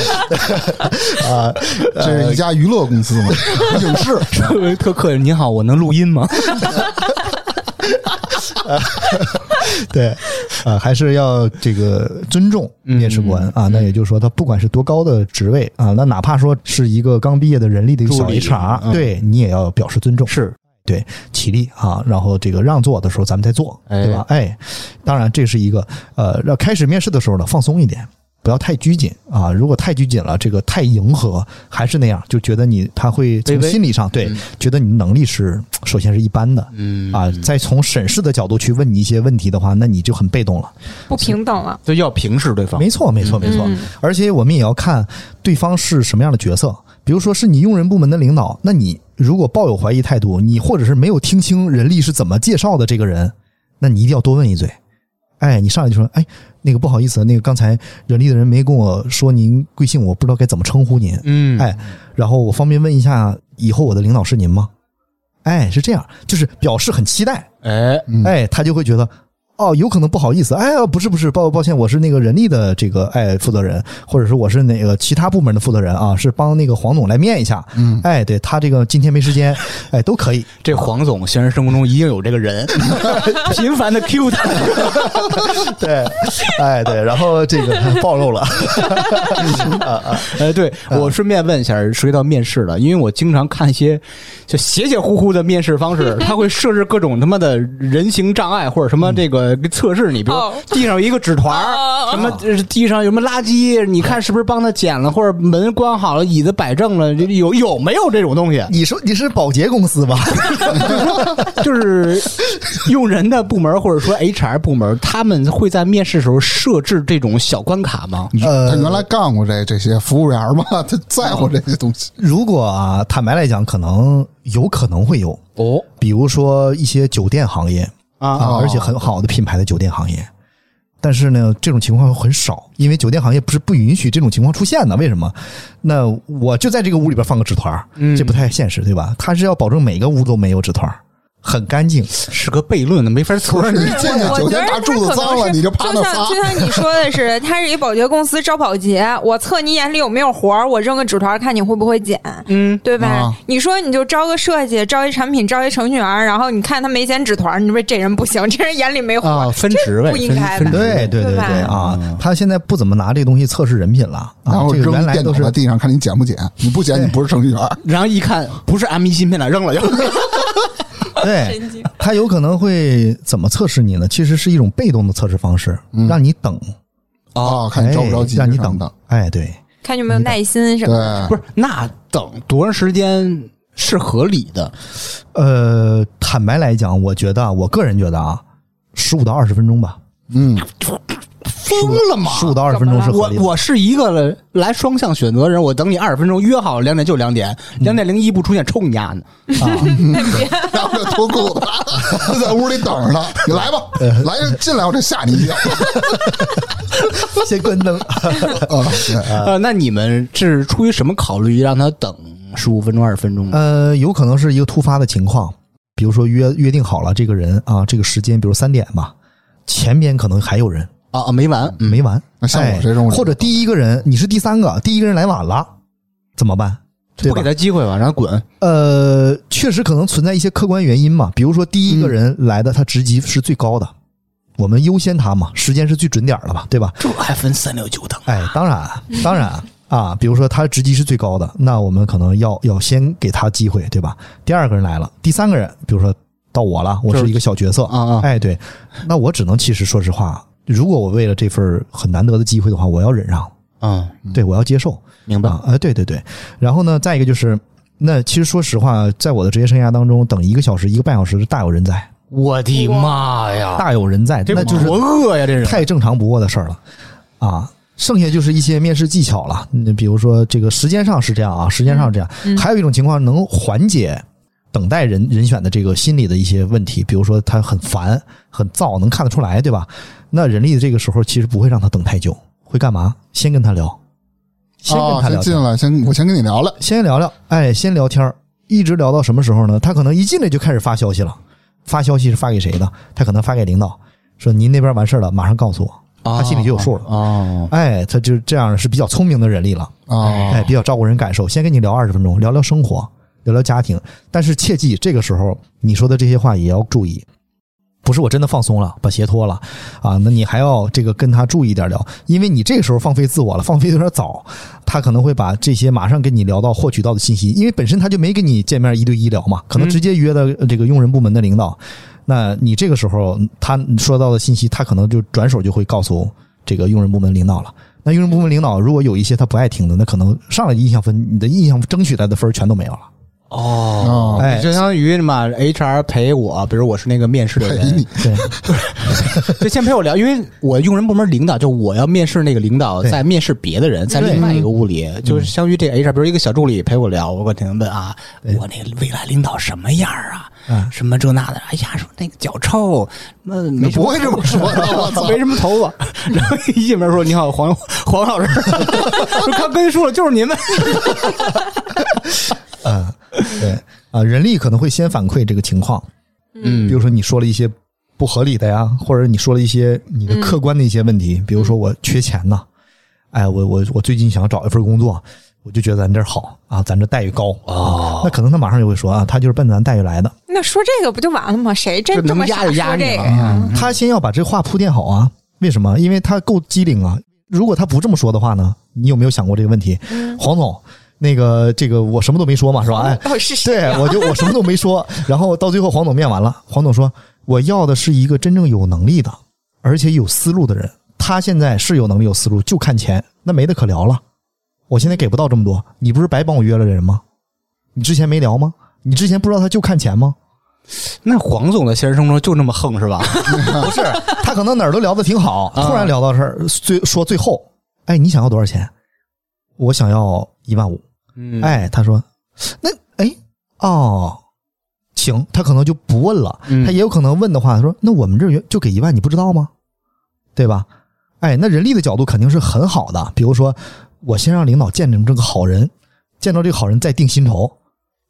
S4: 啊，
S1: 这是一家娱乐公司嘛，影视，
S3: 特客气。您好，我能录音吗？
S4: *laughs* 对，呃，还是要这个尊重
S3: 嗯
S4: 面试官、啊。那也就是说，他不管是多高的职位啊，那哪怕说是一个刚毕业的人力的一个
S3: 助
S4: 小
S3: 理
S4: HR，、
S3: 嗯
S4: 对你也要表示尊重，
S3: 是
S4: 对起立啊，然后这个让座的时候咱们再做，
S3: 哎
S4: 对吧？哎，当然这是一个呃，让开始面试的时候呢，放松一点。不要太拘谨啊！如果太拘谨了，这个太迎合，还是那样，就觉得你他会
S3: 卑
S4: 从
S3: 微
S4: 心理上对、觉得你的能力是首先是一般的，
S3: 嗯
S4: 啊，再从审视的角度去问你一些问题的话，那你就很被动了。
S2: 不平等了。
S3: 就要平视对方。
S4: 没错，没错，没错
S2: 嗯。
S4: 而且我们也要看对方是什么样的角色，比如说是你用人部门的领导，那你如果抱有怀疑态度，你或者是没有听清人力是怎么介绍的这个人，那你一定要多问一嘴。哎，你上来就说，哎，那个不好意思，那个刚才人力的人没跟我说您贵姓，我不知道该怎么称呼您。
S3: 嗯，
S4: 哎，然后我方便问一下，以后我的领导是您吗？哎，是这样，就是表示很期待，
S3: 哎，
S1: 嗯
S4: 哎，他就会觉得。哦，有可能不好意思，哎呀，不是不是，抱抱歉，我是那个人力的这个哎负责人，或者是我是那个其他部门的负责人啊，是帮那个黄总来面一下，嗯，哎，对他这个今天没时间，哎，都可以，
S3: 这黄总现实生活中一定有这个人，频繁的 Q 他。
S4: 对，哎对，然后这个暴露了，？
S3: 哎，对我顺便问一下，涉及到面试了，因为我经常看一些就邪邪乎乎的面试方式，他会设置各种他妈的人形障碍或者什么这个的测试你，比如
S2: 哦
S3: 地上有一个纸团儿，
S2: 哦
S3: 什么呃地上有什么垃圾，你看是不是帮他捡了，或者门关好了，椅子摆正了，这有有没有这种东西
S4: 你说你是保洁公司吧？
S3: *laughs* 就是用人的部门或者说 HR 部门，他们会在面试时候设置这种小关卡吗？
S4: 呃
S1: 他原来干过这这些服务员嘛，他在乎这些东西。
S4: 如果啊，坦白来讲，可能有可能会有，
S3: 哦
S4: 比如说一些酒店行业
S3: 啊，
S1: 哦
S4: 啊，而且很好的品牌的酒店行业。但是呢，这种情况很少，因为酒店行业不是不允许这种情况出现的。为什么？那我就在这个屋里边放个纸团儿，
S1: 嗯
S4: 这不太现实，对吧？他是要保证每个屋都没有纸团儿，很干净。
S3: 是个悖论，没法测
S1: 不是
S3: 试
S1: 你。进去
S2: 我
S1: 酒
S2: 我觉
S1: 店
S2: 得
S1: 大
S2: 他可
S1: 柱
S2: 能
S1: 子脏了，
S2: 是
S1: 你就趴那
S2: 就像
S1: 擦
S2: 就。像你说的是，他是一保洁公司招保洁，我测你眼里有没有活儿，我扔个纸团儿看你会不会捡，
S3: 嗯，
S2: 对吧？
S1: 啊
S2: 你说你就招个设计，招一产品，招一程序员，然后你看他没捡纸团儿，你说这人不行，这人眼里没活儿。
S3: 啊，分职位，
S2: 不应
S3: 分
S2: 该
S3: 分
S2: 吧
S3: 职位
S4: 对对
S2: 对吧
S4: 对啊！他现在不怎么拿这东西测试人品了
S1: 嗯然
S4: 啊，
S1: 后
S4: 这个
S1: 扔
S4: 原来
S1: 电脑
S4: 都
S1: 在
S4: 是
S1: 地上，看你捡不捡。你不捡，你不是程序员。
S3: 然后一看不是 M 一芯片了，
S4: *laughs*
S3: 扔了就。
S4: 对，
S2: 神经
S4: 他有可能会怎么测试你呢？其实是一种被动的测试方式，让你等，
S1: 啊，看嗯你着不着急，
S4: 哎让你
S1: 就让
S4: 等
S1: 等。。
S4: 哎，对，
S2: 看有没有耐心什么的。
S1: 对，
S3: 不是，那等多长时间是合理的？
S4: 呃，坦白来讲，我觉得啊，我个人觉得啊，十五到二十分钟吧，
S1: 嗯，
S3: 疯了吗？
S4: 十五到二十分钟是合
S3: 我
S4: 理的。
S3: 我是一个来双向选择人，我等你二十分钟，约好两点就两点，
S4: 嗯
S3: 两点零一不出现，抽你丫的！
S1: 然后就脱裤子，就 *laughs* 在屋里等着呢。你来 *laughs* 吧，来就进来，我这吓你一跳。
S4: 先关灯。
S1: *laughs* 啊，是
S4: 嗯
S3: 呃，那你们是出于什么考虑让他等十五分钟、二十分钟呢？
S4: 呃，有可能是一个突发的情况，比如说约约定好了这个人啊，这个时间，比如三点吧，前边可能还有人
S3: 啊啊，没完，嗯
S4: 没完。
S1: 那像
S4: 哎
S1: 我这种人
S4: 或者第一个人你是第三个，第一个人来晚了，怎么办？对
S3: 不
S4: 吧
S3: 给？他机会吧，让他滚。
S4: 呃，确实可能存在一些客观原因嘛，比如说第一个人来的他职级是最高的，我们优先他嘛，时间是最准点儿的吧，对吧？
S3: 这还分三六九等？
S4: 哎，当然，当然啊，比如说他职级是最高的，那我们可能要要先给他机会，对吧？第二个人来了，第三个人，比如说到我了，我
S3: 就是
S4: 是一个小角色
S3: 啊啊
S4: 哎，对，那我只能其实说实话，如果我为了这份很难得的机会的话，我要忍让，
S3: 嗯，
S4: 对我要接受，
S3: 明白。
S4: 啊，呃，对对对。然后呢，再一个就是，那其实说实话，在我的职业生涯当中，等一个小时、一个半小时是大有人在，
S3: 我的妈呀！
S4: 大有人在，那就是
S3: 多饿呀，这人。
S4: 太正常不过的事儿了啊。剩下就是一些面试技巧了，你比如说这个时间上是这样啊，时间上是这样，
S3: 嗯
S4: 还有一种情况能缓解等待人人选的这个心理的一些问题，比如说他很烦、很燥，能看得出来，对吧？那人力这个时候其实不会让他等太久，会干嘛？先跟他聊，先跟
S1: 啊，
S4: 他
S1: 先
S4: 聊天
S1: 进来，先我先跟你聊了。
S4: 先聊聊，哎，先聊天儿，一直聊到什么时候呢？他可能一进来就开始发消息了，发消息是发给谁的？他可能发给领导，说您那边完事儿了，马上告诉我。
S3: 啊
S4: 他心里就有数了
S3: 哦，
S4: 哎，他就这样是比较聪明的人力了，
S1: 啊，
S4: 哎，比较照顾人感受。先跟你聊二十分钟，聊聊生活，聊聊家庭，但是切记这个时候你说的这些话也要注意。不是我真的放松了，把鞋脱了啊，那你还要这个跟他注意一点聊，因为你这个时候放飞自我了，放飞得有点早，他可能会把这些马上跟你聊到获取到的信息，因为本身他就没跟你见面一对一聊嘛，可能直接约的呃这个用人部门的领导，那你这个时候他说到的信息，他可能就转手就会告诉这个用人部门领导了。那用人部门领导如果有一些他不爱听的，那可能上来印象分，你的印象争取来的分儿全都没有了。
S3: 哦，
S4: 哎
S3: 就相当于嘛，HR 陪我，比如我是那个面试的
S1: 陪
S3: 人
S1: 你，
S4: 对，
S3: 就先陪我聊，因为我用人部门领导，就我要面试那个领导，
S4: 对
S3: 在面试别的人，在另外一个屋里，就是相当于这个 HR，比如一个小助理陪我聊，我肯定问啊，我那个未来领导什么样啊？
S4: 嗯
S3: 什么这那的？哎呀，说那个脚臭，那
S1: 你
S3: 没什
S1: 不
S3: 么
S1: 会这么说的，我操！
S3: 没什么头发，然后一进门说：“你好，黄黄老师。” *laughs* 就刚跟说了，就是您们。
S4: 嗯，对啊，人力可能会先反馈这个情况，
S3: 嗯
S4: 比如说你说了一些不合理的呀，或者你说了一些你的客观的一些问题，比如说我缺钱呐，哎，我我我最近想找一份工作，我就觉得咱这儿好啊，咱这待遇高
S3: 哦
S4: 啊，那可能他马上就会说啊，他就是奔咱待遇来的，
S2: 那说这个不就完了吗？谁真
S3: 就
S2: 这
S3: 能
S2: 么
S3: 压
S2: 傻
S3: 就
S2: 说
S3: 压
S2: 这
S3: 你
S2: 个
S3: 嘛
S2: 呀？
S3: 嗯
S4: 他先要把这话铺垫好啊。为什么？因为他够机灵啊。如果他不这么说的话呢，你有没有想过这个问题？黄总，那个这个我什么都没说嘛，是吧？
S2: *laughs*
S4: 哎，
S2: 到底哦是谁
S4: 对
S2: 呀？
S4: 我就我什么都没说，然后到最后黄总面完了，黄总说我要的是一个真正有能力的而且有思路的人，他现在是有能力有思路，就看钱，那没得可聊了。我现在给不到这么多，你不是白帮我约了人吗？你之前没聊吗？你之前不知道他就看钱吗？
S3: 那黄总的现实生活中就那么横是吧？
S4: 不是，他可能哪儿都聊得挺好，
S3: 啊
S4: 突然聊到这儿，最说最后，哎，你想要多少钱？我想要一万五。
S3: 嗯，
S4: 哎，他说，那哎哦，行，他可能就不问了。
S3: 嗯
S4: 他也有可能问的话，他说，那我们这儿原就给一万，你不知道吗？对吧？哎，那人力的角度肯定是很好的，比如说，我先让领导见着这个好人，见到这个好人再定薪酬。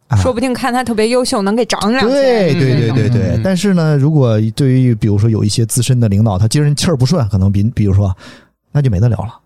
S4: 啊
S2: 说不定看他特别优秀，能给涨两千。
S4: 对对对对对。
S3: 嗯
S4: 但是呢，如果对于比如说有一些资深的领导，他接人气儿不顺，可能比比如说那就没得聊了。 *laughs*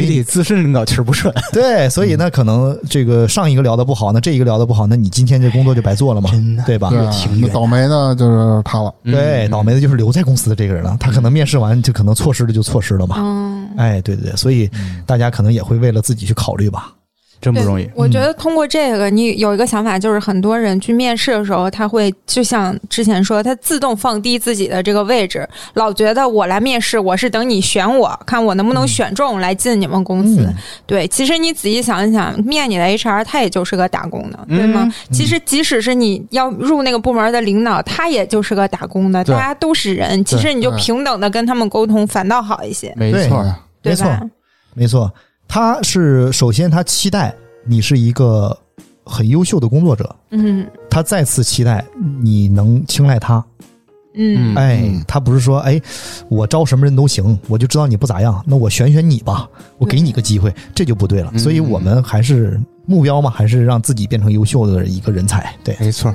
S3: 所
S4: 以
S3: 以资深领导气儿不顺，
S4: 对，所
S3: 嗯
S4: 以呢，可能这个上一个聊的不好，那这一个聊的不好，那你今天这工作就白做了嘛，
S3: 真的
S4: 对吧？
S1: 对啊，那倒霉的就是他了。
S2: 嗯
S4: 对，倒霉的就是留在公司的这个人了，他可能面试完就可能错失的就错失了嘛。
S2: 嗯，
S4: 哎，对对对，所以大家可能也会为了自己去考虑吧。
S3: *laughs* 真不
S2: 对
S3: 容易。嗯
S2: 我觉得通过这个，你有一个想法，就是很多人去面试的时候，他会就像之前说，他自动放低自己的这个位置，老觉得我来面试，我是等你选我，看我能
S3: 嗯
S2: 不能选中来进你们公司。
S4: 嗯，
S2: 对，其实你仔细想一想，面你的 HR 他也就是个打工的，
S3: 嗯
S2: 对吗？
S3: 嗯
S2: 其实即使是你要入那个部门的领导，他也就是个打工的，
S3: 对
S2: 大家都是人。其实你就
S1: 对
S2: 平等的跟他们沟通，反倒好一些，
S3: 没
S4: 对
S1: 错呀，
S2: 对
S4: 没
S2: 吧？
S4: 错没错，他是首先他期待你是一个很优秀的工作者，
S2: 嗯
S4: 他再次期待你能青睐他。
S2: 嗯
S3: 嗯
S4: 哎
S1: 嗯，
S4: 他不是说哎，我招什么人都行，我就知道你不咋样，那我选选你吧，我给你个机会，这就不对了。
S3: 嗯
S4: 所以我们还是目标嘛，还是让自己变成优秀的一个人才。对，
S3: 没错，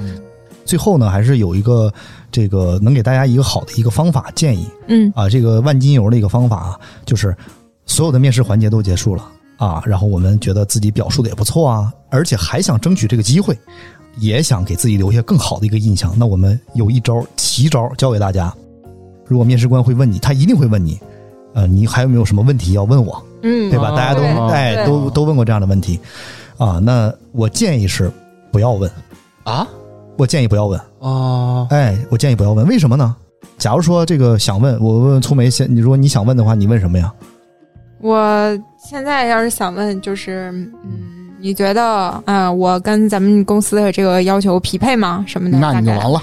S4: 最后呢，还是有一个这个能给大家一个好的一个方法建议
S2: 嗯
S4: 啊，这个万金油的一个方法啊，就是所有的面试环节都结束了啊，然后我们觉得自己表述的也不错啊，而且还想争取这个机会，也想给自己留下更好的一个印象。那我们有一招奇招教给大家，如果面试官会问你，他一定会问你，呃，你还有没有什么问题要问我？
S2: 嗯，
S4: 对吧？
S3: 哦
S4: 大家都
S2: 对
S4: 哎
S2: 对
S4: 都都问过这样的问题啊。那我建议是不要问，
S3: 啊
S4: 我建议不要问。
S3: 哦，
S4: 哎，我建议不要问，为什么呢？假如说这个想问，我问问粗梅先，你如果你想问的话，你问什么呀？
S2: 我现在要是想问，就是嗯，你觉得啊、呃我跟咱们公司的这个要求匹配吗？什么的？
S1: 那你就
S2: 大概
S1: 完了。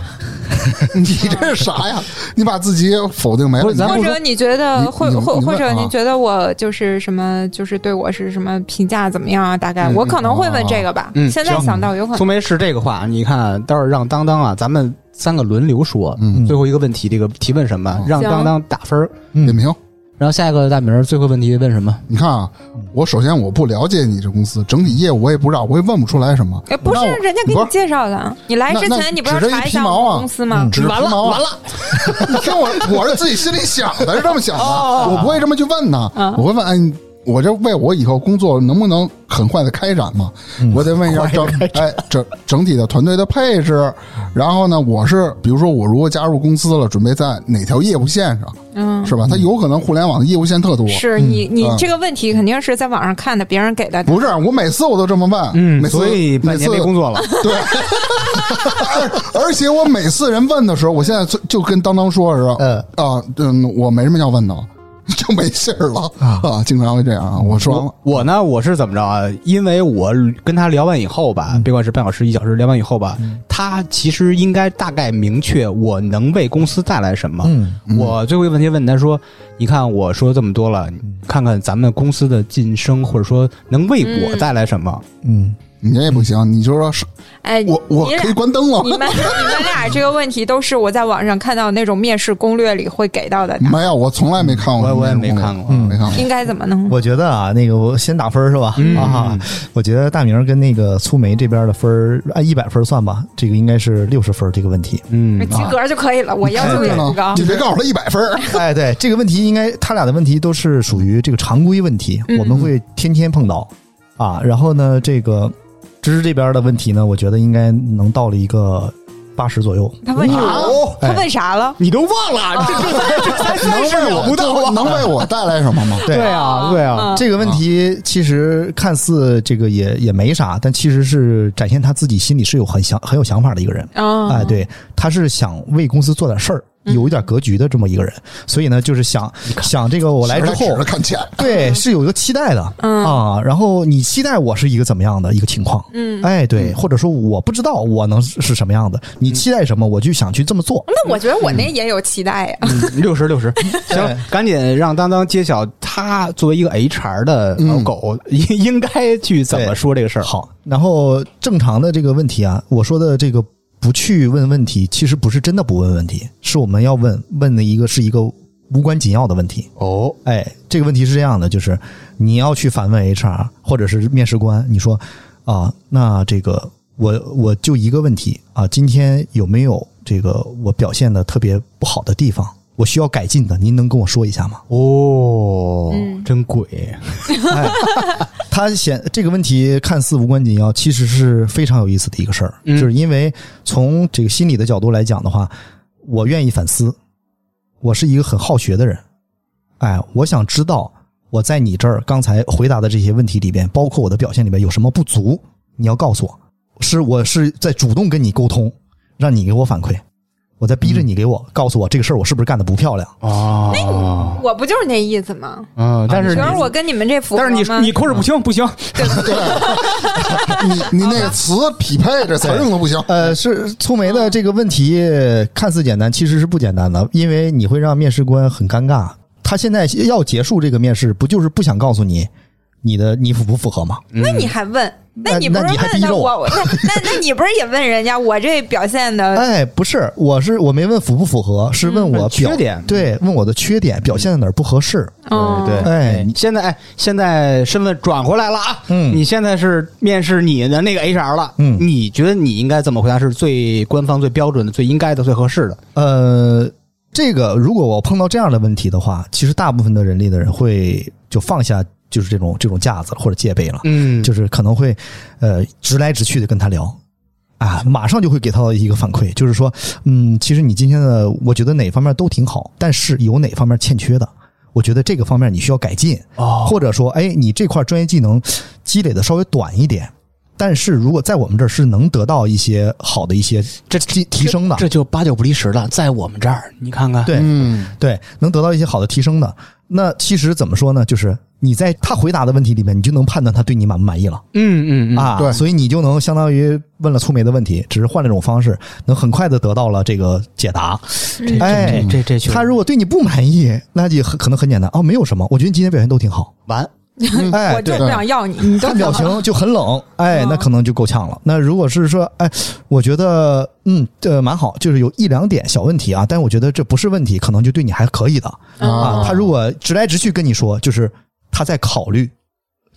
S1: *laughs* 你这是啥呀？你把自己否定没
S3: 不
S1: 了
S3: 是，咱
S1: 你
S2: 或
S3: 不
S2: 者你觉
S1: 你
S2: 得，或
S1: 你
S2: 或
S1: 你
S2: 或者
S1: 问啊
S2: 你觉得我就是什么，就是对我是什么评价怎么样啊？大概
S3: 嗯
S2: 我可能会问这个吧
S3: 嗯。
S2: 现在
S3: 行
S2: 想到有可
S3: 苏
S2: 能，
S3: 梅是这个话，你看，待会儿让当当啊，咱们三个轮流说，
S1: 嗯，
S3: 最后一个问题，这个提问什么
S1: 嗯，
S3: 让
S2: 行
S3: 当当打分儿。
S1: 点评。
S3: 然后下一个大明儿最后问题问什么？
S1: 你看啊，我首先我不了解你这公司整体业务，我也不知道，我也问不出来什么。
S2: 哎，不
S1: 那
S2: 是
S1: 我
S2: 人家给
S1: 不
S2: 你
S1: 是
S2: 介绍的，你来之
S1: 那那
S2: 前你不是
S1: 指着一
S2: 查一
S1: 皮
S2: 下
S1: 毛
S2: 我们
S1: 啊
S2: 公司吗
S4: 嗯？
S1: 只是皮毛啊，
S3: 了，
S1: 你 *laughs* 听我，我是自己心里想的，是这么想
S3: 哦
S1: 的，我不会这么去问他
S2: 嗯，
S1: 我会问，哎，你我这为我以后工作能不能很快的开展嘛？
S3: 嗯
S1: 我得问一下整哎整整体的团队的配置，然后呢，我是比如说我如果加入公司了，准备在哪条业务线上，
S2: 嗯，
S1: 是吧？它有可能互联网的业务线特多，
S2: 是你你
S1: 嗯
S2: 这个问题肯定是在网上看的，别人给的。
S1: 不是？我每次我都这么问，
S3: 嗯，
S1: 每次
S3: 所以半年
S1: 每
S3: 没
S1: 次
S3: 工作了。
S1: 对， *laughs* 而而且我每次人问的时候，我现在就就跟当当说似的，
S4: 呃，
S1: 啊，嗯，我没什么要问的了，就没信儿了
S4: 啊
S1: 啊，经常会这样啊。我说完了
S3: 我， *laughs* 我呢，我是怎么着啊？因为我跟他聊完以后吧，别管是半小时、一小时，聊完以后吧，他其实应该大概明确我能为公司带来什么。
S4: 嗯，
S3: 我最后一个问题问他说：“你看我说这么多了，你看看咱们公司的晋升，或者说能为我带来什么？
S4: 嗯，
S1: 你这也不行，你就说是
S2: 哎，
S1: 我我
S2: 你俩
S1: 可以关灯了
S2: *laughs* 你，们你们俩这个问题都是我在网上看到那种面试攻略里会给到的答案，
S1: 没有，我从来没看过，
S3: 我我也没看
S1: 过，
S3: 过。
S4: 嗯
S1: 没看过。
S2: 应该怎么弄？
S4: 我觉得啊，那个我先打分儿是吧？
S3: 嗯
S4: 啊，我觉得大明儿跟那个粗梅这边的分儿按一百分儿算吧，这个应该是六十分儿这个问题。
S3: 嗯
S2: 哎及格就可以了，我要求也不高
S4: 嗯
S1: 你。别告诉他一百分儿，
S4: 哎，对，这个问题应该他俩的问题都是属于这个常规问题，
S2: 嗯
S4: 我们会天天碰到啊。然后呢，这个芝芝这边的问题呢，我觉得应该能到了一个八十左右。
S2: 他问啥
S1: 啊
S2: 了？
S4: 嗯
S3: 哦
S2: 他问啥了？
S3: 你都忘
S2: 啊
S3: 了？这
S1: *laughs* 能为我
S3: 不到啊
S1: 能为我带来什么 *laughs* 吗？
S4: 对
S3: 对啊，对啊，
S2: 嗯
S4: 这个问题其实看似这个也也没啥，但其实是展现他自己心里是有很想很有想法的一个人。
S2: 啊
S4: 哎，，对，他是想为公司做点事儿，
S2: 嗯
S4: 有一点格局的这么一个人，所以呢，就是想想这个我来之
S1: 其实他
S4: 后
S1: 指着，看钱，
S4: 对，是有一个期待的、
S2: 嗯
S4: 啊。然后你期待我是一个怎么样的一个情况？
S2: 嗯，
S4: 哎，对，
S1: 嗯
S4: 或者说我不知道我能是是什么样的，你期待什么，我就想去这么做。
S2: 那我觉得我那
S4: 嗯
S2: 也有期待呀。
S3: 嗯六十六 *laughs* 十，行，赶紧让当当揭晓他作为一个 HR 的老狗应、应该去怎么说这个事儿。
S4: 好，然后正常的这个问题啊，我说的这个不去问问题，其实不是真的不问问题，是我们要问问的一个是一个无关紧要的问题。
S3: 哦，
S4: 哎，这个问题是这样的，就是你要去反问 HR 或者是面试官，你说啊，那这个我我就一个问题啊，今天有没有这个我表现的特别不好的地方，我需要改进的，您能跟我说一下吗？
S3: 哦，
S2: 嗯
S3: 真鬼，
S4: 他显这个问题看似无关紧要，其实是非常有意思的一个事儿，
S3: 嗯
S4: 就是因为从这个心理的角度来讲的话，我愿意反思，我是一个很好学的人，哎，我想知道我在你这儿刚才回答的这些问题里边，包括我的表现里边有什么不足，你要告诉我，是我是在主动跟你沟通，让你给我反馈，我在逼着你给我、告诉我这个事儿我是不是干的不漂亮。
S3: 哦，
S2: 我不就是那意思吗？
S3: 嗯，但是
S2: 主
S3: 你
S2: 要是我哎跟你们这符合
S3: 但是你
S2: 吗
S3: 你口齿不清，不行，
S1: 你你那个词匹配这词儿用的不行，
S4: *laughs* 呃，是粗眉的这个问题看似简单，其实是不简单的，因为你会让面试官很尴尬。他现在要结束这个面试，不就是不想告诉你你的你符不符合吗？
S2: 那你还问？
S4: 嗯那
S2: 你不是
S4: 那你还
S2: 问
S4: 逼着
S2: 他
S4: 我 *laughs*
S2: 我？那那那你不是也问人家我这表现
S3: 呃
S2: 的？
S4: 哎，不是，我是我没问符不符合，是问我
S3: 问嗯缺
S4: 表、
S3: 点
S4: 对，问我的缺点表现在哪儿不合适。
S2: 嗯，
S3: 对，
S4: 哎
S3: 你现在哎现在身份转回来了啊，
S4: 嗯
S3: 你现在是面试你的那个 HR 了，
S4: 嗯
S3: 你觉得你应该怎么回答是最官方、最标准的、最应该的、最合适的？
S4: 呃，这个如果我碰到这样的问题的话，其实大部分的人力的人会就放下就是这种这种架子或者戒备了。
S3: 嗯
S4: 就是可能会呃直来直去的跟他聊。啊，马上就会给到一个反馈，就是说，嗯，其实你今天的，我觉得哪方面都挺好，但是有哪方面欠缺的，我觉得这个方面你需要改进，
S3: 哦
S4: 或者说，哎，你这块专业技能积累的稍微短一点，但是如果在我们这儿是能得到一些好的一些
S3: 这
S4: 提提升的，
S3: 这就八九不离十了，在我们这儿，你看看，
S4: 对，
S1: 嗯，
S4: 对，能得到一些好的提升的。那其实怎么说呢？就是你在他回答的问题里面，你就能判断他对你满不满意了。
S3: 嗯嗯嗯
S4: 啊，
S1: 对
S4: 所以你就能相当于问了粗眉的问题，只是换了一种方式，能很快的得到了这个解答。
S3: 这
S4: 哎
S3: 这这这确实
S4: 他如果对你不满意，那就很可能很简单哦，没有什么，我觉得你今天表现都挺好。
S3: 完，
S4: 哎，
S2: 我就
S4: 对，
S2: 不想要你，你都
S4: 看表情就很冷，哎，
S2: 嗯
S4: 那可能就够呛了。那如果是说，哎，我觉得嗯，这蛮好，就是有一两点小问题啊，但我觉得这不是问题，可能就对你还可以的
S2: 嗯
S4: 啊。
S1: 啊
S4: 他如果直来直去跟你说，就是他在考虑。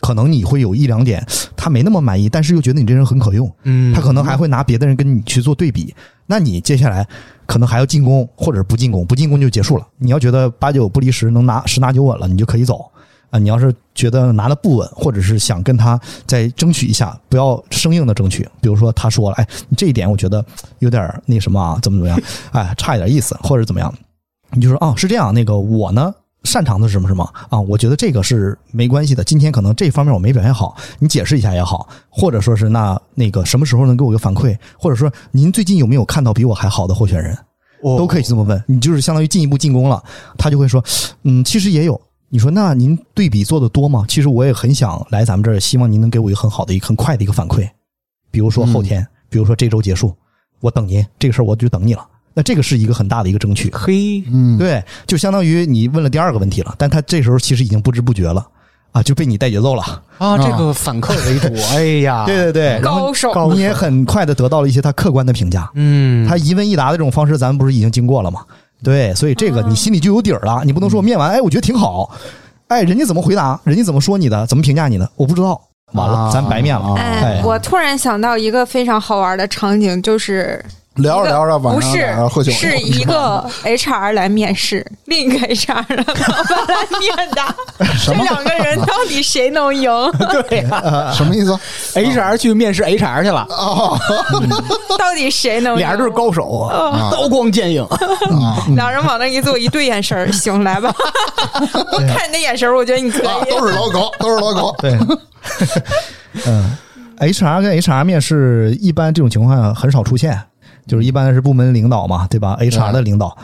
S4: 可能你会有一两点他没那么满意，但是又觉得你这人很可用，
S3: 嗯
S4: 他可能还会拿别的人跟你去做对比。那你接下来可能还要进攻，或者是不进攻，不进攻就结束了。你要觉得八九不离十，能拿十拿九稳了，你就可以走啊。你要是觉得拿的不稳，或者是想跟他再争取一下，不要生硬的争取。比如说他说了，哎，你这一点我觉得有点儿那什么啊，怎么怎么样，哎，差一点意思，或者怎么样，你就说哦，是这样，那个我呢。擅长的是什么什么啊？我觉得这个是没关系的。今天可能这方面我没表现好，你解释一下也好，或者说是那那个什么时候能给我个反馈，或者说您最近有没有看到比我还好的候选人，
S3: 哦
S4: 都可以这么问。你就是相当于进一步进攻了，他就会说，嗯，其实也有。你说那您对比做的多吗？其实我也很想来咱们这儿，希望您能给我一个很好的、一个很快的一个反馈，比如说后天，比如说这周结束，我等您这个事儿我就等你了。那这个是一个很大的一个争取。
S3: 嘿，
S1: 嗯，
S4: 对，就相当于你问了第二个问题了，但他这时候其实已经不知不觉了啊，就被你带节奏了。
S3: 啊，这个反客为 *laughs* 主，哎呀，
S4: 对对对，然后
S2: 高手，
S4: 你也很快的得到了一些他客观的评价。
S3: 嗯，
S4: 他一问一答的这种方式，咱们不是已经经过了吗？对，所以这个你心里就有底儿了。你不能说面完，哎，我觉得挺好，哎，人家怎么回答，人家怎么说你的，怎么评价你的，我不知道。完了，
S3: 啊
S4: 咱白面了。
S2: 哎
S4: 哎，
S2: 我突然想到一个非常好玩的场景，就是
S1: 聊着聊着晚
S2: 不
S1: 上
S2: 是
S1: 俩人喝酒，
S2: 是一个 HR 来面试，另一个 HR 来老板来
S1: *laughs*
S2: 面答，这两个人到底谁能赢？
S3: 对呀
S1: 什么意思？
S3: ，HR 去面试 HR 去了，
S1: 啊
S2: 到底谁能赢？
S3: 俩人都是高手啊，
S1: 啊
S3: 刀光剑影，
S1: 啊！
S2: 两人往那一坐，一对眼神儿，行，
S1: *laughs*
S2: 来吧。我看你的眼神儿，我觉得你可
S1: 啊，
S2: 以。
S1: 都是老狗，都是老狗。
S4: 对，嗯，HR 跟 HR 面试，一般这种情况很少出现，就是一般是部门领导嘛，对吧？HR 的领导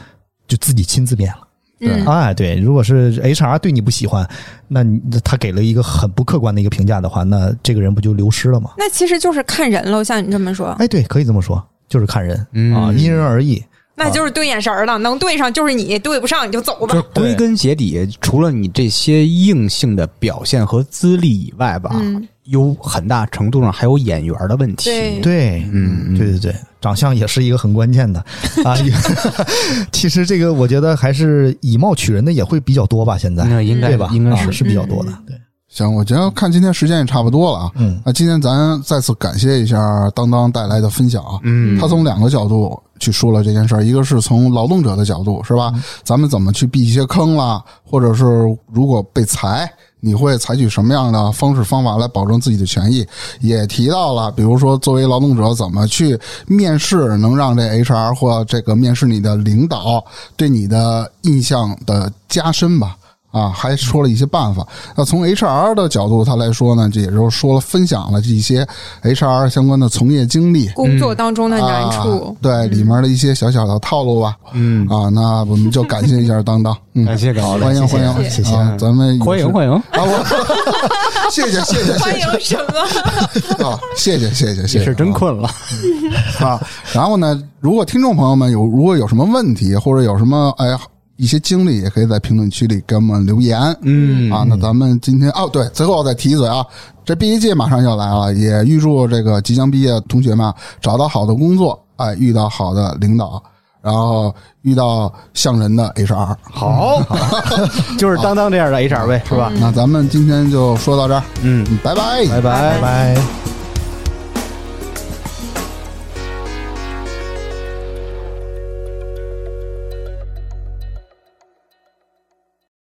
S4: 就自己亲自面了。
S1: 对
S2: 嗯，
S4: 哎，对，如果是 HR 对你不喜欢，那你他给了一个很不客观的一个评价的话，那这个人不就流失了吗？
S2: 那其实就是看人喽，像你这么
S1: 啊
S2: 说，
S4: 哎，对，可以这么说，就是看人
S3: 嗯
S4: 啊，因人而异。
S2: 那就是对眼神儿了，能对上就是你，对不上你就走吧
S3: 就。归根结底，除了你这些硬性的表现和资历以外吧，
S2: 嗯
S3: 有很大程度上还有眼缘的问题。
S2: 对
S4: 对，
S3: 嗯，嗯
S4: 对对对，长相也是一个很关键的
S3: *laughs*
S4: 啊。其实这个我觉得还是以貌取人的也会比较多吧，现在
S3: 那应该
S4: 对吧？
S3: 嗯应该
S4: 啊
S3: 是嗯
S4: 是比较多的，对，
S1: 行，我觉得看今天时间也差不多了啊。
S4: 嗯
S1: 那今天咱再次感谢一下当当带来的分享啊。
S3: 嗯
S1: 他从两个角度去说了这件事儿，一个是从劳动者的角度，是吧？咱们怎么去避一些坑啦，或者是如果被裁，你会采取什么样的方式方法来保证自己的权益？也提到了，比如说作为劳动者怎么去面试，能让这 HR 或这个面试你的领导对你的印象的加深吧。啊，还说了一些办法。那从 HR 的角度，他来说呢，这也就是说了分享了一些 HR 相关的从业经历，
S2: 工作当中的难处
S1: 啊，对里面的一些小小的套路吧。
S3: 嗯，
S1: 啊，那我们就感谢一下当当，嗯，
S3: 感谢感 *laughs* 谢，嗯
S1: 欢迎欢迎，
S4: 谢谢
S1: 啊，咱们也是
S3: 欢迎欢迎，
S1: 啊，我谢谢谢谢 *laughs*
S2: 欢迎什么？
S3: *laughs*
S1: 谢啊，谢谢谢谢谢谢，
S3: 也是真困了。
S1: 啊。然后呢，如果听众朋友们有如果有什么问题或者有什么哎一些经历，也可以在评论区里给我们留言。
S3: 嗯
S1: 啊，那咱们今天哦，对，最后再提一嘴啊，这毕业季马上就要来了，也预祝这个即将毕业的同学们啊找到好的工作，哎，遇到好的领导，然后遇到像人的 HR。
S3: 好， *laughs* 就是当当这样的 HR 呗，是吧？
S1: 那咱们今天就说到这儿，
S3: 嗯，
S1: 拜拜
S3: 拜拜
S4: 拜拜。